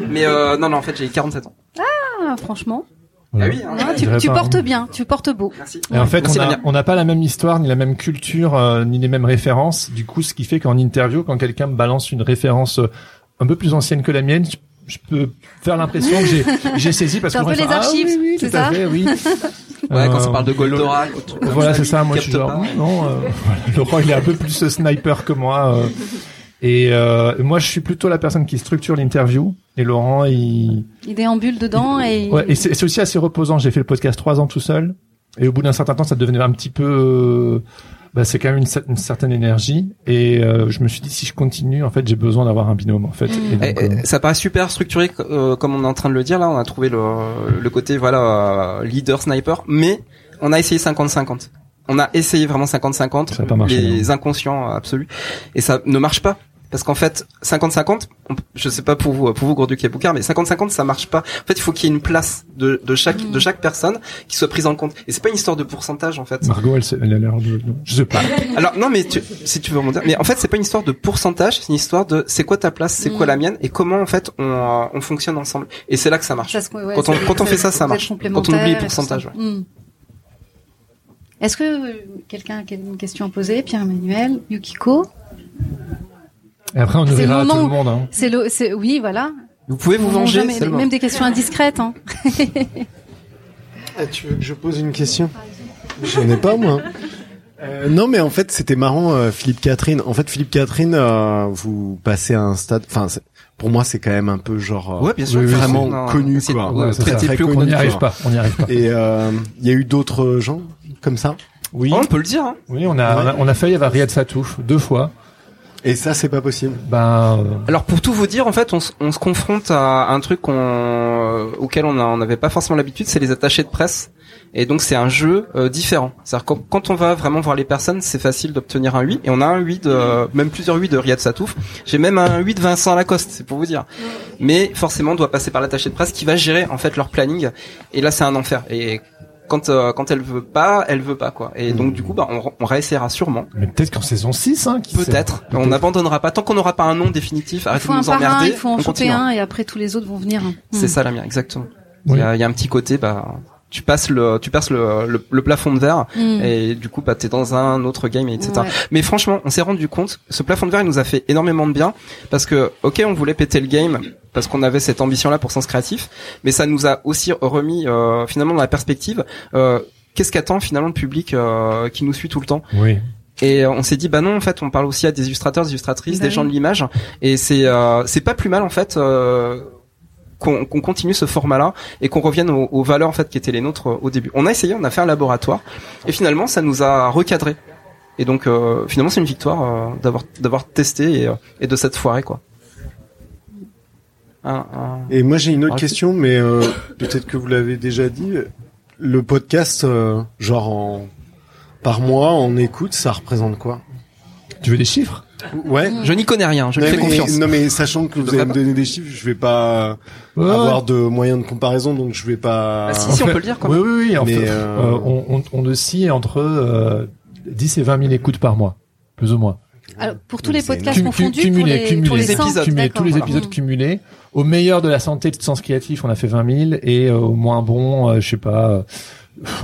A: Mais euh, non, non, en fait, j'ai 47 ans.
H: Ah, Franchement,
A: Ah
B: Voilà.
A: oui. hein.
H: Ah, tu,
B: dirais
H: tu
B: pas,
H: portes
B: hein.
H: bien, tu portes beau.
A: Merci.
B: Et en fait,
A: Merci,
B: on a-
A: Damien.
B: on n'a pas la même histoire, ni la même culture, euh, ni les mêmes références. Du coup, ce qui fait qu'en interview, quand quelqu'un me balance une référence euh, un peu plus ancienne que la mienne, je, je peux faire l'impression que j'ai- j'ai saisi parce
H: C'est
B: que
H: un peu
B: moi, je
H: les
B: fais, Ah
H: archives,
B: oui, oui,
H: c'est
B: tout à
H: ça
B: fait, oui.
A: Ouais, quand
B: Euh,
A: ça parle de Goldorak. ou de trucs comme
B: Voilà, c'est
A: lui,
B: ça.
A: il
B: Moi, je
A: capte
B: suis genre,
A: pas.
B: non, euh, voilà, Laurent, il est un peu plus euh, sniper que moi. euh. et euh, moi, je suis plutôt la personne qui structure l'interview. Et Laurent, il.
H: Il déambule dedans et
B: Ouais, et c'est c'est aussi assez reposant. J'ai fait le podcast trois ans tout seul. Et au bout d'un certain temps, ça devenait un petit peu. euh, bah, c'est quand même une, cer- une certaine énergie. Et euh, je me suis dit, si je continue, en fait, j'ai besoin d'avoir un binôme, en fait. Et
A: Eh,
B: donc, euh,
A: eh, ça paraît super structuré euh, comme on est en train de le dire là, on a trouvé le, le côté voilà euh, leader sniper, mais on a essayé 50-50. On a essayé vraiment
B: Ça a pas
A: 50-50
B: marché,
A: les inconscients euh, absolus et ça ne marche pas parce qu'en fait 50-50, on peut- je sais pas pour vous euh, pour vous Gourduc et Boucard mais 50-50 ça marche pas. En fait, il faut qu'il y ait une place de, de chaque de chaque personne qui soit prise en compte et c'est pas une histoire de pourcentage en fait.
B: Margot, elle, s'est- elle a l'air de. non, Je sais pas.
A: Alors non mais tu, si tu veux remonter, mais en fait c'est pas une histoire de pourcentage, c'est une histoire de c'est quoi ta place, c'est quoi
H: Mm.
A: la mienne et comment en fait on, euh, on fonctionne ensemble. Et c'est là que ça marche.
H: Ça se- ouais,
A: Quand on-
H: c'est-
A: quand on
H: c'est-
A: fait ça, ça
H: vous
A: marche.
H: êtes
A: Quand on oublie
H: complémentaires
A: les
H: et tout
A: pourcentages,
H: ça. Mm. Est-ce que euh, quelqu'un a une question à poser Pierre-Emmanuel, Yukiko
B: Et après, on
H: C'est le
B: ouvrira à tout
H: moment
B: le
H: où-
B: monde. Hein.
H: C'est le, c'est, oui, voilà.
A: Vous pouvez vous
H: Non,
A: venger
H: jamais-
A: seulement.
H: même des questions indiscrètes. Hein.
F: Ah, tu veux que je pose une question J'en ai pas, moi. Euh, non, mais en fait, c'était marrant, euh, Philippe Catherine. En fait, Philippe Catherine, euh, vous passez à un stade... Enfin, c'est- pour moi, c'est quand même un peu genre... euh,
A: Ouais, bien sûr.
F: vraiment
A: Non,
F: connu,
A: c'est-
F: quoi.
A: ouais,
B: Ouais, c'est
F: Très,
B: ça.
F: très
A: Plus
F: connu,
B: On n'y
F: quoi.
B: arrive pas. On n'y arrive pas.
F: Et euh, il y a eu d'autres gens comme ça
B: Oui.
A: Oh, on peut le dire. Hein.
B: Oui, on a,
F: Ouais.
B: on a, on a failli avoir Riyad Satouf deux fois.
F: Et ça, c'est pas possible.
B: Ben, euh,
A: Alors pour tout vous dire, en fait, on, s- on se confronte à un truc qu'on- euh, auquel on a- on n'avait pas forcément l'habitude, c'est les attachés de presse. Et donc c'est un jeu euh, différent. C'est-à-dire que quand on va vraiment voir les personnes, c'est facile d'obtenir un 8. Et on a un 8 de, même plusieurs 8 de Riyad Satouf. J'ai même un 8 de Vincent Lacoste, c'est pour vous dire. Mais forcément, on doit passer par l'attaché de presse qui va gérer en fait leur planning. Et là, c'est un enfer. Et quand euh, quand elle veut pas, elle veut pas quoi. Et donc du coup, bah, on, on réessayera sûrement.
B: mais peut-être qu'en saison 6, hein, qui sait.
A: Peut-être. On n'abandonnera pas tant qu'on n'aura pas un nom définitif.
H: Il
A: Arrêtez
H: faut
A: de
H: un
A: nous
H: par un,
A: emmerder.
H: il faut en
A: on
H: choper
A: continue. hein.
H: un et après tous les autres vont venir. hein.
A: C'est
H: Mm.
A: ça la mienne, exactement. Il
B: Oui.
A: y, a, il y a un petit côté, bah, tu passes le, tu passes le, le, le plafond de verre
H: Mm.
A: et du coup, bah, t'es dans un autre game, etc.
H: Ouais.
A: Mais franchement, on s'est rendu compte, ce plafond de verre, il nous a fait énormément de bien parce que, ok, on voulait péter le game parce qu'on avait cette ambition-là pour Sens Créatif, mais ça nous a aussi remis euh, finalement dans la perspective. euh, Qu'est-ce qu'attend finalement le public euh, qui nous suit tout le temps
B: Oui.
A: et euh, on s'est dit bah non en fait on parle aussi à des illustrateurs, des illustratrices,
H: Bah
A: des gens de l'image et c'est euh, c'est pas plus mal en fait euh, qu'on qu'on continue ce format-là et qu'on revienne aux, aux valeurs en fait qui étaient les nôtres euh, au début. On a essayé, on a fait un laboratoire et finalement ça nous a recadré. Et donc euh, finalement c'est une victoire euh, d'avoir d'avoir testé et, euh, et de cette foirée quoi. Un- un-
F: Et moi, j'ai une autre
A: Ah,
F: question, mais euh, peut-être que vous l'avez déjà dit. euh, Le podcast, euh, genre en... par mois, en écoute, ça représente quoi
B: Tu veux des chiffres
F: Ouais.
A: Je n'y connais rien, je lui
F: non,
A: fais
F: mais,
A: confiance.
F: non, mais sachant que vous
A: devrais
F: allez me
A: pas.
F: donner des chiffres, je vais pas
B: Ouais.
F: avoir de moyens de comparaison, donc je vais pas.
A: Ah, si, si, on peut le dire quand
B: Oui,
A: même.
B: oui, oui. En
F: Mais,
B: fait,
F: euh,
B: euh, on, on, on oscille entre euh, 10 et 20 000 écoutes par mois, plus ou moins.
H: Alors, pour tous les podcasts
B: Cum-
H: confondus,
B: cum- cumulé,
H: pour les,
B: cumulé,
H: pour les
B: cumulé,
H: centres,
B: cumulé,
H: d'accord,
B: tous les
H: voilà.
B: épisodes cumulés. Au meilleur de la santé de sens créatif, on a fait 20 000 et euh, au moins bon, euh, je sais pas, euh,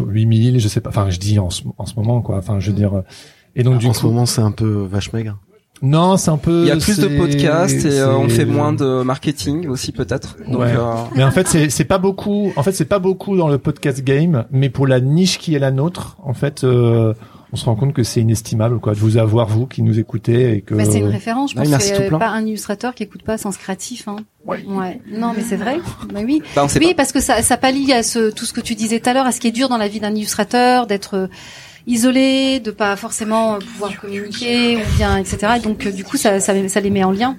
B: 8 000, je sais pas. Enfin, je dis en ce, en ce moment quoi. Enfin, je
A: Mm.
B: veux dire. euh, Et donc du
F: en
B: coup,
F: ce moment, c'est un peu vache maigre.
B: non, c'est un peu.
A: Il y a plus de
B: c'est-
A: podcasts et euh, on
B: c'est-
A: fait moins de marketing aussi peut-être. Donc
B: Ouais.
A: euh,
B: Mais en fait, c'est c'est pas beaucoup. En fait, c'est pas beaucoup dans le podcast game, mais pour la niche qui est la nôtre, en fait, euh, on se rend compte que c'est inestimable, quoi, de vous avoir vous qui nous écoutez et que.
H: Bah, c'est une référence, je
A: Oui,
H: pense
A: Ah, merci
H: qu'il y a
A: tout plein.
H: pas un illustrateur qui écoute pas Sens Créatif. Hein. Ouais. Non, mais c'est vrai. Bah oui.
A: bah, on sait
H: Oui, parce que ça, ça pallie à ce, tout ce que tu disais tout à l'heure, à ce qui est dur dans la vie d'un illustrateur, d'être euh, isolé, de pas forcément euh, pouvoir communiquer, ou bien, etc. Et donc, euh, du coup, ça, ça, ça les met en lien.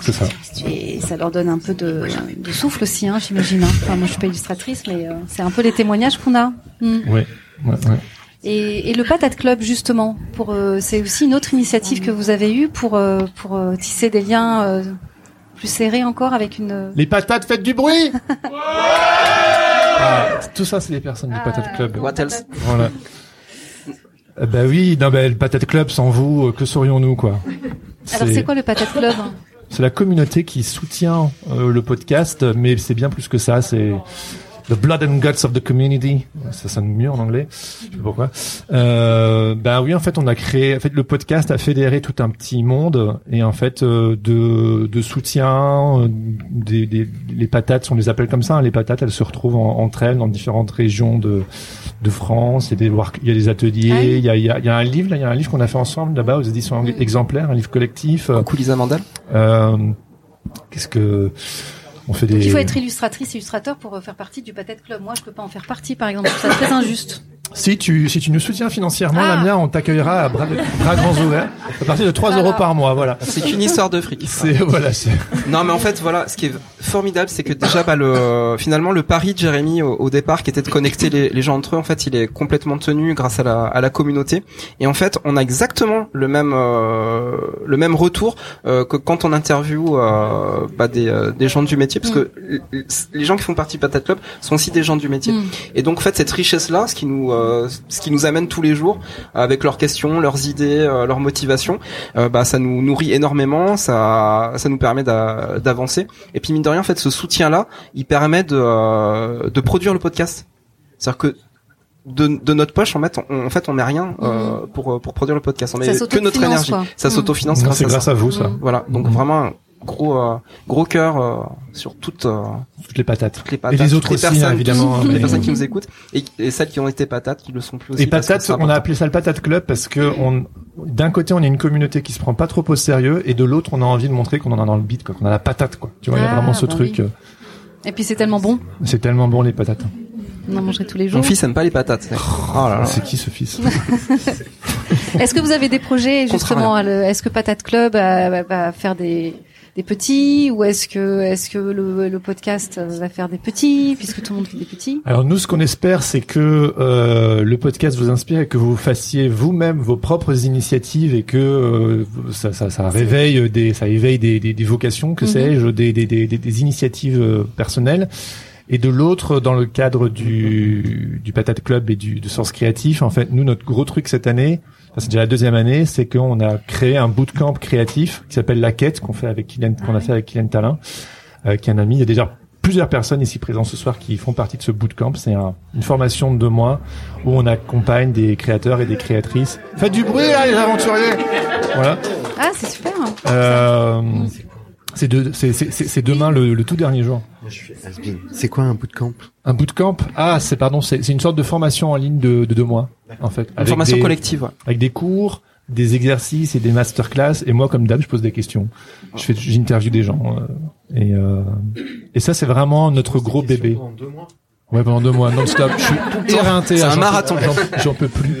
B: C'est ça.
H: Et ça leur donne un peu de, de souffle aussi, hein, j'imagine. hein. Enfin, moi, je suis pas illustratrice, mais euh, c'est un peu les témoignages qu'on a. Mm.
B: Ouais. ouais, ouais.
H: Et, et le Patate Club justement, pour euh, c'est aussi une autre initiative que vous avez eue pour euh, pour euh, tisser des liens euh, plus serrés encore avec une. euh,
B: Les patates, faites du bruit Ah, Tout ça, c'est les personnes
H: Ah,
B: du Patate Club.
A: pas. What else
B: Voilà. Euh, Bah oui, non, bah, le Patate Club, sans vous, euh, que serions-nous, quoi
H: Alors c'est quoi le Patate Club hein
B: C'est la communauté qui soutient euh, le podcast, mais c'est bien plus que ça. C'est The Blood and Guts of the Community. Ça sonne mieux en anglais. Je sais pas pourquoi. Euh, bah oui, en fait, on a créé. En fait, le podcast a fédéré tout un petit monde et en fait euh, de de soutien. euh, Des, des- les patates, on les appelle comme ça. hein, les patates, elles se retrouvent en- entre elles dans différentes régions de de France. Il y a des work- il y a des ateliers.
H: Ah oui.
B: Il y a il y a, il y a un livre là. Il y a un livre qu'on a fait ensemble là-bas aux éditions exemplaires, un livre collectif.
A: Coucou Lisa Mandel.
B: Euh, Qu'est-ce que on fait
H: Donc,
B: des
H: Il faut être illustratrice, illustrateur pour euh, faire partie du Patate Club. Moi, je peux pas en faire partie, par exemple. C'est très injuste.
B: Si tu si tu nous soutiens financièrement,
H: Ah.
B: Lamia, on t'accueillera à bras, bras grands ouverts à partir de 3 euros par mois, voilà.
A: C'est qu'une histoire de fric.
B: C'est voilà, c'est
A: Non, mais en fait, voilà, ce qui est formidable, c'est que déjà, bah, le, finalement, le pari de Jérémy au, au départ, qui était de connecter les, les gens entre eux, en fait, il est complètement tenu grâce à la, à la communauté. Et en fait, on a exactement le même, euh, le même retour euh, que quand on interview euh, bah, des, euh, des gens du métier, parce que l- l- les gens qui font partie de Patate Club sont aussi des gens du métier.
H: Mm.
A: Et donc, en fait, cette richesse-là, ce qui nous, euh, ce qui nous amène tous les jours avec leurs questions, leurs idées, euh, leurs motivations, euh, bah, ça nous nourrit énormément, ça, ça nous permet d'a- d'avancer. Et puis mine de rien, en fait, ce soutien-là, il permet de, euh, de produire le podcast. C'est-à-dire que de, de notre poche, en fait, on, en fait, on met rien euh, pour euh, pour produire le podcast. On
H: Mm. Ça
A: met que
H: s'autofinance,
A: notre énergie.
H: quoi.
A: Ça
H: Mhm.
A: s'autofinance
B: Non,
A: grâce
B: c'est
A: à ça.
B: grâce à vous ça.
H: Mm.
A: Voilà. Donc
B: Mhm.
A: vraiment un gros euh, gros cœur euh, sur toute euh,
B: Toutes les patates.
A: toutes les patates,
B: et les autres
A: toutes
B: aussi
A: les personnes,
B: hein, évidemment.
A: toutes les
B: mais-
A: personnes qui nous écoutent et, et celles qui ont été patates, qui le sont plus aussi.
B: Et
A: parce que
B: patate,
A: c'est
B: on a appelé ça le patate club parce que on d'un côté on a une communauté qui se prend pas trop au sérieux et de l'autre on a envie de montrer qu'on en a dans le beat quoi, qu'on a la patate quoi. Tu vois, il y a
H: Ah,
B: vraiment ce
H: bah
B: truc
H: oui.
B: euh,
H: Et puis c'est tellement bon.
B: c'est tellement bon les patates.
H: On en mangerait tous les
A: Mon
H: jours.
A: fils aime pas les patates. Oh là là.
B: C'est qui ce fils
H: Est-ce que vous avez des projets justement à le- Est-ce que Patate Club euh, va, va faire des des petits ou est-ce que est-ce que le, le podcast euh, va faire des petits puisque tout le monde fait des petits
B: Alors nous, ce qu'on espère, c'est que euh, le podcast vous inspire et que vous fassiez vous-même vos propres initiatives et que euh, ça, ça, ça réveille des, ça éveille des, des, des vocations, que
H: Mhm.
B: sais-je, des, des, des, des- des initiatives euh, personnelles. Et de l'autre, dans le cadre du, du Patate Club et du, du Sens Créatif, en fait, nous, notre gros truc cette année, enfin, c'est déjà la deuxième année, c'est qu'on a créé un bootcamp créatif qui s'appelle La Quête, qu'on fait avec Kylian, qu'on a fait avec Kylian Talin, euh, qui est un ami. Il y a déjà plusieurs personnes ici présentes ce soir qui font partie de ce bootcamp. C'est un- une formation de deux mois où on accompagne des créateurs et des créatrices. Faites du bruit, là, les aventuriers Voilà.
H: Ah, c'est super.
B: Euh, c'est de- c'est- c'est- c'est- c'est demain, le- le tout dernier jour.
F: C'est quoi un bootcamp
B: Un bootcamp Ah, c'est pardon, c'est c'est une sorte de formation en ligne de, de deux mois, en fait.
A: Une formation
B: des,
A: collective. ouais.
B: Avec des cours, des exercices et des masterclass. Et moi, comme d'hab, je pose des questions. Je fais, j'interviewe des gens. euh, et, euh, et ça, c'est vraiment notre gros bébé.
F: En deux mois.
B: Ouais, pendant deux mois, non-stop. Je suis éreinté.
A: C'est
B: hein,
A: un
B: j'en peux-
A: marathon.
B: j'en- J'en peux plus.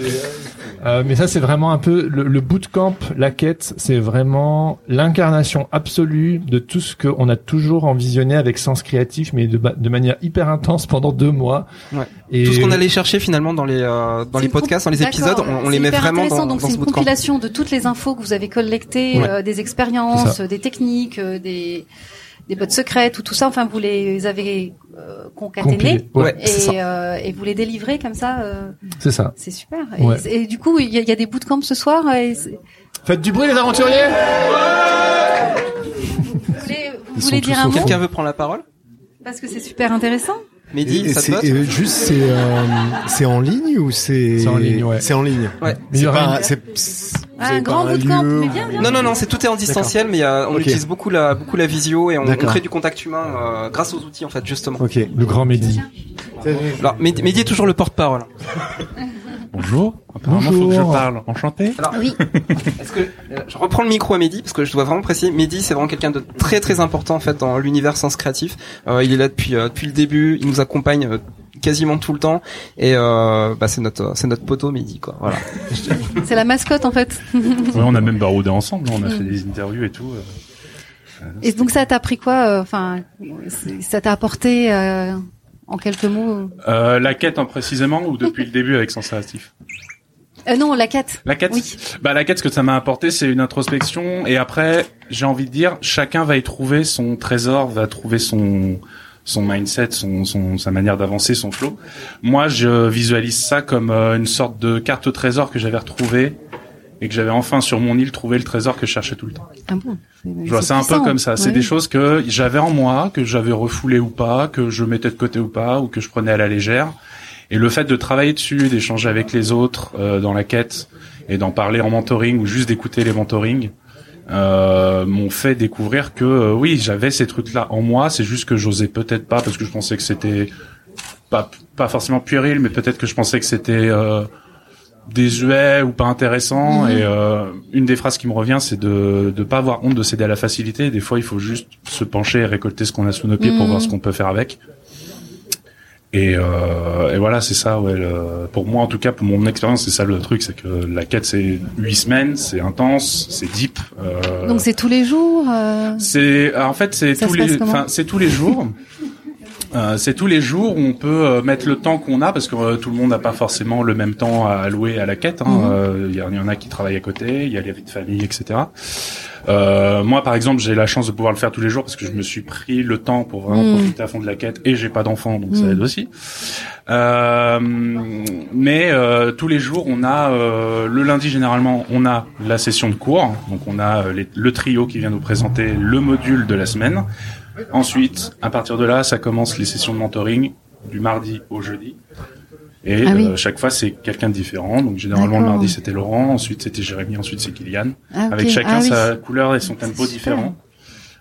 B: Euh, mais ça, c'est vraiment un peu le, le bootcamp, la quête, c'est vraiment l'incarnation absolue de tout ce qu'on a toujours envisionné avec sens créatif, mais de, ba- de manière hyper intense pendant deux mois.
A: Ouais.
B: Et
A: Tout ce qu'on allait chercher finalement dans les euh, dans
H: C'est
A: les
H: une comp-
A: podcasts, dans les
H: D'accord.
A: épisodes, on, on
H: C'est
A: les met
H: hyper
A: vraiment
H: intéressant.
A: dans,
H: Donc
A: dans
H: c'est
A: ce
H: une
A: bootcamp.
H: compilation de toutes les infos que vous avez collectées,
B: Ouais.
H: euh, des
B: C'est
H: expériences,
B: ça.
H: euh, des techniques, euh, des des bottes secrètes ou tout ça. Enfin, vous les avez euh, concaténées.
B: compilé. Ouais,
A: Ouais, c'est ça.
H: Et, euh, et vous les délivrez comme ça, euh,
B: c'est ça.
H: c'est super. Et-
B: Ouais.
H: Et, du coup, il y, a- il y a des bootcamps ce soir. Et c'est-
B: Faites du bruit, les aventuriers
H: Vous voulez, vous voulez
F: Ils sont
H: dire
F: tous
H: un
F: au
H: mot
F: fond.
A: Quelqu'un veut prendre la parole
H: Parce que c'est super intéressant.
A: Mehdi,
F: Et
A: ça te
F: c'est-
A: botte
F: et juste, c'est euh, c'est en ligne ou c'est
B: C'est en ligne, ouais.
F: C'est en ligne.
A: Ouais.
B: Il y
F: C'est
B: aura
F: pas-
B: une-
F: c'est- c'est- vous
H: Ah,
F: avez
H: un grand
F: pas un
H: bootcamp,
F: lieu,
H: mais bien, bien.
F: un-
A: Non, non, non, c'est tout est en distanciel, mais euh, on
F: Ok.
A: utilise beaucoup la, beaucoup la visio et on, on
F: D'accord.
A: crée du contact humain euh, grâce aux outils en fait justement.
F: Ok.
B: Le grand Mehdi.
A: Alors, Mehdi Mehdi est toujours le porte-parole.
J: Bonjour.
B: Apparemment, faut que je parle.
J: Enchanté.
H: Oui.
A: Est-ce que euh, je reprends le micro à Mehdi parce que je dois vraiment préciser, Mehdi c'est vraiment quelqu'un de très très important en fait dans l'univers sens créatif. Euh, il est là depuis euh, depuis le début, il nous accompagne euh, quasiment tout le temps et euh, bah, c'est notre euh, c'est notre poteau Mehdi quoi. Voilà.
H: C'est la mascotte en fait.
J: Ouais, on a même baroudé ensemble. hein.
H: Mm.
J: On a fait des interviews et tout. euh.
H: Et donc ça t'a pris quoi euh, Enfin, c'est- ça t'a apporté euh, en quelques mots
J: Euh, la quête, hein, précisément, ou depuis le début avec Sens Créatif
H: euh, Non, la quête.
J: La quête
H: Oui.
J: Bah la quête, ce que ça m'a apporté, c'est une introspection. Et après, j'ai envie de dire, chacun va y trouver son trésor, va trouver son son mindset, son, son sa manière d'avancer, son flow. Moi, je visualise ça comme euh, une sorte de carte au trésor que j'avais retrouvée et que j'avais enfin sur mon île trouvé le trésor que je cherchais tout le temps.
H: Ah bon. C'est
J: Je vois, c'est un peu
H: puissant.
J: comme ça. C'est
H: Ouais.
J: des choses que j'avais en moi, que j'avais refoulé ou pas, que je mettais de côté ou pas, ou que je prenais à la légère. Et le fait de travailler dessus, d'échanger avec les autres euh, dans la quête, et d'en parler en mentoring ou juste d'écouter les mentorings, euh, m'ont fait découvrir que euh, oui, j'avais ces trucs-là en moi. C'est juste que j'osais peut-être pas parce que je pensais que c'était pas pas forcément puéril, mais peut-être que je pensais que c'était euh, désuet ou pas intéressant.
H: Mhm.
J: Et euh, une des phrases qui me revient, c'est de de pas avoir honte de céder à la facilité. Des fois, il faut juste se pencher et récolter ce qu'on a sous nos pieds pour
H: Mhm.
J: voir ce qu'on peut faire avec. Et, euh, et voilà, c'est ça. Ouais, le- pour moi, en tout cas, pour mon expérience, c'est ça le truc, c'est que la quête, c'est huit semaines, c'est intense, c'est deep. euh,
H: Donc c'est tous les jours. euh,
J: c'est en fait c'est
H: Ça
J: tous
H: se passe
J: les
H: comment
J: enfin c'est tous les jours. Euh, c'est tous les jours où on peut euh, mettre le temps qu'on a parce que euh, tout le monde n'a pas forcément le même temps à allouer à la quête. hein.
H: Mhm.
J: Euh, Il y, en- il y en a qui travaillent à côté, il y a la vie de famille, etc. Euh, moi, par exemple, j'ai la chance de pouvoir le faire tous les jours parce que je me suis pris le temps pour vraiment
H: Mhm.
J: profiter à fond de la quête et j'ai pas d'enfant, donc ça
H: Mhm.
J: aide aussi. Euh, mais euh, tous les jours, on a euh, le lundi généralement, on a la session de cours, donc on a euh, les- le trio qui vient nous présenter le module de la semaine. Ensuite, à partir de là, ça commence les sessions de mentoring du mardi au jeudi. Et
H: Ah oui.
J: euh, chaque fois, c'est quelqu'un de différent. Donc généralement, le
H: D'accord.
J: mardi, c'était Laurent, ensuite c'était Jérémy, ensuite c'est Kylian
H: ah, ok.
J: avec chacun
H: Ah oui.
J: sa couleur et son
H: C'est
J: tempo
H: super.
J: différent.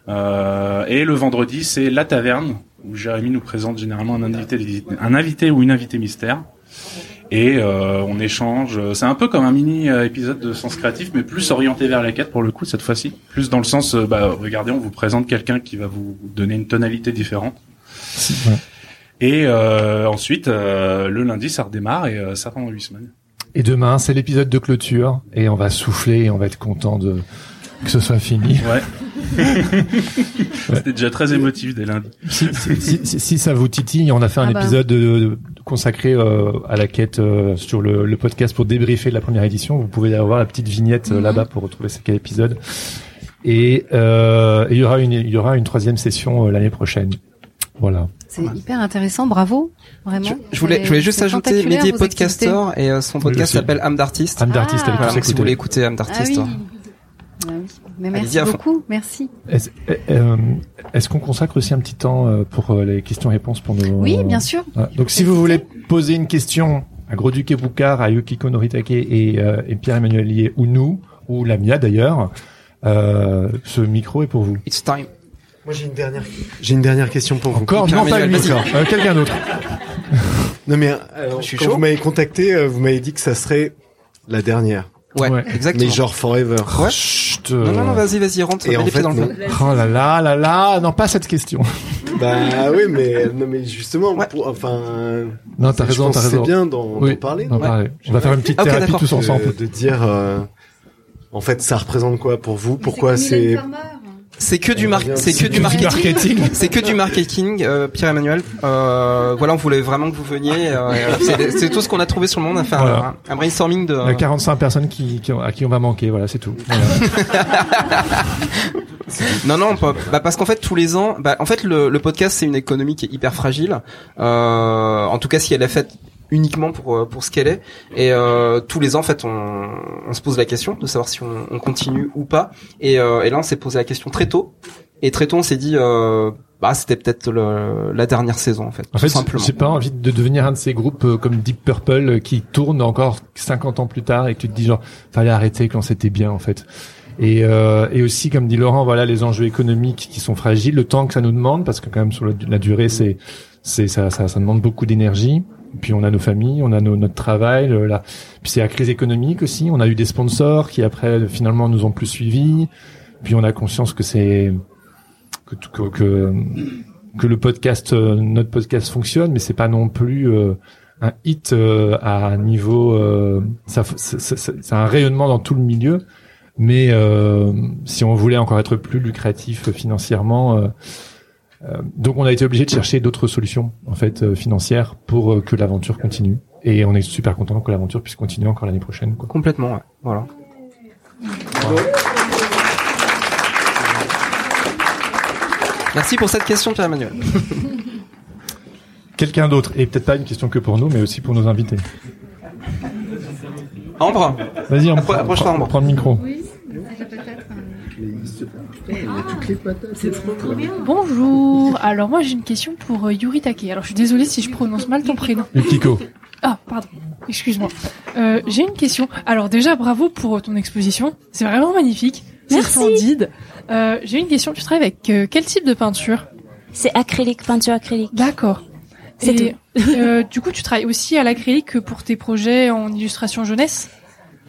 J: Euh, et le vendredi, c'est la taverne où Jérémy nous présente généralement un invité, un invité ou une invitée mystère. Et euh, on échange. C'est un peu comme un mini euh, épisode de Sens Créatif, mais plus orienté vers la quête pour le coup cette fois-ci. Plus dans le sens, euh, bah, regardez, on vous présente quelqu'un qui va vous donner une tonalité différente. Et euh, ensuite, euh, le lundi, ça redémarre et euh, ça pendant huit semaines.
B: Et demain, c'est l'épisode de clôture et on va souffler et on va être content de que ce soit fini.
J: Ouais. C'était déjà très émotif dès lundi.
B: Si, si- si- si- si ça vous titille, on a fait un
H: Ah bah.
B: épisode de- de- consacré euh, à la quête euh, sur le, le podcast pour débriefer de la première édition. Vous pouvez aller voir la petite vignette euh,
H: Mhm.
B: là-bas pour retrouver c'est quel épisode. Et euh, et il y aura une il y aura une troisième session euh, l'année prochaine. Voilà.
H: C'est hyper intéressant. Bravo, vraiment.
A: Je, je voulais
H: C'est-
A: je voulais juste
H: c'est
A: ajouter
H: tentaculaire,
A: Mehdi est
H: vos activités.
A: podcaster et euh, son podcast
B: aussi.
A: s'appelle Âme d'artiste.
B: Âme d'artiste,
H: Ah.
B: allez tous
A: Voilà, si vous voulez
B: écouter.
A: écouter Âme
H: Ah
A: d'artiste. hein.
H: oui. Ah oui. Mais merci
A: Allez-y à fond.
H: beaucoup. Merci.
B: Est-ce euh, est-ce qu'on consacre aussi un petit temps euh, pour euh, les questions-réponses pour nos
H: Oui, bien sûr.
B: Voilà. Donc si vous voulez poser une question à Gros-Duc et Boucard, à Yukiko Noritake et, euh, et Pierre-Emmanuel Lié, ou nous, ou Lamia d'ailleurs, euh, ce micro est pour vous.
A: It's time.
F: Moi, j'ai une dernière. J'ai une dernière question pour vous.
B: Encore Non, pas lui, encore. Euh, quelqu'un d'autre.
F: Non mais alors,
A: Je suis
F: quand
A: chaud.
F: vous m'avez contacté, euh, vous m'avez dit que ça serait la dernière,
A: Ouais,
B: Ouais.
A: exactement.
F: mais genre forever.
A: Ouais.
B: Chut,
A: Non, non, non,
B: euh,
A: vas-y, vas-y, rentre,
F: Et
A: mets
F: en
A: les pieds
F: fait,
A: dans le
F: non.
A: plat.
B: Oh là là là là, non pas cette question.
F: Bah oui, mais non mais justement,
A: Ouais.
F: pour- enfin,
B: Non, t'as
F: je
B: raison,
F: pense
B: t'as
F: que
B: raison.
F: C'est bien d'en
B: Oui,
F: d'en parler.
B: d'en
F: de-
B: parler. On va faire une petite
A: Ok,
B: thérapie
A: d'accord.
B: tous ensemble.
F: de, dire, euh, en fait, ça représente quoi pour vous Pourquoi
H: comme Mylène
F: c'est
H: Farmer.
A: C'est que
B: Ah,
A: du
F: On
A: mar-
F: revient
A: c'est que
F: aussi.
A: du marketing. C'est que du marketing, euh, Pierre Emmanuel. Euh, voilà, on voulait vraiment que vous veniez. euh, et, euh, c'est- c'est tout ce qu'on a trouvé sur le monde. On a fait un-
B: Voilà.
A: un, brainstorming de.
B: Il y a 45 Euh, personnes qui, qui ont- à qui on va manquer, voilà, c'est tout. Voilà.
A: Non, non, pas- bah, parce qu'en fait tous les ans, bah, en fait le, le podcast c'est une économie qui est hyper fragile. Euh, en tout cas, si elle est faite uniquement pour euh, pour ce qu'elle est. Et euh, tous les ans, en fait, on, on se pose la question de savoir si on, on continue ou pas. Et, euh, et là, on s'est posé la question très tôt. Et très tôt, on s'est dit, euh, bah, c'était peut-être le- la dernière saison, en fait.
B: En
A: tout
B: fait,
A: simplement.
B: j'ai pas envie de devenir un de ces groupes euh, comme Deep Purple euh, qui tourne encore 50 ans plus tard et que tu te dis genre fallait arrêter quand c'était bien en fait. Et, euh, et aussi, comme dit Laurent, voilà les enjeux économiques qui sont fragiles, le temps que ça nous demande parce que quand même sur la, la durée, c'est c'est ça, ça ça demande beaucoup d'énergie. Puis on a nos familles, on a nos- notre travail, le- la- puis c'est la crise économique aussi. On a eu des sponsors qui après finalement nous ont plus suivis. Puis on a conscience que c'est que, tout- que, que que le podcast, euh, notre podcast fonctionne, mais c'est pas non plus euh, un hit euh, à un niveau. euh, ça, f- c'est- c'est c'est un rayonnement dans tout le milieu. Mais euh, si on voulait encore être plus lucratif euh, financièrement, euh, euh, donc on a été obligé de chercher d'autres solutions en fait euh, financières pour euh, que l'aventure continue. Et on est super content que l'aventure puisse continuer encore l'année prochaine. Quoi.
A: Complètement, ouais. Voilà. Merci pour cette question, Pierre-Emmanuel.
B: Quelqu'un d'autre et peut-être pas une question que pour nous, mais aussi pour nos invités.
A: Ambre,
B: Vas-y, on
A: Appro-
B: prend-
A: approche-toi,
B: prend-
A: Ambre.
B: prend le micro.
I: Bonjour. Alors moi j'ai une question pour euh, Yuri Take. Alors je suis désolée si je prononce mal ton prénom.
B: Yukiko.
I: Ah pardon. Excuse-moi. Euh, j'ai une question. Alors déjà bravo pour euh, ton exposition. C'est vraiment magnifique. C'est
E: Merci.
I: splendide. Euh, j'ai une question. Tu travailles avec euh, quel type de peinture
E: C'est acrylique, peinture acrylique.
I: D'accord.
E: C'est
I: Et, euh, du coup, tu travailles aussi à l'acrylique pour tes projets en illustration jeunesse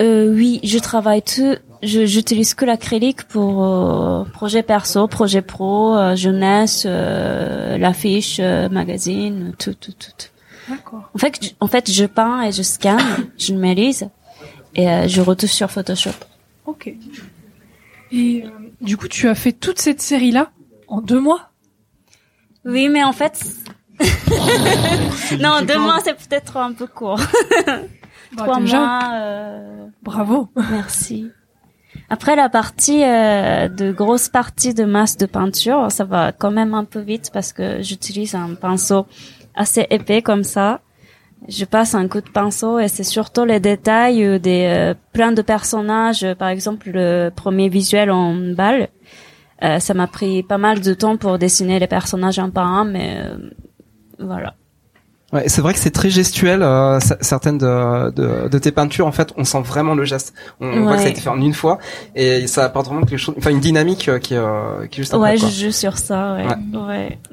E: Euh, oui, je travaille tout. Je j'utilise que l'acrylique pour euh, projet perso, projet pro, euh, jeunesse, euh, l'affiche, euh, magazine, tout, tout, tout. tout.
I: D'accord.
E: En fait, je- en fait, je peins et je scanne, je numérise et euh, je retouche sur Photoshop.
I: Ok. Et euh, du coup, tu as fait toute cette série-là en deux mois
E: Oui, mais en fait, non, deux mois c'est peut-être un peu court.
I: Bah,
E: Trois
I: déjà,
E: mois. euh,
I: Bravo.
E: Merci. Après la partie euh, de grosse partie de masse de peinture, ça va quand même un peu vite parce que j'utilise un pinceau assez épais comme ça. Je passe un coup de pinceau et c'est surtout les détails euh, des euh, plein de personnages. Par exemple, le premier visuel en balle, euh, ça m'a pris pas mal de temps pour dessiner les personnages un par un, mais euh, voilà.
A: Ouais, c'est vrai que c'est très gestuel. euh, c- certaines de, de, de tes peintures, en fait, on sent vraiment le geste. On, on voit que ça a
E: Ouais.
A: été fait en une fois, et ça apporte vraiment quelque chose, enfin une dynamique euh, qui, est, euh, qui est juste.
E: Ouais,
A: incroyable,
E: je
A: quoi.
E: joue sur ça. Ouais. ouais.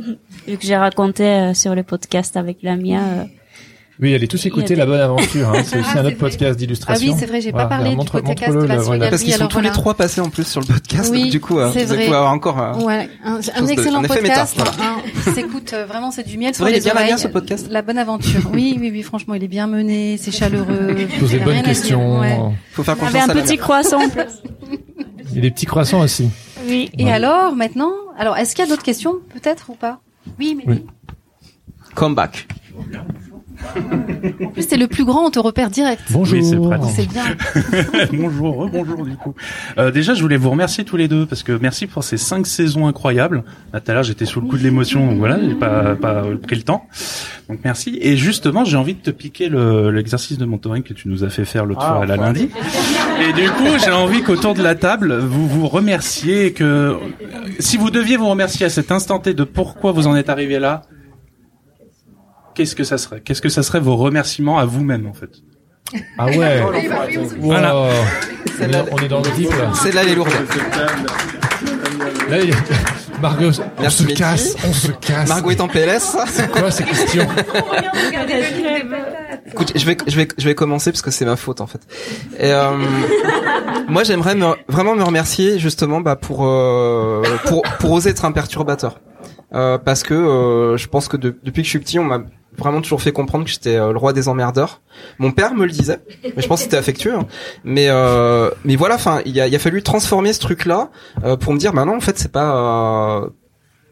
E: Vu que j'ai raconté euh, sur le podcast avec la mia. euh,
B: Oui, allez tous écouter
E: Il y a
B: La Bonne Aventure. hein. C'est aussi un autre podcast
H: Ah
B: d'illustration.
H: oui, c'est vrai, j'ai
B: Voilà,
H: pas parlé
B: montre-
H: du podcast
B: montre-le,
H: de la
B: le- voilà.
A: Parce qu'ils sont
H: alors
A: tous les
H: voilà.
A: trois passés en plus sur le podcast,
H: Oui,
A: donc du coup, euh, vous
H: c'est
A: allez
H: vrai.
A: pouvoir avoir encore. euh,
H: Ouais, un, un
A: de-
H: excellent
A: un effet
H: podcast
A: méta,
H: hein, qui s'écoute euh, vraiment, c'est du miel
A: C'est
H: sur
A: vrai, il est
H: les
A: bien
H: oreilles.
A: manière, ce podcast.
H: La bonne aventure. Oui, oui, oui, franchement, il est bien mené, c'est chaleureux.
B: Poser
H: Il y a
B: bonnes
H: rien à dire,
B: questions.
H: ouais.
A: Faut faire
E: avait
A: confiance à
E: un
A: la
E: petit croissant en plus.
B: Et des petits croissants aussi.
E: Oui.
H: Et alors, maintenant, alors est-ce qu'il y a d'autres questions, peut-être ou pas Oui, mais
B: Oui.
A: comeback.
H: en plus, c'est le plus grand, on te repère direct.
B: Bonjour.
J: Oui, c'est pratique.
H: C'est bien.
J: bonjour, rebonjour du coup. Euh, déjà, je voulais vous remercier tous les deux parce que merci pour ces cinq saisons incroyables. Là, Tout à l'heure, j'étais sous le coup de l'émotion, donc voilà, j'ai pas, pas euh, pris le temps. Donc merci. Et justement, j'ai envie de te piquer le- l'exercice de mentoring que tu nous as fait faire l'autre
B: Ah,
J: fois à la
B: enfin.
J: lundi. Et du coup, j'ai envie qu'autour de la table, vous vous remerciez et que si vous deviez vous remercier à cet instant T de pourquoi vous en êtes arrivé là, qu'est-ce que ça serait Qu'est-ce que ça serait vos remerciements à vous-même en fait
B: Ah ouais.
H: bah
J: Voilà.
B: Voilà. On est- on est dans le deep là.
A: C'est là les lourdes.
B: Là, il y a- Margot, on
A: Merci,
B: se
A: Betty.
B: casse, on se casse.
A: Margot est en PLS.
B: Quoi ces questions
A: Écoute, je vais, je vais, je vais commencer parce que c'est ma faute en fait. Et, euh, moi, j'aimerais me- vraiment me remercier justement bah, pour, euh, pour pour oser être un perturbateur, Euh, parce que euh, je pense que de- depuis que je suis petit, on m'a vraiment toujours fait comprendre que j'étais euh, le roi des emmerdeurs. Mon père me le disait, mais je pense que c'était affectueux. hein. Mais euh, mais voilà, enfin, il a, il a fallu transformer ce truc-là euh, pour me dire, bah non, en fait, c'est pas euh,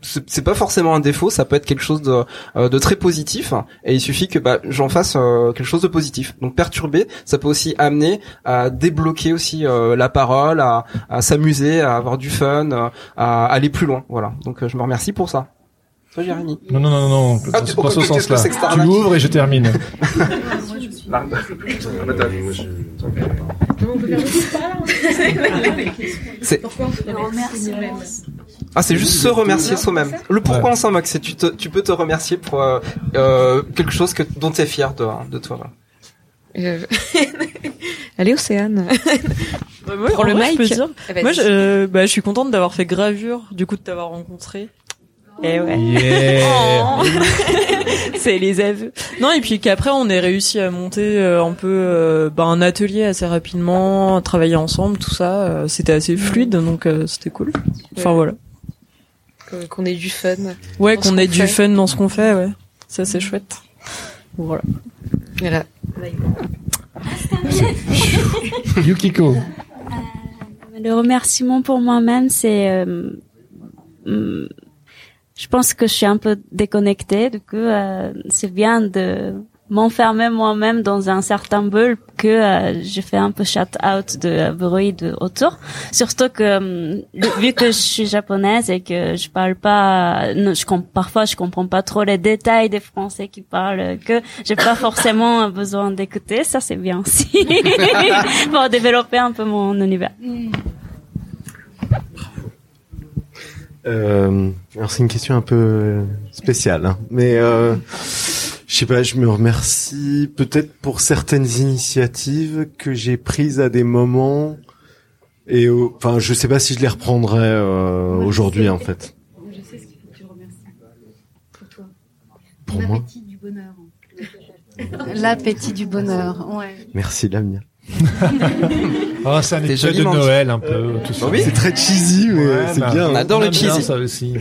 A: c'est c'est pas forcément un défaut, ça peut être quelque chose de, euh, de très positif et il suffit que bah, j'en fasse euh, quelque chose de positif. Donc perturber, ça peut aussi amener à débloquer aussi euh, la parole, à, à s'amuser, à avoir du fun, euh, à aller plus loin. Voilà. Donc euh, je me remercie pour ça. Toi, Jérémy.
B: Non, non, non, non, non.
A: Ah,
B: dans
A: tu-
B: ce- dans ce
A: qu'est-ce que
B: sens-là.
A: c'est que cette
B: Tu
A: arnaque
B: ouvres et je termine.
K: hein.
A: C'est-
C: Pourquoi on se remercie soi-même
A: Ah, c'est juste se remercier soi-même. Le pourquoi on s'en moque, c'est tu, te- tu peux te remercier pour euh, euh, quelque chose que, dont tu es fier de, hein, de toi. voilà.
C: Euh, Allez, Océane. Pour
D: en vrai,
C: le
D: Bah je
C: mic.
D: peux dire.
C: Eh ben,
D: Moi, je, euh, bah, je suis contente d'avoir fait gravure, du coup de t'avoir rencontré.
E: Eh ouais.
B: Yeah.
D: Oh. c'est les aveux. Non et puis qu'après on ait réussi à monter euh, un peu euh, bah, un atelier assez rapidement, travailler ensemble, tout ça, euh, c'était assez fluide donc euh, c'était cool. Enfin
C: Ouais.
D: voilà.
C: qu'on- qu'on ait du fun.
D: Ouais,
C: Dans ce
D: qu'on ait
C: qu'on
D: du
C: fait.
D: fun dans ce qu'on fait, ouais. Ça c'est chouette. Voilà.
C: Voilà.
B: Yukiko.
E: Le remerciement pour moi-même, c'est, euh, hum, je pense que je suis un peu déconnectée. Du coup, euh, c'est bien de m'enfermer moi-même dans un certain bulle que euh, je fais un peu shout out de euh, bruit de autour. Surtout que hum, le- vu que je suis japonaise et que je parle pas, non, je com- parfois je comprends pas trop les détails des Français qui parlent, que j'ai pas forcément besoin d'écouter. Ça c'est bien aussi pour développer un peu mon univers.
F: Euh, alors c'est une question un peu euh, spéciale, hein. mais euh, je sais pas, je me remercie peut-être pour certaines initiatives que j'ai prises à des moments et au- enfin je sais pas si je les reprendrai euh, aujourd'hui en fait.
K: Je sais ce qu'il faut que tu remercies. Pour toi.
F: Pour moi,
K: L'appétit du bonheur.
H: L'appétit du bonheur, ouais.
F: merci l'avenir.
B: Ah, c'est un
A: T'es
B: épisode de
A: joliment dit.
B: Noël un peu. Tout ça.
A: Oui.
F: C'est très cheesy, mais
B: Ouais,
F: c'est
B: bah,
F: bien.
A: Euh, On
F: hein.
A: adore le
B: aime bien
A: cheesy.
B: ça aussi.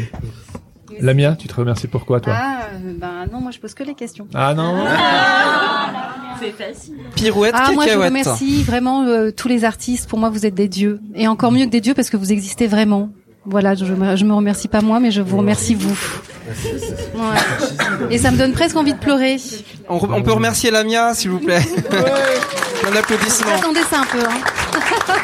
B: Lamia, tu te remercies pour quoi toi
H: Ah, euh, ben non, moi je pose que les questions.
B: Ah non.
A: Pirouette,
H: Ah, moi je vous
A: cacahuète.
H: remercie vraiment euh, tous les artistes. Pour moi, vous êtes des dieux. Et encore mieux que des dieux parce que vous existez vraiment. Voilà, je, me- je me remercie pas moi, mais je vous remercie vous. Ouais. Et ça me donne presque envie de pleurer.
A: on, re- on peut remercier Lamia, s'il vous plaît. Un applaudissement.
H: Attendez ça un peu. Hein.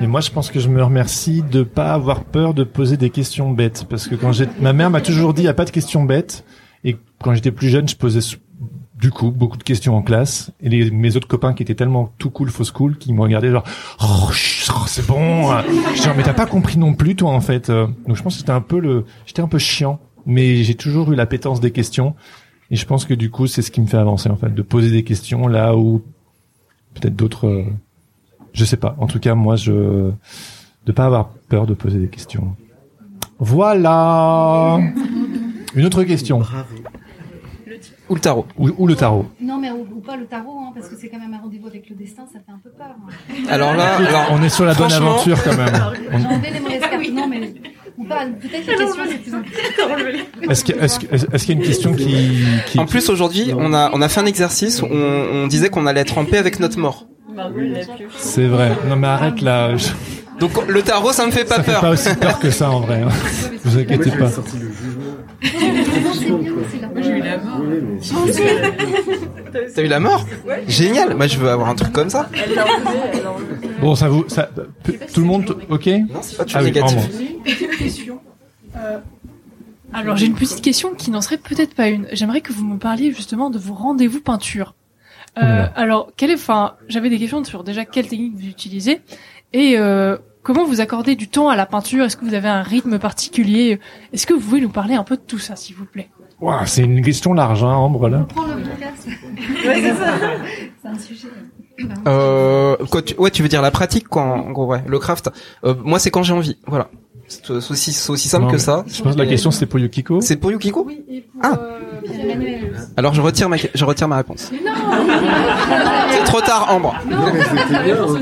B: Et moi, je pense que je me remercie de pas avoir peur de poser des questions bêtes, parce que quand j'ai, ma mère m'a toujours dit, il y a pas de questions bêtes. Et quand j'étais plus jeune, je posais sou- du coup beaucoup de questions en classe. Et les- mes autres copains qui étaient tellement tout cool, fausse cool, qui me regardaient genre, oh, chut, oh, c'est bon. Je dis, mais t'as pas compris non plus, toi, en fait. Euh, Donc je pense que c'était un peu le, j'étais un peu chiant, mais j'ai toujours eu la pétence des questions. Et je pense que du coup, c'est ce qui me fait avancer, en fait, de poser des questions là où peut-être d'autres. euh, je sais pas. En tout cas, moi, je de pas avoir peur de poser des questions. Voilà. Une autre question
A: Ou le tarot.
B: ou, ou le tarot.
K: Non, mais ou, ou pas le tarot, hein, parce que c'est quand même un rendez-vous avec le destin, ça fait un peu peur. hein.
A: Alors là, alors,
B: On est sur la bonne
A: Franchement-
B: aventure quand même.
K: J'ai enlevé les mauvaises cartes. Non, mais ou pas. Peut-être les questions les plus
B: On- Est-ce qu'il y, a- est-ce que- est-ce qu'il y a une question qui, qui-
A: en plus aujourd'hui, on a on a fait un exercice où on, on disait qu'on allait être en paix avec notre mort.
B: c'est vrai Non mais arrête là. je-
A: Donc le tarot, ça me fait pas
B: Ça fait
A: peur.
B: pas aussi peur que ça en vrai. hein. Vous inquiétez pas.
A: T'as eu la mort Génial. Moi, je veux avoir un truc comme ça.
B: Bon, ça vous, ça, tout le monde, ok
A: Non, c'est pas toujours
B: Ah oui,
A: négatif.
B: vraiment.
I: Alors j'ai une petite question qui n'en serait peut-être pas une. J'aimerais que vous me parliez justement de vos rendez-vous peinture. Euh,
B: Oula.
I: Alors quelle est, enfin, j'avais des questions sur déjà quelle technique vous utilisez et euh, comment vous accordez du temps à la peinture. Est-ce que vous avez un rythme particulier Est-ce que vous pouvez nous parler un peu de tout ça, s'il vous plaît
B: Ouah, c'est une question large, hein, Ambre là.
K: Prends le podcast. Ouais, c'est ça. C'est un sujet.
A: Euh, quoi, tu, ouais, tu veux dire la pratique, quoi, en gros, ouais, le craft. Euh, moi, c'est quand j'ai envie, voilà. C'est euh, c'est aussi, c'est aussi simple
B: Non,
A: que
B: mais
A: ça.
B: Je pense que la question c'était pour Yukiko.
A: C'est pour Yukiko
K: Oui, et pour
A: Ah.
K: euh, Pierre-Emmanuel aussi.
A: Alors, je retire ma, je retire ma réponse.
K: Mais non
A: C'est trop tard, Ambre.
K: Non, mais
F: c'était bien, hein.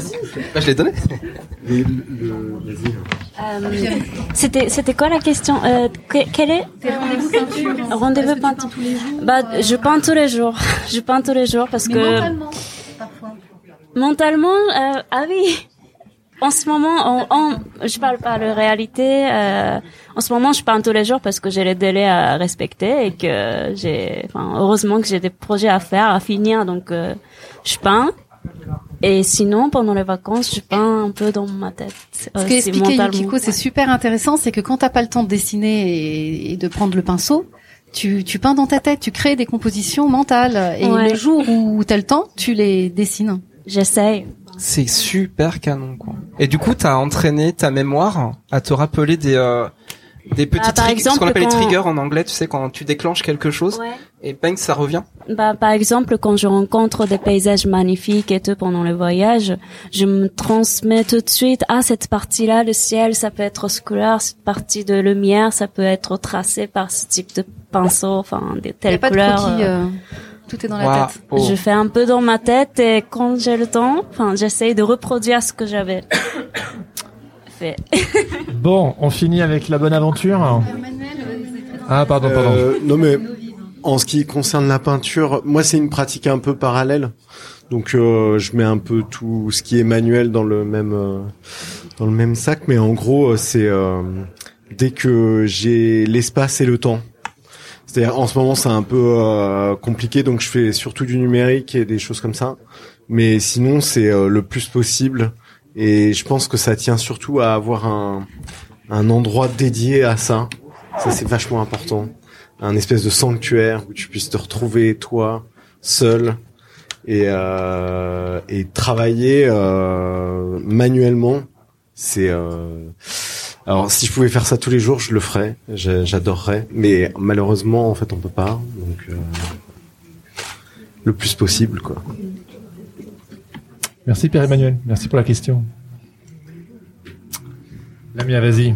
A: Bah, je l'ai donné.
F: Et le- le- vas-y.
E: Euh, c'était c'était quoi la question euh, que- Quel est Euh,
K: c'est rendez-vous peinture. hein.
E: Rendez-vous
K: Est-ce que tu
E: peinture.
K: peins tous les jours. euh,
E: Bah, je peins tous les jours. Je peins tous les jours parce
K: Mais
E: que
K: mentalement, parfois.
E: mentalement, euh, ah oui. En ce moment, on, on- je parle pas de réalité. euh, en ce moment, je peins tous les jours parce que j'ai les délais à respecter et que j'ai, enfin, heureusement que j'ai des projets à faire, à finir, donc euh, je peins. Et sinon, pendant les vacances, je peins un peu dans ma tête. Euh,
H: Ce
E: aussi,
H: que expliquait
E: mentalement.
H: Yukiko, c'est super intéressant, c'est que quand t'as pas le temps de dessiner et, et de prendre le pinceau, tu, tu peins dans ta tête, tu crées des compositions mentales, et
E: Ouais.
H: le jour où t'as le temps, tu les dessines.
E: J'essaye.
A: C'est super canon, quoi. Et du coup, t'as entraîné ta mémoire à te rappeler des euh, des petits
E: par
A: triggers, ce
E: exemple,
A: qu'on appelle
E: quand-
A: les triggers en anglais. Tu sais, quand tu déclenches quelque chose,
E: Ouais.
A: et bang, ça revient.
E: Bah, par exemple, quand je rencontre des paysages magnifiques et tout pendant le voyage, je me transmets tout de suite, ah, cette partie-là, le ciel, ça peut être couleur, cette partie de lumière, ça peut être tracé par ce type de pinceau, enfin, de
H: Il y
E: telle
H: a pas
E: couleur.
H: de croquis, euh, tout est dans la
A: Waouh.
H: tête.
A: Oh.
E: Je fais un peu dans ma tête et quand j'ai le temps, enfin, j'essaye de reproduire ce que j'avais fait.
B: Bon, on finit avec la bonne aventure. Ah, pardon, pardon.
F: Euh, non mais en ce qui concerne la peinture, moi c'est une pratique un peu parallèle. Donc euh, je mets un peu tout ce qui est manuel dans le même euh, dans le même sac, mais en gros euh, c'est euh, dès que j'ai l'espace et le temps. C'est-à-dire en ce moment c'est un peu euh, compliqué, donc je fais surtout du numérique et des choses comme ça. Mais sinon c'est euh, le plus possible. Et je pense que ça tient surtout à avoir un un endroit dédié à ça. Ça c'est vachement important. Un espèce de sanctuaire où tu puisses te retrouver toi seul et euh, et travailler euh, manuellement. C'est euh, alors si je pouvais faire ça tous les jours, je le ferais. J'a- J'adorerais. Mais malheureusement, en fait, on peut pas. Donc euh, le plus possible, quoi.
B: Merci Pierre-Emmanuel. Merci pour la question. Lamia, vas-y.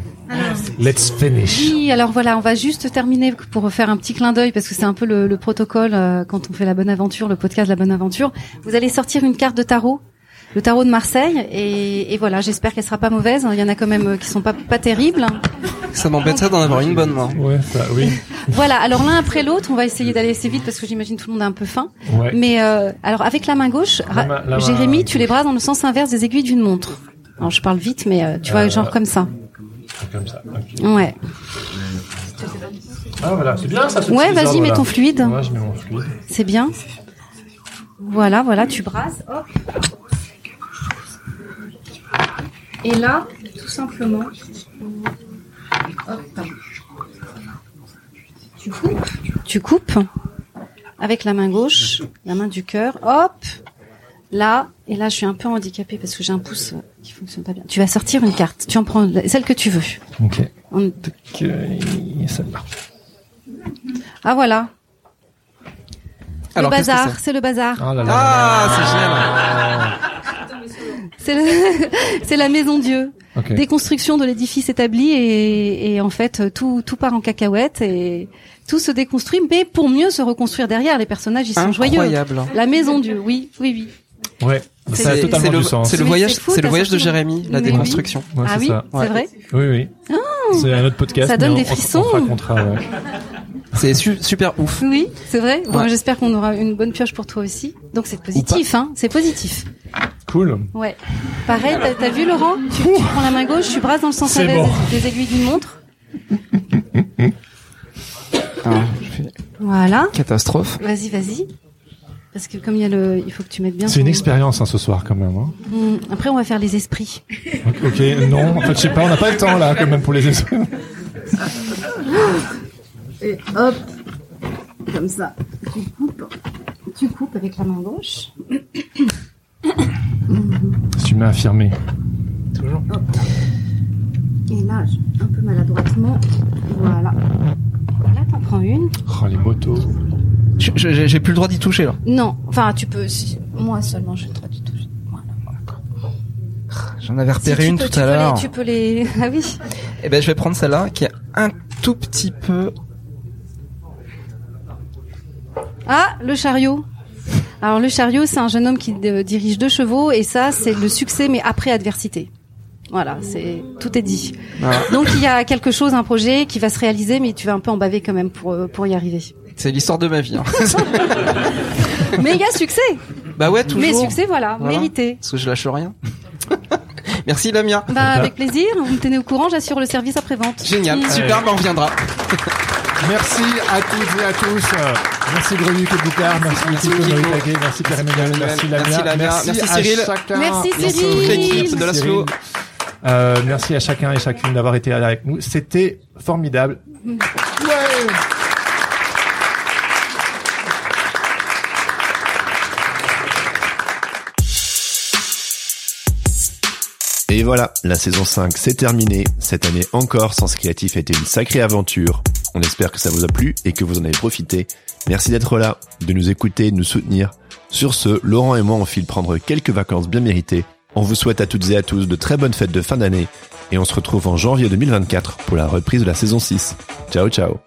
B: Let's finish.
H: Oui, alors voilà, on va juste terminer pour faire un petit clin d'œil parce que c'est un peu le, le protocole euh, quand on fait la bonne aventure, le podcast La Bonne Aventure. Vous allez sortir une carte de tarot, le tarot de Marseille, et, et voilà, j'espère qu'elle sera pas mauvaise. Il y en a quand même euh, qui sont pas pas terribles.
A: Ça m'embêterait d'en avoir une bonne, moi.
B: Ouais, ça, oui.
H: Voilà, alors l'un après l'autre, on va essayer d'aller assez vite parce que j'imagine tout le monde a un peu faim.
B: Ouais.
H: Mais euh, alors avec la main gauche,
B: La main- la main- euh,
H: Jérémy, tu les bras dans le sens inverse des aiguilles d'une montre. Alors je parle vite, mais euh, tu vois,
B: Euh,
H: genre comme ça.
B: Comme ça. ok.
H: Ouais.
B: Ah, voilà, c'est bien ça. ce
H: Ouais, vas-y,
B: petit désordre,
H: mets
B: là.
H: ton fluide.
B: Ouais, je mets mon fluide.
H: C'est bien. Voilà, voilà, tu brasses. Hop. Et là, tout simplement, hop, pardon. tu coupes, tu coupes avec la main gauche, la main du cœur. Oh, Hop. Là, et là, je suis un peu handicapée parce que j'ai un pouce euh, qui fonctionne pas bien. Tu vas sortir une carte. Tu en prends la- celle que tu veux.
B: Ok.
H: On-
B: Tac, euh, celle-là.
H: Ah voilà.
A: Alors,
H: le
A: qu'est-ce que
H: bazar, c'est le bazar.
B: Ah là là.
A: Ah, c'est génial.
H: C'est le- c'est la maison Dieu.
B: Ok.
H: Déconstruction de l'édifice établi et, et en fait tout, tout part en cacahuète et tout se déconstruit mais pour mieux se reconstruire derrière. Les personnages ils sont joyeux.
A: Incroyable.
H: La maison Dieu, oui, oui, oui.
B: Ouais,
H: C'est-
B: ça a
H: c'est
B: totalement
A: C'est le,
B: du sens.
A: c'est le
H: Oui,
A: voyage,
H: c'est fou,
A: c'est le
H: t'as
A: voyage de
H: sorti-
A: Jérémy, la
H: Mais oui.
A: déconstruction.
B: Ouais,
H: ah
B: c'est
H: oui,
B: ça.
H: c'est
A: Ouais.
H: vrai. Ah.
B: Oui, oui. c'est un autre podcast.
H: Ça donne
B: mais
H: des
B: on- on-
H: frissons.
B: On, te racontera, ouais.
A: C'est su- super ouf.
H: Oui, c'est vrai. Bon,
A: Ouais.
H: J'espère qu'on aura une bonne pioche pour toi aussi. Donc c'est positif, hein. C'est positif.
B: Cool.
H: Ouais. Pareil, t'as t'as vu Laurent tu, tu prends la main gauche, tu brasses dans le sens
B: C'est
H: inverse
B: bon.
H: des, des aiguilles d'une montre.
A: Ah, je fais
H: Voilà.
A: catastrophe.
H: Vas-y, vas-y. Parce que comme il y a le, il faut que tu mettes bien.
B: C'est une
H: ton-
B: expérience hein, ce soir quand même. hein.
H: Hmm, Après, on va faire les esprits.
B: Ok, ok, non, en fait, je sais pas, on n'a pas le temps là quand même pour les esprits.
H: Et hop, comme ça. Tu coupes, tu coupes avec la main gauche.
B: Tu m'as affirmé.
H: Et là, un peu maladroitement. Voilà. Là, t'en prends une.
B: Oh, les motos.
A: Je- je- J'ai j'ai plus le droit d'y toucher là.
H: Non, enfin, tu peux. si- Moi seulement, j'ai le droit du tout. Voilà.
A: J'en avais repéré
H: Si tu
A: une
H: peux-
A: tout à l'heure.
H: Tu peux les. tu peux les- Ah oui.
A: Eh ben, je vais prendre celle-là qui est un tout petit peu.
H: Ah, le chariot. Alors, le chariot, c'est un jeune homme qui euh, dirige deux chevaux, et ça, c'est le succès, mais après adversité. Voilà, c'est tout est dit.
A: Ah,
H: Donc, il y a quelque chose, un projet qui va se réaliser, mais tu vas un peu en baver quand même pour, euh, pour y arriver.
A: c'est l'histoire de ma vie. hein.
H: Méga succès
A: bah ouais, toujours.
H: Mais succès, voilà,
A: Voilà.
H: mérité.
A: Parce que je lâche rien. Merci Lamia.
H: Ben,
B: Bah.
H: avec plaisir, vous me tenez au courant, j'assure le service après-vente.
A: Génial,
H: Mm.
A: super, bah on reviendra.
B: Merci à toutes et à tous.
I: Merci Grenu, Kate Boucard, merci
A: Merci
I: Kiko,
A: Kiko.
I: Noé Taguet, merci Pierre-Emmanuel, merci
A: Merci
I: Lamia,
A: Lamia, merci
I: à
A: Cyril.
I: chacun.
L: Merci
I: Merci
L: Cyril.
I: toute
A: L'équipe de la
I: Cyril.
A: slow.
I: Euh, merci à chacun et chacune d'avoir été là avec nous. C'était formidable.
B: Et voilà, la saison 5 c'est terminé. Cette année encore, Sens Créatif a été une sacrée aventure. On espère que ça vous a plu et que vous en avez profité. Merci d'être là, de nous écouter, de nous soutenir. Sur ce, Laurent et moi on file prendre quelques vacances bien méritées. On vous souhaite à toutes et à tous de très bonnes fêtes de fin d'année et on se retrouve en janvier 2024 pour la reprise de la saison 6. Ciao ciao